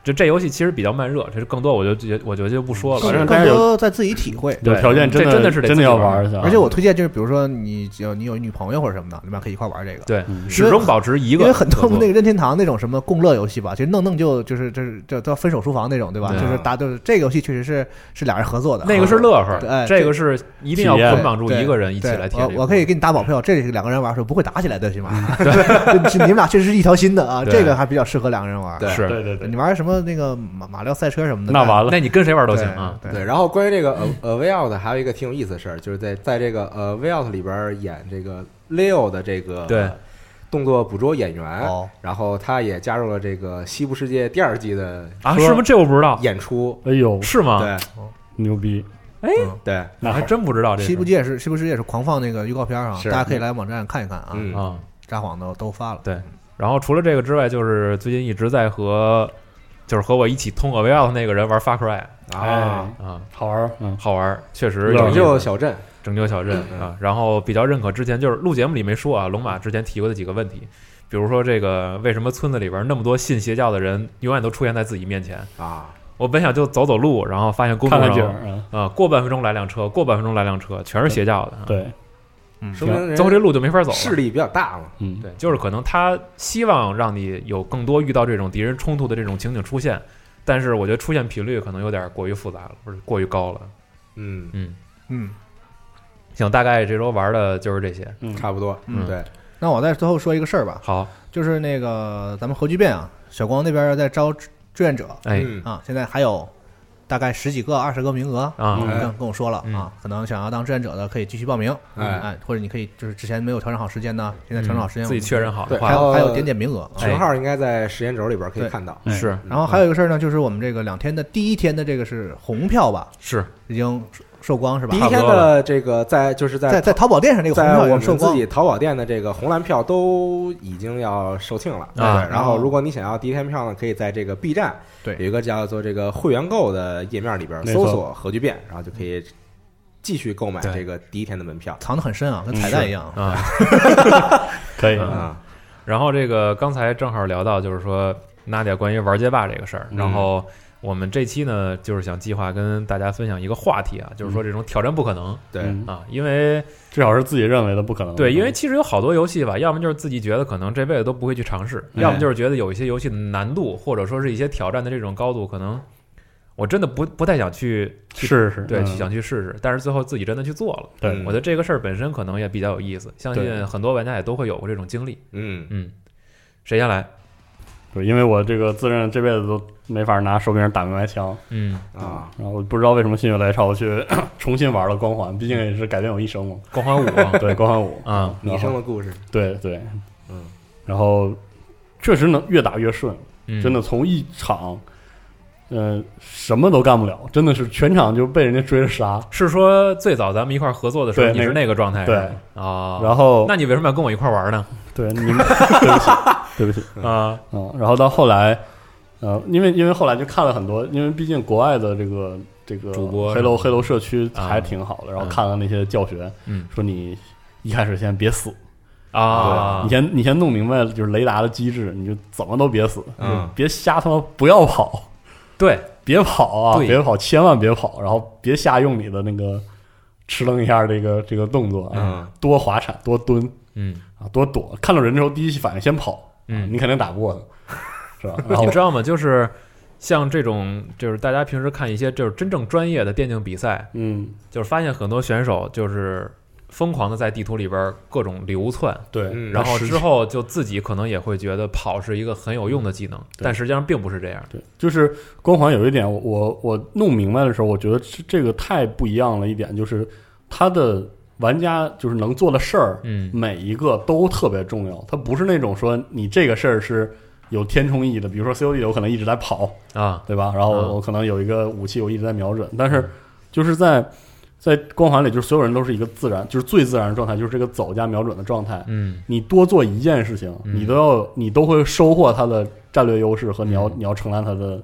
Speaker 1: 就这游戏其实比较慢热，这更多我就觉我觉得就不说了。
Speaker 5: 反正大
Speaker 4: 更
Speaker 5: 家有
Speaker 4: 多在自己体会。
Speaker 5: 有
Speaker 1: 对
Speaker 5: 条件
Speaker 1: 这
Speaker 5: 真
Speaker 1: 真的
Speaker 5: 的
Speaker 1: 是得
Speaker 5: 真
Speaker 1: 自
Speaker 5: 的
Speaker 1: 己
Speaker 5: 要
Speaker 1: 玩
Speaker 5: 玩一下啊，
Speaker 4: 而且我推荐就是，比如说你只要你有女朋友或者什么的，你们俩可以一块玩这个。
Speaker 1: 对，
Speaker 5: 嗯
Speaker 1: 始终保持一个
Speaker 4: 因
Speaker 1: 合作，
Speaker 4: 为很多那个任天堂那种什么共乐游戏吧，其实弄弄就就是就是就叫分手厨房那种，对吧？
Speaker 1: 对啊
Speaker 4: 就是打就是这个游戏确实是是俩人合作的啊，
Speaker 1: 那个是乐呵，
Speaker 4: 哎
Speaker 1: 这个是一定要
Speaker 5: 体验
Speaker 1: 捆绑住一个人一起
Speaker 4: 对
Speaker 1: 来体
Speaker 4: 我
Speaker 1: 验。
Speaker 4: 我可以给你打保票，这是两个人玩的时候不会打起来的，最起码。 对，是你们俩确实是一条心的啊，
Speaker 1: 对
Speaker 4: 这个还比较适合两个人玩。
Speaker 2: 对
Speaker 1: 是，
Speaker 5: 对对对，
Speaker 4: 你玩什么那个马马里奥赛车什么的，
Speaker 5: 那完了，
Speaker 1: 那你跟谁玩都
Speaker 4: 对
Speaker 1: 行啊。
Speaker 4: 对，
Speaker 2: 对，然后关于这个呃呃 v o u t 还有一个挺有意思的事儿，就是在在这个呃 v o u t 里边演这个 Leo 的这个
Speaker 1: 对
Speaker 2: 动作捕捉演员，
Speaker 4: 哦
Speaker 2: 然后他也加入了这个《西部世界》第二季的
Speaker 1: 啊，
Speaker 5: 说
Speaker 1: 是吗？啊这我不知道，
Speaker 2: 演出，
Speaker 5: 哎呦，
Speaker 1: 是吗？
Speaker 2: 对
Speaker 5: 牛逼，
Speaker 2: 对，
Speaker 1: 我
Speaker 5: 那
Speaker 1: 还
Speaker 5: 还
Speaker 1: 真不知道这事嗯
Speaker 4: 西部界是西部世界是狂放那个预告片啊，
Speaker 2: 是
Speaker 4: 大家可以来网站看一看啊。
Speaker 2: 嗯
Speaker 1: 啊。
Speaker 4: 札幌的都发了，
Speaker 1: 对，然后除了这个之外，就是最近一直在和，就是和我一起通 a w a y Out 那个人玩 Far Cry，
Speaker 2: 啊，
Speaker 1: 啊，
Speaker 5: 好玩儿，哎嗯，
Speaker 1: 好玩儿，确实有
Speaker 5: 拯
Speaker 2: 拯
Speaker 1: 意
Speaker 2: 救
Speaker 1: 思
Speaker 2: 小镇，
Speaker 1: 拯救小镇
Speaker 2: 嗯
Speaker 1: 啊。然后比较认可之前就是录节目里没说啊，龙马之前提过的几个问题，比如说这个为什么村子里边那么多信邪教的人永远都出现在自己面前？
Speaker 2: 啊，
Speaker 1: 我本想就走走路，然后发现公路
Speaker 5: 看
Speaker 1: 上
Speaker 5: 看景儿，嗯，
Speaker 1: 啊、过半分钟来辆车，过半分钟来辆车，全是邪教的。
Speaker 5: 对，
Speaker 1: 嗯，
Speaker 2: 说明人
Speaker 1: 最后这路就没法走了。
Speaker 2: 势力比较大嘛，
Speaker 5: 嗯，
Speaker 1: 对，就是可能他希望让你有更多遇到这种敌人冲突的这种情景出现，但是我觉得出现频率可能有点过于复杂了，不是过于高了。
Speaker 2: 嗯，
Speaker 1: 嗯，
Speaker 4: 嗯，
Speaker 1: 行，大概这周玩的就是这些。
Speaker 5: 嗯，
Speaker 2: 差不多，
Speaker 1: 嗯
Speaker 2: 对，
Speaker 4: 那我再最后说一个事儿吧，
Speaker 1: 好，
Speaker 4: 就是那个咱们核聚变啊，小光那边在招志志愿者
Speaker 1: 哎、
Speaker 2: 嗯
Speaker 4: 啊，现在还有大概十几个、二十个名额。
Speaker 1: 啊，
Speaker 5: 嗯
Speaker 4: 跟跟我说了
Speaker 1: 嗯
Speaker 4: 啊，可能想要当志愿者的可以继续报名，
Speaker 2: 哎
Speaker 4: 哎，或者你可以就是之前没有调整好时间呢，现在调整好时间，
Speaker 1: 嗯自己确认好的
Speaker 2: 对
Speaker 4: 还
Speaker 1: 话，
Speaker 4: 有还有点点名额。
Speaker 1: 哎
Speaker 2: 群号应该在时间轴里边可以看到，
Speaker 5: 哎
Speaker 1: 是
Speaker 4: 然后还有一个事儿呢，就是我们这个两天的第一天的这个是红票吧，
Speaker 1: 是，
Speaker 4: 已经售光是吧
Speaker 2: 第？一天的这个在就是
Speaker 4: 在
Speaker 2: 在
Speaker 4: 在淘宝店上这个红
Speaker 2: 在
Speaker 4: 票已
Speaker 2: 我
Speaker 4: 经售
Speaker 2: 们自
Speaker 4: 光
Speaker 2: 己，淘宝店的这个红蓝票都已经要售罄了
Speaker 1: 啊
Speaker 2: 对然后如果你想要第一天票呢，可以在这个 B 站
Speaker 4: 对
Speaker 2: 有一个叫做这个会员购的页面里边
Speaker 5: 没错
Speaker 2: 搜索核聚变，然后就可以继续购买
Speaker 1: 对
Speaker 2: 这个第一天的门票
Speaker 4: 藏得很深啊，跟彩蛋一样。
Speaker 1: 啊。
Speaker 5: 可以，
Speaker 2: 啊。
Speaker 1: 然后这个刚才正好聊到，就是说娜姐关于玩街霸这个事儿，
Speaker 2: 嗯
Speaker 1: 然后我们这期呢，就是想计划跟大家分享一个话题啊，就是
Speaker 2: 嗯
Speaker 1: 说这种挑战不可能
Speaker 2: 对，
Speaker 5: 嗯
Speaker 1: 啊，因为
Speaker 5: 至少是自己认为的不可能，
Speaker 1: 对，因为其实有好多游戏吧，要么就是自己觉得可能这辈子都不会去尝试，
Speaker 5: 嗯
Speaker 1: 要么就是觉得有一些游戏的难度，或者说是一些挑战的这种高度，可能我真的不不太想去去
Speaker 5: 试试，
Speaker 1: 对，
Speaker 5: 嗯
Speaker 1: 去想去试试，但是最后自己真的去做了。
Speaker 5: 对
Speaker 2: 嗯
Speaker 1: 我觉得这个事儿本身可能也比较有意思，相
Speaker 5: 对
Speaker 1: 信很多玩家也都会有过这种经历。
Speaker 2: 嗯，
Speaker 1: 嗯，谁先来？
Speaker 5: 对，因为我这个自认这辈子都没法拿手柄打明白枪
Speaker 1: 嗯，
Speaker 2: 啊，
Speaker 5: 然后我不知道为什么心血来潮去 重新玩了光环，毕竟也是改变我一生嘛。
Speaker 1: 光环五
Speaker 5: 对，光环五，
Speaker 1: 啊，
Speaker 5: 然
Speaker 2: 女
Speaker 5: 后
Speaker 2: 生的故事，
Speaker 5: 对对，
Speaker 2: 嗯，
Speaker 5: 然后确实能越打越顺，
Speaker 1: 嗯
Speaker 5: 真的从一场，呃，什么都干不了，真的是全场就被人家追着杀。
Speaker 1: 是说最早咱们一块儿合作的时候，
Speaker 5: 对
Speaker 1: 你是
Speaker 5: 那
Speaker 1: 那个状态是
Speaker 5: 对
Speaker 1: 吧，啊，
Speaker 5: 然后
Speaker 1: 那你为什么要跟我一块儿玩呢？
Speaker 5: 对你们， 对不起，对不起，
Speaker 1: 啊，
Speaker 5: 嗯，然后到后来，呃，因为因为后来就看了很多，因为毕竟国外的这个这个
Speaker 1: 主播
Speaker 5: 黑楼黑楼社区
Speaker 1: 啊
Speaker 5: 还挺好的，然后
Speaker 1: 嗯
Speaker 5: 看了那些教学，
Speaker 1: 嗯
Speaker 5: 说你一开始先别死，
Speaker 1: 啊，
Speaker 5: 你先你先弄明白了就是雷达的机制，你就怎么都别死，
Speaker 2: 嗯
Speaker 5: 别瞎他妈不要跑，
Speaker 1: 对，
Speaker 5: 别跑啊，
Speaker 1: 对
Speaker 5: 别跑，千万别跑，然后别瞎用你的那个哧楞一下这个这个动作啊，
Speaker 2: 嗯
Speaker 5: 多滑铲，多蹲
Speaker 1: 嗯
Speaker 5: 啊，多躲，看到人之后第一反应先跑，啊
Speaker 1: 嗯，
Speaker 5: 你肯定打不过他， 是吧？然后
Speaker 1: 你知道吗？就是像这种，就是大家平时看一些就是真正专业的电竞比赛，
Speaker 5: 嗯，
Speaker 1: 就是发现很多选手就是疯狂的在地图里边儿各种流窜，
Speaker 5: 对，
Speaker 2: 嗯
Speaker 1: 然后
Speaker 5: 实际
Speaker 1: 之后就自己可能也会觉得跑是一个很有用的技能，
Speaker 5: 嗯对
Speaker 1: 但实际上并不是这样。
Speaker 5: 对，就是光环有一点，我我我弄明白的时候，我觉得这这个太不一样了一点，就是他的玩家就是能做的事儿，
Speaker 1: 嗯
Speaker 5: 每一个都特别重要。他不是那种说你这个事儿是有填充意义的，比如说 COD 我可能一直在跑，
Speaker 1: 啊，
Speaker 5: 对吧？然后
Speaker 1: 嗯
Speaker 5: 我可能有一个武器我一直在瞄准，但是就是在在光环里，就是所有人都是一个自然，就是最自然的状态，就是这个走加瞄准的状态。
Speaker 1: 嗯
Speaker 5: 你多做一件事情，
Speaker 1: 嗯
Speaker 5: 你都要你都会收获它的战略优势和你要、
Speaker 1: 嗯
Speaker 5: 你要承担它的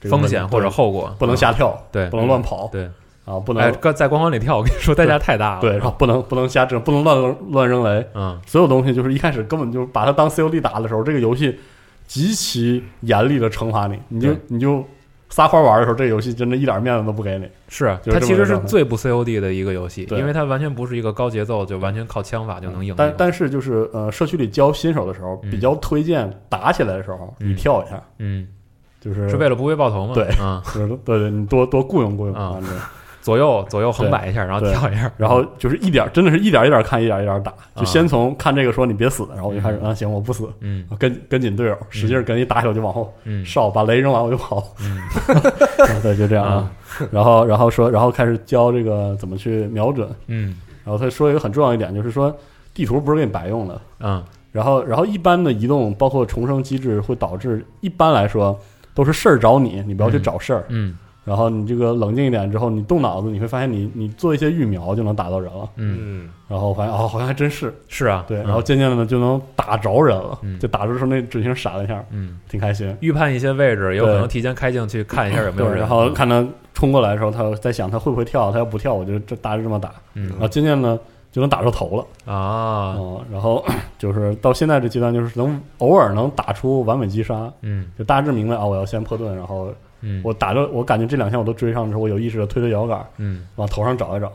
Speaker 5: 这个
Speaker 1: 风险
Speaker 5: 问
Speaker 1: 或者
Speaker 5: 对
Speaker 1: 后果啊
Speaker 5: 不能瞎跳，
Speaker 1: 对嗯
Speaker 5: 不能乱跑，
Speaker 1: 对。
Speaker 5: 啊，不能、
Speaker 1: 哎，刚在光环里跳，我跟你说代价太大了。
Speaker 5: 对，然后不能不能瞎整，不能乱扔乱扔雷，
Speaker 1: 嗯
Speaker 5: 所有东西就是一开始根本就是把它当 COD 打的时候，这个游戏极其严厉的惩罚你，你就
Speaker 1: 对
Speaker 5: 你就撒欢玩的时候，这个游戏真的一点面子都不给你，
Speaker 1: 是
Speaker 5: 就
Speaker 1: 它
Speaker 5: 是这么
Speaker 1: 其实
Speaker 5: 个
Speaker 1: 是
Speaker 5: 状态
Speaker 1: 最不 COD 的一个游戏，
Speaker 5: 对嗯
Speaker 1: 因为它完全不是一个高节奏，就完全靠枪法就能赢的游
Speaker 5: 但
Speaker 1: 戏。
Speaker 5: 但是就是呃，社区里教新手的时候，
Speaker 1: 嗯
Speaker 5: 比较推荐打起来的时候、
Speaker 1: 嗯
Speaker 5: 你跳一下，
Speaker 1: 嗯，
Speaker 5: 就是
Speaker 1: 是为了不被爆头吗？
Speaker 5: 对
Speaker 1: 嗯，
Speaker 5: 就是对对，你多多雇佣雇佣
Speaker 1: 啊
Speaker 5: 对
Speaker 1: 左右左右横摆一下，然后
Speaker 5: 对
Speaker 1: 跳一下，
Speaker 5: 然后就是一点，真的是一点一点看，一点一点
Speaker 1: 啊
Speaker 5: 打，就先从看这个说你别死，然后我就开始啊，行，我不死，
Speaker 1: 嗯
Speaker 5: 跟跟紧队友，使劲跟你打起来，我就往后
Speaker 1: 嗯
Speaker 5: 哨，把雷扔完我就跑，
Speaker 1: 嗯
Speaker 5: 对，就这样啊。然后然后说，然后开始教这个怎么去瞄准，
Speaker 1: 嗯
Speaker 5: 然后他说一个很重要一点，就是说地图不是给你白用的，
Speaker 1: 嗯
Speaker 5: 然后然后一般的移动包括重生机制会导致，一般来说都是事儿找你，你不要去找事儿。
Speaker 1: 嗯
Speaker 5: 然后你这个冷静一点之后，你动脑子，你会发现你你做一些育苗就能打到人了。
Speaker 1: 嗯，
Speaker 2: 嗯，
Speaker 5: 然后发现哦，好像还真是
Speaker 1: 是啊，
Speaker 5: 对，
Speaker 1: 嗯
Speaker 5: 然后渐渐的呢就能打着人了，
Speaker 1: 嗯
Speaker 5: 就打着的时候那纸星闪了一下，
Speaker 1: 嗯，
Speaker 5: 挺开心。
Speaker 1: 预判一些位置，有可
Speaker 5: 对
Speaker 1: 能提前开镜去看一下有没有
Speaker 5: 对
Speaker 1: 人，啊嗯
Speaker 5: 然后看他冲过来的时候，他在想他会不会跳，他要不跳，我就这大致这么打，
Speaker 1: 嗯
Speaker 5: 然后渐渐呢就能打着头了。
Speaker 1: 啊，
Speaker 5: 嗯，然后 就是到现在这阶段，就是能偶尔能打出完美击杀，
Speaker 1: 嗯
Speaker 5: 就大致明白啊，我要先破盾，然后
Speaker 1: 嗯，
Speaker 5: 我打着，我感觉这两项我都追上之后，我有意识的推推摇杆，
Speaker 1: 嗯，
Speaker 5: 往头上找一找，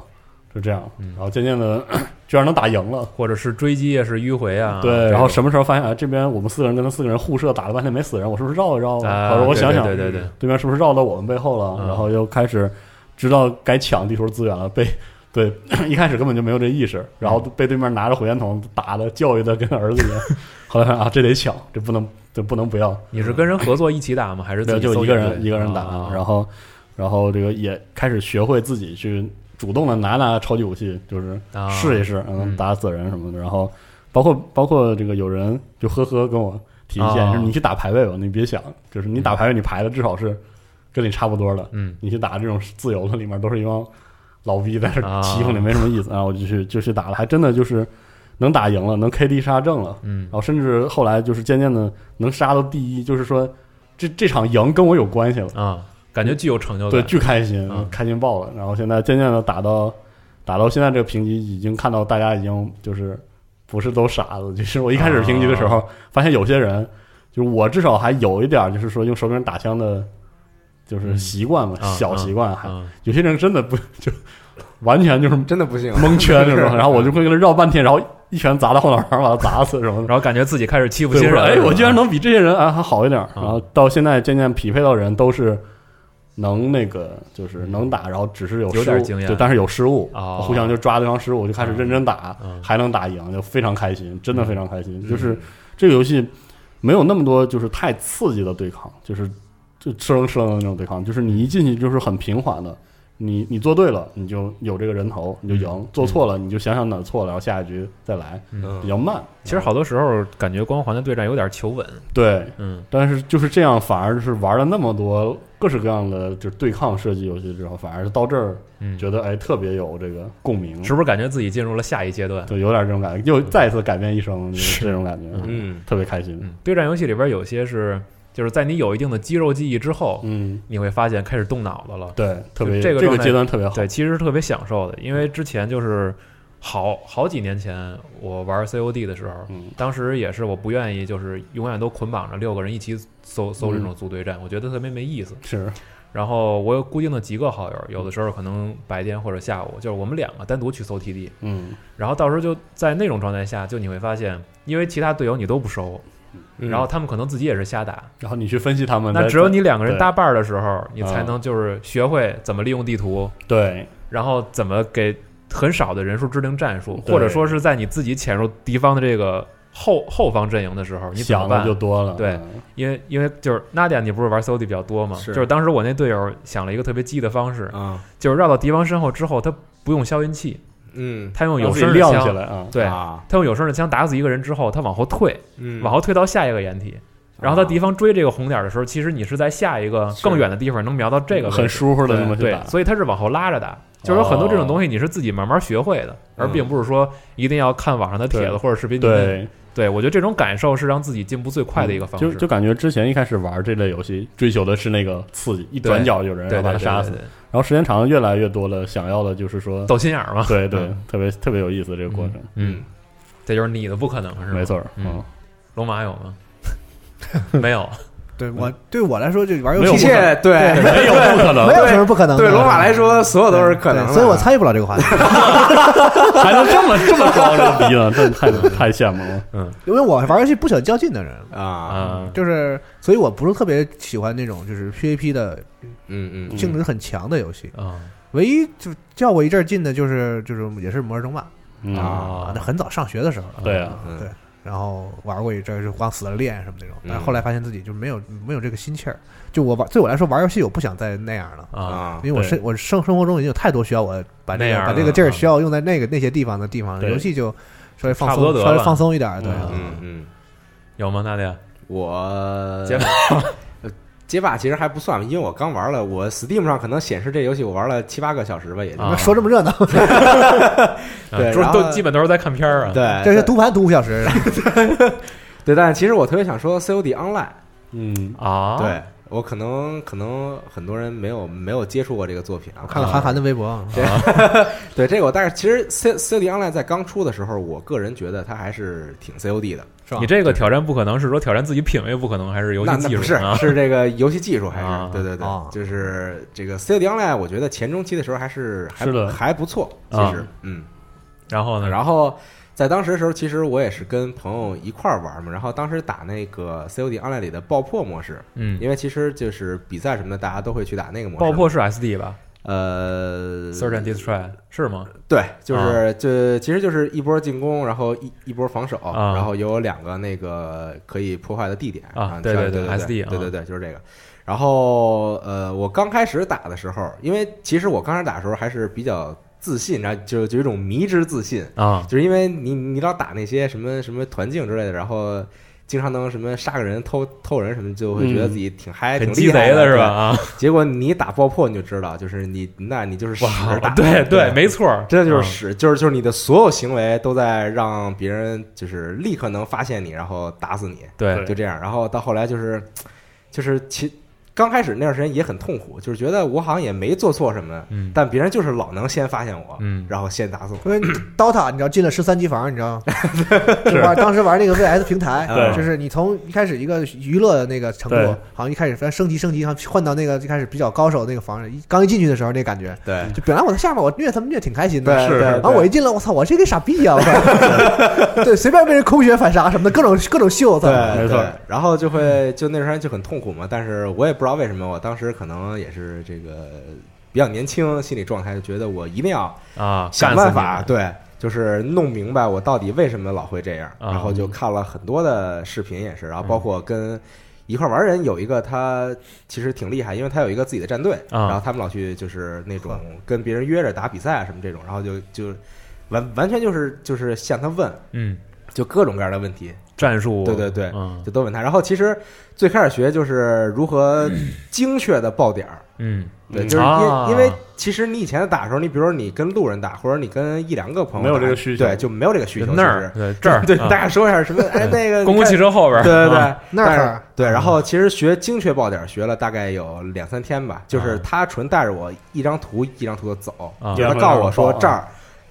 Speaker 5: 就这样，
Speaker 1: 嗯
Speaker 5: 然后渐渐的 居然能打赢了。
Speaker 1: 或者是追击啊，是迂回啊，这
Speaker 5: 对，
Speaker 1: 种
Speaker 5: 然后什么时候发现啊？这边我们四个人跟他四个人互射，打了半天没死人，我是不是绕一绕啊？
Speaker 1: 啊，
Speaker 5: 或者我想嗯想，
Speaker 1: 对对对对，
Speaker 5: 对面是不是绕到我们背后了？
Speaker 1: 嗯
Speaker 5: 然后又开始知道该抢地图资源了，被 对一开始根本就没有这意识，然
Speaker 1: 嗯
Speaker 5: 后被对面拿着火箭筒打的教育的跟儿子一样。 后来发现啊，这得抢，这不能这不能不要，
Speaker 1: 你是跟人合作一起打吗？还是自
Speaker 5: 对，
Speaker 1: 己
Speaker 5: 就
Speaker 1: 搜
Speaker 5: 一个
Speaker 1: 集
Speaker 5: 人
Speaker 1: 队
Speaker 5: 一个人打，
Speaker 1: 啊
Speaker 5: 然后然后这个也开始学会自己去主动的拿拿超级武器，就是
Speaker 1: 啊
Speaker 5: 试一试，嗯，
Speaker 1: 嗯
Speaker 5: 打死人什么的。然后包括包括这个有人就呵呵跟我提意见，
Speaker 1: 啊
Speaker 5: 说你去打排位吧，你别想，就是你打排位，你排的至少是跟你差不多的，
Speaker 1: 嗯
Speaker 5: 你去打这种自由的，里面都是一帮老逼在这
Speaker 1: 啊
Speaker 5: 欺负你，没什么意思。然后我就去就去打了，还真的就是能打赢了，能 KD 杀正了。
Speaker 1: 嗯
Speaker 5: 然后甚至后来就是渐渐的能杀到第一，就是说这这场赢跟我有关系了，
Speaker 1: 啊，感觉具有成就
Speaker 5: 对，
Speaker 1: 感，
Speaker 5: 巨开心
Speaker 1: 嗯，
Speaker 5: 开心爆了。然后现在渐渐的打到打到现在这个评级，已经看到大家已经就是不是都傻子，就是我一开始评级的时
Speaker 1: 啊
Speaker 5: 候，发现有些人就是我至少还有一点儿就是说用手柄打枪的，就是
Speaker 1: 嗯
Speaker 5: 习惯嘛，
Speaker 1: 啊
Speaker 5: 小
Speaker 1: 啊
Speaker 5: 习惯还
Speaker 1: 啊
Speaker 5: 有些人真的不就完全就是
Speaker 2: 嗯真的不行，
Speaker 5: 蒙圈那种， 然后我
Speaker 2: 就
Speaker 5: 就会跟他绕半天，然后一拳砸到后脑勺，把他砸死什么的。
Speaker 1: 然后感觉自己开始欺负
Speaker 5: 对，
Speaker 1: 新
Speaker 5: 我
Speaker 1: 人了，
Speaker 5: 说哎，我居然
Speaker 1: 是吧
Speaker 5: 能比这些人啊还好一点儿。然后到现在渐渐匹配到人都是能那个，就是能打，然后只是有
Speaker 1: 有
Speaker 5: 失
Speaker 1: 点
Speaker 5: 误，
Speaker 1: 经验
Speaker 5: 就但是有失误，
Speaker 1: 哦
Speaker 5: 互相就抓对方失误，就开始认真打，
Speaker 1: 嗯
Speaker 5: 还能打赢，就非常开心，真的非常开心。
Speaker 1: 嗯
Speaker 5: 就是这个游戏没有那么多就是太刺激的对抗，就是就吃棱吃棱的那种对抗，就是你一进去就是很平缓的。你你做对了，你就有这个人头，你就赢；
Speaker 1: 嗯
Speaker 5: 做错了，你就想想哪儿错了，然后下一局再来，
Speaker 2: 嗯
Speaker 5: 比较慢。
Speaker 1: 其实好多时候感觉光环的对战有点求稳，
Speaker 5: 对，
Speaker 1: 嗯
Speaker 5: 但是就是这样，反而是玩了那么多各式各样的就是对抗射击游戏之后，反而是到这儿
Speaker 1: 嗯，
Speaker 5: 觉得哎特别有这个共鸣，
Speaker 1: 是不是感觉自己进入了下一阶段？
Speaker 5: 嗯对，有点这种感觉，又再一次改变一生，就是
Speaker 1: 是
Speaker 5: 这种感觉，
Speaker 1: 嗯
Speaker 2: 嗯
Speaker 5: 特别开心。
Speaker 1: 嗯，对战游戏里边有些是，就是在你有一定的肌肉记忆之后，
Speaker 5: 嗯，
Speaker 1: 你会发现开始动脑子了。
Speaker 5: 对，特别
Speaker 1: 这个状态
Speaker 5: 阶段特别好。
Speaker 1: 对，其实是特别享受的，因为之前就是好好几年前我玩 COD 的时候，
Speaker 5: 嗯
Speaker 1: 当时也是我不愿意就是永远都捆绑着六个人一起搜搜这种组队
Speaker 5: 嗯
Speaker 1: 战，我觉得特别没意思。
Speaker 5: 是，
Speaker 1: 然后我有固定的几个好友，有的时候可能白天或者下午，就是我们两个单独去搜 TD，
Speaker 5: 嗯，
Speaker 1: 然后到时候就在那种状态下，就你会发现，因为其他队友你都不熟，
Speaker 2: 嗯
Speaker 1: 然后他们可能自己也是瞎打，
Speaker 5: 然后你去分析他们，
Speaker 1: 那
Speaker 5: 再
Speaker 1: 只有你两个人
Speaker 5: 对
Speaker 1: 搭伴儿的时候，你
Speaker 5: 啊
Speaker 1: 才能就是学会怎么利用地图，
Speaker 5: 对
Speaker 1: 然后怎么给很少的人数制定战术，
Speaker 5: 对
Speaker 1: 或者说是在你自己潜入敌方的这个后后方阵营的时候，你怎么
Speaker 5: 想的
Speaker 1: 办
Speaker 5: 就？多了。
Speaker 1: 对
Speaker 5: 嗯
Speaker 1: 因为因为就是 Nadia，你不是玩 COD 比较多吗？
Speaker 2: 是
Speaker 1: 就是当时我那队友想了一个特别鸡的方
Speaker 5: 嗯
Speaker 1: 式，
Speaker 2: 啊
Speaker 1: 就是绕到敌方身后之后，他不用消音器，
Speaker 2: 嗯
Speaker 1: 他用
Speaker 5: 让
Speaker 1: 有
Speaker 5: 自己
Speaker 1: 声的
Speaker 5: 亮起
Speaker 1: 枪，
Speaker 5: 来啊，
Speaker 1: 对，
Speaker 2: 啊
Speaker 1: 他用有声的枪打死一个人之后，他往后退，
Speaker 2: 嗯
Speaker 1: 往后退到下一个掩体。然后
Speaker 5: 哦
Speaker 1: 他敌方追这个红点的时候，其实你是在下一个
Speaker 2: 是
Speaker 1: 更远的地方能瞄到这个位置
Speaker 5: 很舒服的那么去
Speaker 1: 对
Speaker 5: 打，。哦
Speaker 1: 所以它是往后拉着打，就是有很多这种东西你是自己慢慢学会的，而并不是说一定要看网上的帖子
Speaker 5: 嗯对
Speaker 1: 或者视频。，
Speaker 5: 对，嗯
Speaker 1: 对我觉得这种感受是让自己进步最快的一个方
Speaker 5: 就
Speaker 1: 式。
Speaker 5: 就感觉之前一开始玩这类游戏，追求的是那个刺激，一
Speaker 1: 对
Speaker 5: 转角有人
Speaker 1: 对
Speaker 5: 要把
Speaker 1: 对
Speaker 5: 他
Speaker 1: 对
Speaker 5: 杀
Speaker 1: 对
Speaker 5: 死
Speaker 1: 对，对
Speaker 5: 然后时间长了，越来越多了，想要的就是说，
Speaker 1: 斗心眼儿嘛。
Speaker 5: 对对
Speaker 1: 嗯，
Speaker 5: 特别特别有意思这个过程，
Speaker 1: 嗯，这就是你的不可能是吗？
Speaker 5: 没错儿，
Speaker 1: 嗯
Speaker 5: 嗯，
Speaker 1: 龙马有 吗？没有，
Speaker 4: 嗯
Speaker 6: 对我对我来说，就玩游
Speaker 5: 没有
Speaker 6: 戏
Speaker 2: 一
Speaker 5: 不
Speaker 6: 是
Speaker 5: 可能
Speaker 2: 切对
Speaker 5: 没有不可能
Speaker 4: 没，有什么不可能的。 啊
Speaker 2: 对罗马来说，所有都是可能的，
Speaker 4: 对所以我参与不了这 个话题，
Speaker 5: 还能这么这么高这逼呢，真太 太羡慕了，
Speaker 4: 因为我玩游戏不喜欢较劲的人，
Speaker 2: 啊
Speaker 1: 啊，
Speaker 4: 就是所以我不是特别喜欢那种就是 PVP 的
Speaker 2: 嗯嗯
Speaker 4: 竞争很强的游戏。
Speaker 1: 啊
Speaker 4: 唯一就较我一阵儿劲的就是就是也是《摩尔争霸》
Speaker 5: 嗯
Speaker 2: 啊
Speaker 4: 啊，那很早上学的时候了，
Speaker 5: 对啊，
Speaker 2: 嗯
Speaker 4: 对然后玩过一阵儿，就往死了练什么那种，但是
Speaker 1: 嗯
Speaker 4: 后来发现自己就没有没有这个心气儿。就我玩对我来说玩游戏，我不想再那样了。
Speaker 1: 啊，
Speaker 2: 啊
Speaker 4: 因为我
Speaker 5: 对
Speaker 4: 生我生生活中已经有太多需要我把这
Speaker 1: 那
Speaker 4: 个
Speaker 1: 样
Speaker 4: 把这
Speaker 1: 了
Speaker 4: 个劲儿
Speaker 1: 嗯
Speaker 4: 需要用在那个那些地方的地方，
Speaker 5: 对
Speaker 4: 游戏就稍微放
Speaker 1: 差不多
Speaker 4: 松，
Speaker 1: 得
Speaker 4: 稍微
Speaker 1: 了
Speaker 4: 放啊
Speaker 2: 嗯
Speaker 4: 松一点儿，对。
Speaker 1: 嗯
Speaker 2: 嗯嗯，
Speaker 1: 有吗？娜姐，
Speaker 2: 我
Speaker 1: 结
Speaker 2: 呃街霸其实还不算，因为我刚玩了，我 Steam 上可能显示这游戏我玩了七八个小时吧，也就、
Speaker 1: 啊
Speaker 4: 说这么热闹，
Speaker 2: 对
Speaker 1: 都
Speaker 2: 然后
Speaker 1: 都基本都是在看片儿啊。
Speaker 2: 哎对，
Speaker 4: 这是读盘读五小时，
Speaker 2: 对，但其实我特别想说 COD Online，、
Speaker 5: 嗯，
Speaker 1: 啊，，
Speaker 2: 对我可能可能很多人没有没有接触过这个作品啊，
Speaker 4: 看了韩寒的微博，
Speaker 2: 对这个我，但是其实 C COD Online 在刚出的时候，我个人觉得它还是挺 COD 的，
Speaker 4: 是吧
Speaker 1: 你？这个挑战不可能是说挑战自己品味不可能，还是游
Speaker 2: 那
Speaker 1: 戏
Speaker 2: 那
Speaker 1: 技
Speaker 2: 不
Speaker 1: 术
Speaker 2: 是、
Speaker 1: 啊？
Speaker 2: 是这个游戏技术还是、
Speaker 1: 啊
Speaker 2: 对对对，
Speaker 4: 啊
Speaker 2: 就是这个 COD Online，我觉得前中期的时候还是还
Speaker 5: 是的
Speaker 2: 还不错，其
Speaker 5: 啊
Speaker 2: 实、嗯。
Speaker 1: 然后呢？
Speaker 2: 然后在当时的时候，其实我也是跟朋友一块儿玩嘛，然后当时打那个 COD Online 里的爆破模式，
Speaker 1: 嗯，
Speaker 2: 因为其实就是比赛什么的，大家都会去打那个模式。
Speaker 1: 爆破是 SD 吧
Speaker 2: 呃，
Speaker 1: ？Search and Destroy 是吗？
Speaker 2: 对，
Speaker 1: 啊
Speaker 2: 就是就其实就是一波进攻，然后一一波防守，
Speaker 1: 啊
Speaker 2: 然后有两个那个可以破坏的地点
Speaker 1: 啊
Speaker 2: 对
Speaker 1: 对对
Speaker 2: 对对
Speaker 1: 对 SD 啊
Speaker 2: 对对对，就是这个。然后呃，我刚开始打的时候，因为其实我刚开始打的时候还是比较自信，然后就就有一种迷之自信，
Speaker 1: 啊，
Speaker 2: 就是因为你你老打那些什么什么团竞之类的，然后经常能什么杀个人、偷偷人什么，就会觉得自己挺
Speaker 1: 嗯
Speaker 2: 嗨、
Speaker 1: 很
Speaker 2: 挺
Speaker 1: 鸡
Speaker 2: 厉害
Speaker 1: 贼的是吧？？
Speaker 2: 对
Speaker 1: 啊，
Speaker 2: 结果你打爆破你就知道，就是你那你就是使着打，
Speaker 1: 哇，对对，没错儿，
Speaker 2: 真的就
Speaker 1: 啊
Speaker 2: 是使，就是就是你的所有行为都在让别人就是立刻能发现你，然后打死你，
Speaker 1: 对
Speaker 2: 就这样。然后到后来就是就是其刚开始那段时间也很痛苦，就是觉得我好像也没做错什么，
Speaker 1: 嗯
Speaker 2: 但别人就是老能先发现我，
Speaker 1: 嗯
Speaker 2: 然后先打死我。
Speaker 4: 因为 DOTA 你知道进了十三级房，你知道吗？
Speaker 5: 是
Speaker 4: 玩当时玩那个 VS 平台
Speaker 5: 对，
Speaker 4: 就是你从一开始一个娱乐的那个程
Speaker 5: 对
Speaker 4: 度，好像一开始反正升级升级，然后换到那个一开始比较高手那个房，一刚一进去的时候那感觉，
Speaker 2: 对，
Speaker 1: 嗯
Speaker 4: 就本来我在下面我虐他们虐挺开心的，
Speaker 5: 是
Speaker 4: 然后我一进来，我操，我这个傻逼啊呀、我操，对，随便被人空血反杀什么的，各种各种秀，我操，
Speaker 2: 对，
Speaker 5: 没错
Speaker 2: 对。然后就会就那时候就很痛苦嘛，但是我也不知道为什么，我当时可能也是这个比较年轻，心理状态就觉得我一定要
Speaker 1: 啊，
Speaker 2: 想
Speaker 1: 干
Speaker 2: 办
Speaker 1: 死
Speaker 2: 法，
Speaker 1: 你
Speaker 2: 对，就是弄明白我到底为什么老会这样。
Speaker 1: 啊嗯
Speaker 2: 然后就看了很多的视频，也是，然后包括跟一块玩人有一个他其实挺厉害，因为他有一个自己的战队，
Speaker 1: 啊
Speaker 2: 然后他们老去就是那种跟别人约着打比赛啊什么这种，然后就就完完全就是就是向他问，
Speaker 1: 嗯，
Speaker 2: 就各种各样的问题，
Speaker 1: 战术，
Speaker 2: 对对对
Speaker 1: 嗯
Speaker 2: 就都问他。然后其实最开始学就是如 何精确的爆点儿。
Speaker 1: 嗯
Speaker 2: 对，
Speaker 5: 嗯
Speaker 2: 就是因、
Speaker 1: 啊
Speaker 2: 因为其实你以前打的时候，你比如说你跟路人打，或者你跟一两个朋友
Speaker 5: 没有
Speaker 2: 打
Speaker 5: 这个需求
Speaker 2: 对，就没有这个需求。
Speaker 1: 那
Speaker 2: 其
Speaker 1: 儿
Speaker 2: 实
Speaker 1: 对这儿
Speaker 2: 对，
Speaker 1: 啊
Speaker 2: 大家说一 下什么？哎，那个
Speaker 1: 公共汽
Speaker 2: 车，
Speaker 1: 车后边
Speaker 2: 对
Speaker 1: 儿，嗯
Speaker 2: 对对
Speaker 1: 啊，
Speaker 4: 那
Speaker 2: 但是
Speaker 4: 儿
Speaker 2: 对。然后其实学精确爆点学了大概有两三天吧，就是
Speaker 1: 嗯
Speaker 2: 他纯带着我一张图一张图的走，
Speaker 1: 啊
Speaker 2: 就是他告诉我说
Speaker 5: 啊
Speaker 2: 这儿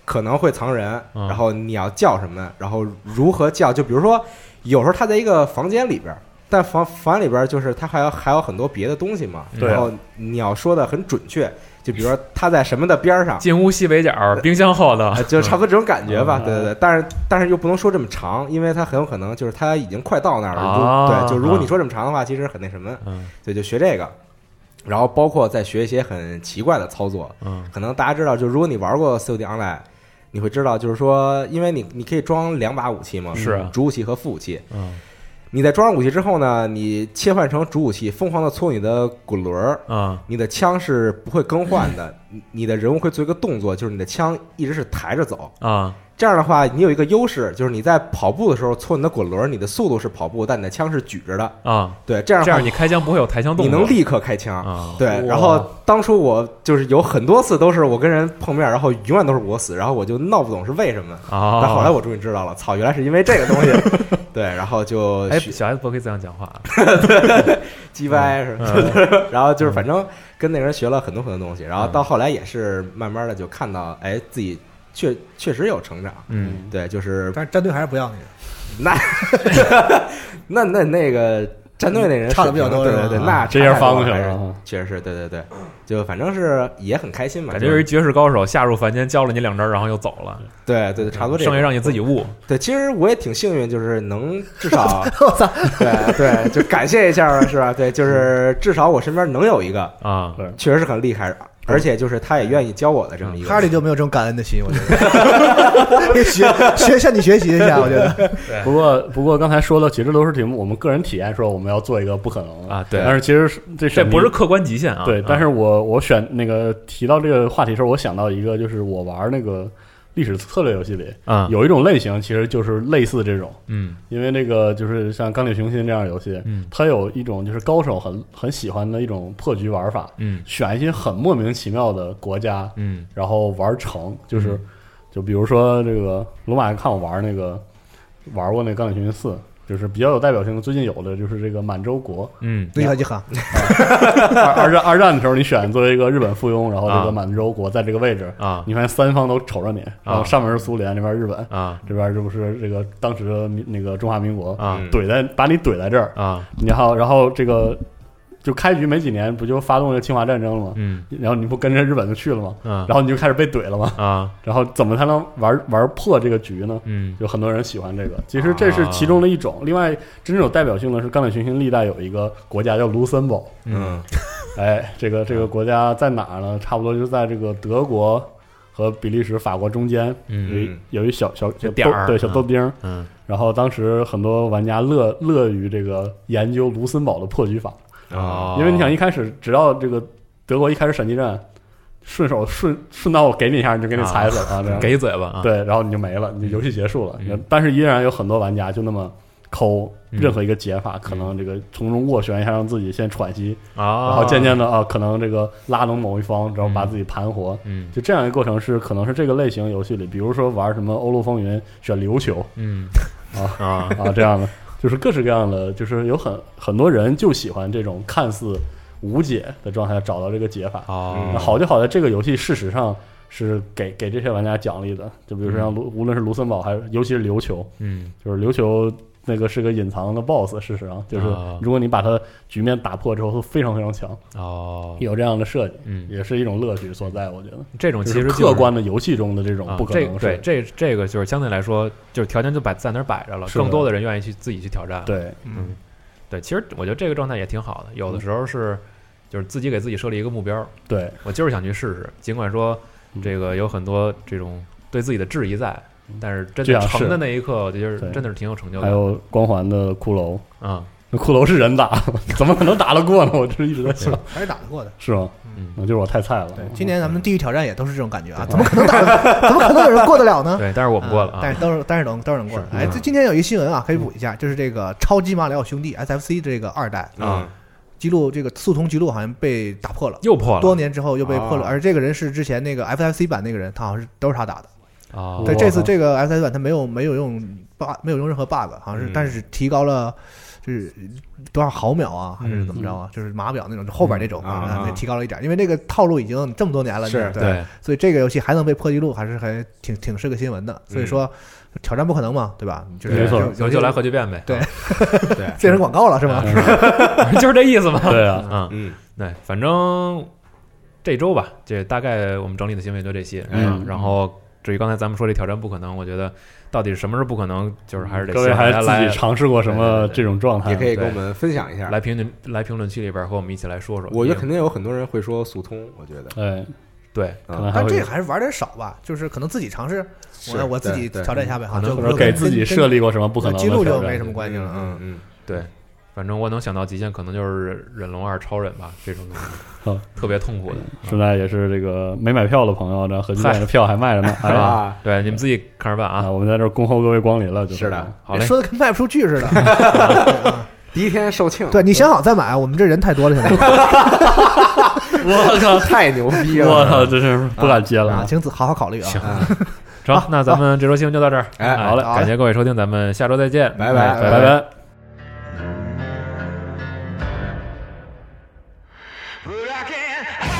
Speaker 2: 可能会藏人，
Speaker 1: 嗯
Speaker 2: 然后你要叫什么，然后如何叫？就比如说有时候他在一个房间里边儿。但房房间里边儿就是他还有还有很多别的东西嘛，
Speaker 5: 对啊
Speaker 2: 然后你要说的很准确，就比如说他在什么的边 儿上，
Speaker 1: 进屋西北角，冰箱后 头
Speaker 2: 啊，，就差不多这种感觉吧，
Speaker 5: 嗯
Speaker 2: 对对对。但是但是又不能说这么长，因为它很有可能就是它已经快到那儿了。
Speaker 1: 啊
Speaker 2: 就对，就如果你说这么长的话，其实很那什么，
Speaker 1: 嗯
Speaker 2: 对，就学这个。然后包括再学一些很奇怪的操作，
Speaker 1: 嗯
Speaker 2: 可能大家知道，就如果你玩过 COD Online，你会知道，就是说，因为你你可以装两把武器嘛，
Speaker 1: 是啊
Speaker 2: 主武器和副武器。
Speaker 1: 嗯
Speaker 2: 你在装上武器之后呢，你切换成主武器，疯狂的搓你的滚轮儿，
Speaker 1: 嗯
Speaker 2: 你的枪是不会更换的，你你的人物会做一个动作，就是你的枪一直是抬着走。
Speaker 1: 啊
Speaker 2: 这样的话，你有一个优势，就是你在跑步的时候搓你的滚轮，你的速度是跑步，但你的枪是举着的。
Speaker 1: 啊，
Speaker 2: 对，这样
Speaker 1: 这
Speaker 2: 的话
Speaker 1: 样你开枪不会有抬枪动
Speaker 2: 你
Speaker 1: 作，
Speaker 2: 能立刻开枪。
Speaker 1: 啊，
Speaker 2: 对，然后当初我就是有很多次都是我跟人碰面，然后永远都是我死，然后我就闹不懂是为什么。
Speaker 1: 啊，
Speaker 4: 哦
Speaker 2: 但后来我终于知道了，操，原来是因为这个东西。 对，然后就
Speaker 1: 哎，
Speaker 2: 学
Speaker 1: 小孩子不可以这样讲话啊，
Speaker 2: 鸡歪
Speaker 4: 嗯
Speaker 2: 什么的， 然后就是反正跟那人学了很多很多东西，然后到后来也是慢慢的就看到，哎，自己确确实有成长。
Speaker 1: 嗯，
Speaker 2: 对，就是
Speaker 4: 但是战队还是不要你，
Speaker 2: 那那那那个战队那人
Speaker 4: 差得比较多
Speaker 2: 水平
Speaker 4: 是吧
Speaker 2: 对对对，
Speaker 4: 啊
Speaker 2: 那
Speaker 5: 这些
Speaker 2: 差太多
Speaker 5: 方向
Speaker 2: 还是
Speaker 5: 啊
Speaker 2: 确实是对对对，就反正是也很开心嘛，
Speaker 1: 感觉是一
Speaker 2: 就
Speaker 1: 绝世高手下入凡间教了你两招，然后又走了，
Speaker 2: 对对对，差不多这
Speaker 1: 剩下
Speaker 2: 个。
Speaker 1: 让你自己悟，
Speaker 2: 对，其实我也挺幸运，就是能至少
Speaker 4: 我操，
Speaker 2: 对对，就感谢一下是吧？对，就是至少我身边能有一个
Speaker 1: 啊，
Speaker 5: 对
Speaker 2: 确实是很厉害，而且就是他也愿意教我的这么一个
Speaker 4: 哈利就没有这种感恩的心，我觉得， 也学学向你学习一下，我觉 得
Speaker 5: 不过不过刚才说的其实都是挺我们个人体验，说我们要做一个不可能的
Speaker 1: 啊对
Speaker 5: 但是其实是这
Speaker 1: 这
Speaker 5: 选
Speaker 1: 不
Speaker 5: 题
Speaker 1: 是客观极限啊，
Speaker 5: 对
Speaker 1: 啊，
Speaker 5: 但是我我选那个提到这个话题的时候，我想到一个，就是我玩那个历史策略游戏里，
Speaker 1: 啊，
Speaker 5: 有一种类型其实就是类似这种，
Speaker 1: 嗯
Speaker 5: 因为那个就是像《钢铁雄心》这样的游戏，
Speaker 1: 嗯
Speaker 5: 它有一种就是高手很很喜欢的一种破局玩法，
Speaker 1: 嗯
Speaker 5: 选一些很莫名其妙的国家，
Speaker 1: 嗯
Speaker 5: 然后玩成，就是、就比如说这个罗马看我玩那个玩过那《钢铁雄心四》，就是比较有代表性的，最近有的就是这个满 洲国，
Speaker 1: 嗯
Speaker 4: 对，你好，
Speaker 5: 二二战二战的时候，你选作为一个日本附庸，然后这
Speaker 1: 啊
Speaker 5: 个满洲国在这个位置，
Speaker 1: 啊
Speaker 5: 你发现三方都瞅着你，然后上面是苏联，那边是日本，
Speaker 1: 啊
Speaker 5: 这边这不是这个当时的民那个中华民国，
Speaker 1: 啊
Speaker 5: 怼在把你怼在这儿，
Speaker 1: 啊
Speaker 5: 然后然后这个就开局没几年，不就发动了侵华战争了吗？
Speaker 1: 嗯
Speaker 5: 然后你不跟着日本就去了吗？
Speaker 1: 啊
Speaker 5: 然后你就开始被怼了吗？
Speaker 1: 啊
Speaker 5: 然后怎么才能玩玩破这个局呢？
Speaker 1: 嗯
Speaker 5: 有很多人喜欢这个，其实这是其中的一
Speaker 1: 啊
Speaker 5: 种。另外，真正有代表性的是《钢铁雄心》历代有一个国家叫卢森堡，
Speaker 2: 嗯
Speaker 5: 哎，这个这个国家在哪儿呢？差不多就在这个德国和比利时、法国中间，
Speaker 1: 嗯
Speaker 5: 有一有一小小小
Speaker 1: 小点儿
Speaker 5: 豆对小豆丁儿。
Speaker 1: 嗯
Speaker 5: 然后当时很多玩家乐乐于这个研究卢森堡的破局法，
Speaker 1: 哦，
Speaker 5: 啊因为你想一开始只要这个德国一开始闪击战，顺手顺顺道我给你一下，你就给你踩死啊，这样
Speaker 1: 给一嘴巴啊，
Speaker 5: 对，然后你就没了，你就游戏结束了。
Speaker 1: 嗯
Speaker 5: 但是依然有很多玩家就那么抠
Speaker 1: 嗯
Speaker 5: 任何一个解法，可能这个从中斡旋一下，让自己先喘息，
Speaker 1: 啊，
Speaker 5: 然后渐渐的啊，可能这个拉拢某一方，然后把
Speaker 1: 嗯
Speaker 5: 自己盘活。
Speaker 1: 嗯
Speaker 5: 就这样一个过程是，可能是这个类型游戏里，比如说玩什么《欧陆风云》选 琉球
Speaker 1: 嗯
Speaker 5: 啊
Speaker 1: 啊
Speaker 5: 啊这样的，就是各式各样的，就是有很很多人就喜欢这种看似无解的状态下找到这个解法。
Speaker 1: 哦
Speaker 5: 那好就好在这个游戏事实上是给给这些玩家奖励的，就比如说像卢，无论是卢森堡还是尤其是琉球，
Speaker 1: 嗯
Speaker 5: 就是琉球那个是个隐藏的 BOSS，事实上就是
Speaker 1: 啊
Speaker 5: 如果你把它局面打破之后，会非常非常强，
Speaker 1: 哦，
Speaker 5: 有这样的设计，
Speaker 1: 嗯，
Speaker 5: 也是一种乐趣所在，我觉得。
Speaker 1: 这种其
Speaker 5: 就是
Speaker 1: 实就是
Speaker 5: 客观的游戏中的这种
Speaker 1: 啊，
Speaker 5: 不可
Speaker 1: 这
Speaker 5: 能是、
Speaker 1: 对这这个就是相对来说，就是条件就摆在那儿摆着了，
Speaker 5: 是的
Speaker 1: 更多的人愿意去自己去挑战。
Speaker 5: 对
Speaker 1: 嗯，对，其实我觉得这个状态也挺好的，
Speaker 5: 嗯
Speaker 1: 有的时候是就是自己给自己设立一个目标，
Speaker 5: 对
Speaker 1: 我就是想去试试，尽管说
Speaker 5: 嗯
Speaker 1: 这个有很多这种对自己的质疑在，但是真
Speaker 5: 这
Speaker 1: 的
Speaker 5: 样
Speaker 1: 成
Speaker 5: 是
Speaker 1: 的那一刻，我觉得就是
Speaker 5: 对哎
Speaker 1: 真的是挺有成就
Speaker 5: 还
Speaker 1: 感
Speaker 5: 有光环的骷髅，
Speaker 1: 啊。
Speaker 5: 那骷髅是人打 吗，怎么可能打得过呢？我这一直在想，
Speaker 4: 还是打得过的。
Speaker 5: 是吗？
Speaker 1: 嗯
Speaker 5: 那就是我太菜了。
Speaker 4: 对，今年咱们地狱挑战也都是这种感觉啊，怎么可能 打得？怎么可能有人过得了呢？
Speaker 1: 对，但是我们过了啊
Speaker 4: 嗯
Speaker 1: 嗯
Speaker 4: 但是都是但是能都是能过的。
Speaker 5: 是
Speaker 4: 哎，这今天有一新闻啊，可以补一下，就是这个超级马里奥兄弟 SFC 这个二代
Speaker 1: 嗯
Speaker 2: 啊
Speaker 4: 记录，这个速通记录好像被打破了，
Speaker 1: 又破
Speaker 4: 多
Speaker 1: 了
Speaker 4: 年之后又被破了。
Speaker 2: 啊
Speaker 4: 而这个人是之前那个 FFC 版那个人，他好像是都是他打的。
Speaker 1: 啊！
Speaker 4: 对，
Speaker 5: 哇
Speaker 4: 这次这个 FFC 版他没有没有用 bug，没有用任何 bug，好像是
Speaker 2: 嗯
Speaker 4: 但是提高了。就是多少毫秒啊，还是怎么着啊？就是码表那种，就后边这种
Speaker 2: 嗯啊
Speaker 4: 那提高了一点，因为这个套路已经这么多年了，
Speaker 2: 是
Speaker 4: 对，
Speaker 1: 对，
Speaker 4: 所以这个游戏还能被破纪录，还是还挺挺是个新闻的。所以说，挑战不可能嘛，对吧？就是
Speaker 5: 没错
Speaker 4: 有
Speaker 1: 就就来核聚变呗，
Speaker 4: 对
Speaker 2: 对
Speaker 4: 变成广告 了是吗？
Speaker 1: 就是这意思嘛。
Speaker 5: 对啊，
Speaker 1: 啊，
Speaker 2: 嗯
Speaker 1: 对，反正这周吧，这大概我们整理的新闻也就这些。
Speaker 5: 嗯
Speaker 1: 然后至于刚才咱们说这挑战不可能，我觉得到底什么是不可能，就是还是得
Speaker 5: 各位
Speaker 1: 希望
Speaker 5: 还
Speaker 1: 大家
Speaker 5: 自
Speaker 1: 来
Speaker 5: 己尝试过什么
Speaker 1: 对对对
Speaker 5: 这种状态
Speaker 2: 也
Speaker 5: 吗？
Speaker 2: 可以
Speaker 1: 对
Speaker 2: 跟我们分享一下。
Speaker 1: 来评论来评论区里边和我们一起来说说。
Speaker 2: 啊我觉
Speaker 1: 也
Speaker 2: 得肯定有很多人会说速通，我觉得嗯
Speaker 5: 哎，
Speaker 1: 对，
Speaker 5: 可能还
Speaker 4: 但
Speaker 5: 会
Speaker 4: 这个还是玩点少吧，就是可能自己尝试，
Speaker 2: 是
Speaker 4: 我我自己
Speaker 2: 对对
Speaker 4: 挑战一下呗，哈，
Speaker 1: 可能
Speaker 4: 就
Speaker 5: 或者给自己设
Speaker 4: 立
Speaker 5: 立过什么不可能的
Speaker 4: 记录
Speaker 5: 挑
Speaker 4: 就
Speaker 5: 战
Speaker 4: 没什么关系了。
Speaker 2: 嗯嗯
Speaker 1: 对，反正我能想到极限可能就是忍龙二超忍吧，这种东西
Speaker 5: 好
Speaker 1: 特别痛苦的。
Speaker 5: 顺带也是这个没买票的朋友，这合计卖的票还 卖着呢。哎
Speaker 2: 嗯
Speaker 5: 呀
Speaker 2: 啊，
Speaker 1: 对，你们自己看着办
Speaker 5: 啊，
Speaker 1: 啊。
Speaker 5: 我们在这儿恭候各位光临了，就是
Speaker 2: 的。
Speaker 1: 好嘞，
Speaker 4: 说的跟卖不出去似的。
Speaker 2: 第一天售罄，
Speaker 4: 对你想好再买，我们这人太多了现在
Speaker 5: 我靠，
Speaker 2: 太牛逼
Speaker 5: 我
Speaker 2: 了！嗯
Speaker 5: 操，真是不敢接了
Speaker 4: 啊，。请子好好考虑啊。
Speaker 1: 成，那咱们这周新闻就到这儿。
Speaker 2: 哎
Speaker 1: 好嘞，
Speaker 4: 好嘞
Speaker 1: 感谢各位收听，咱们下周再见，
Speaker 2: 拜拜
Speaker 1: 哎拜
Speaker 5: 拜拜。
Speaker 7: But I can't hide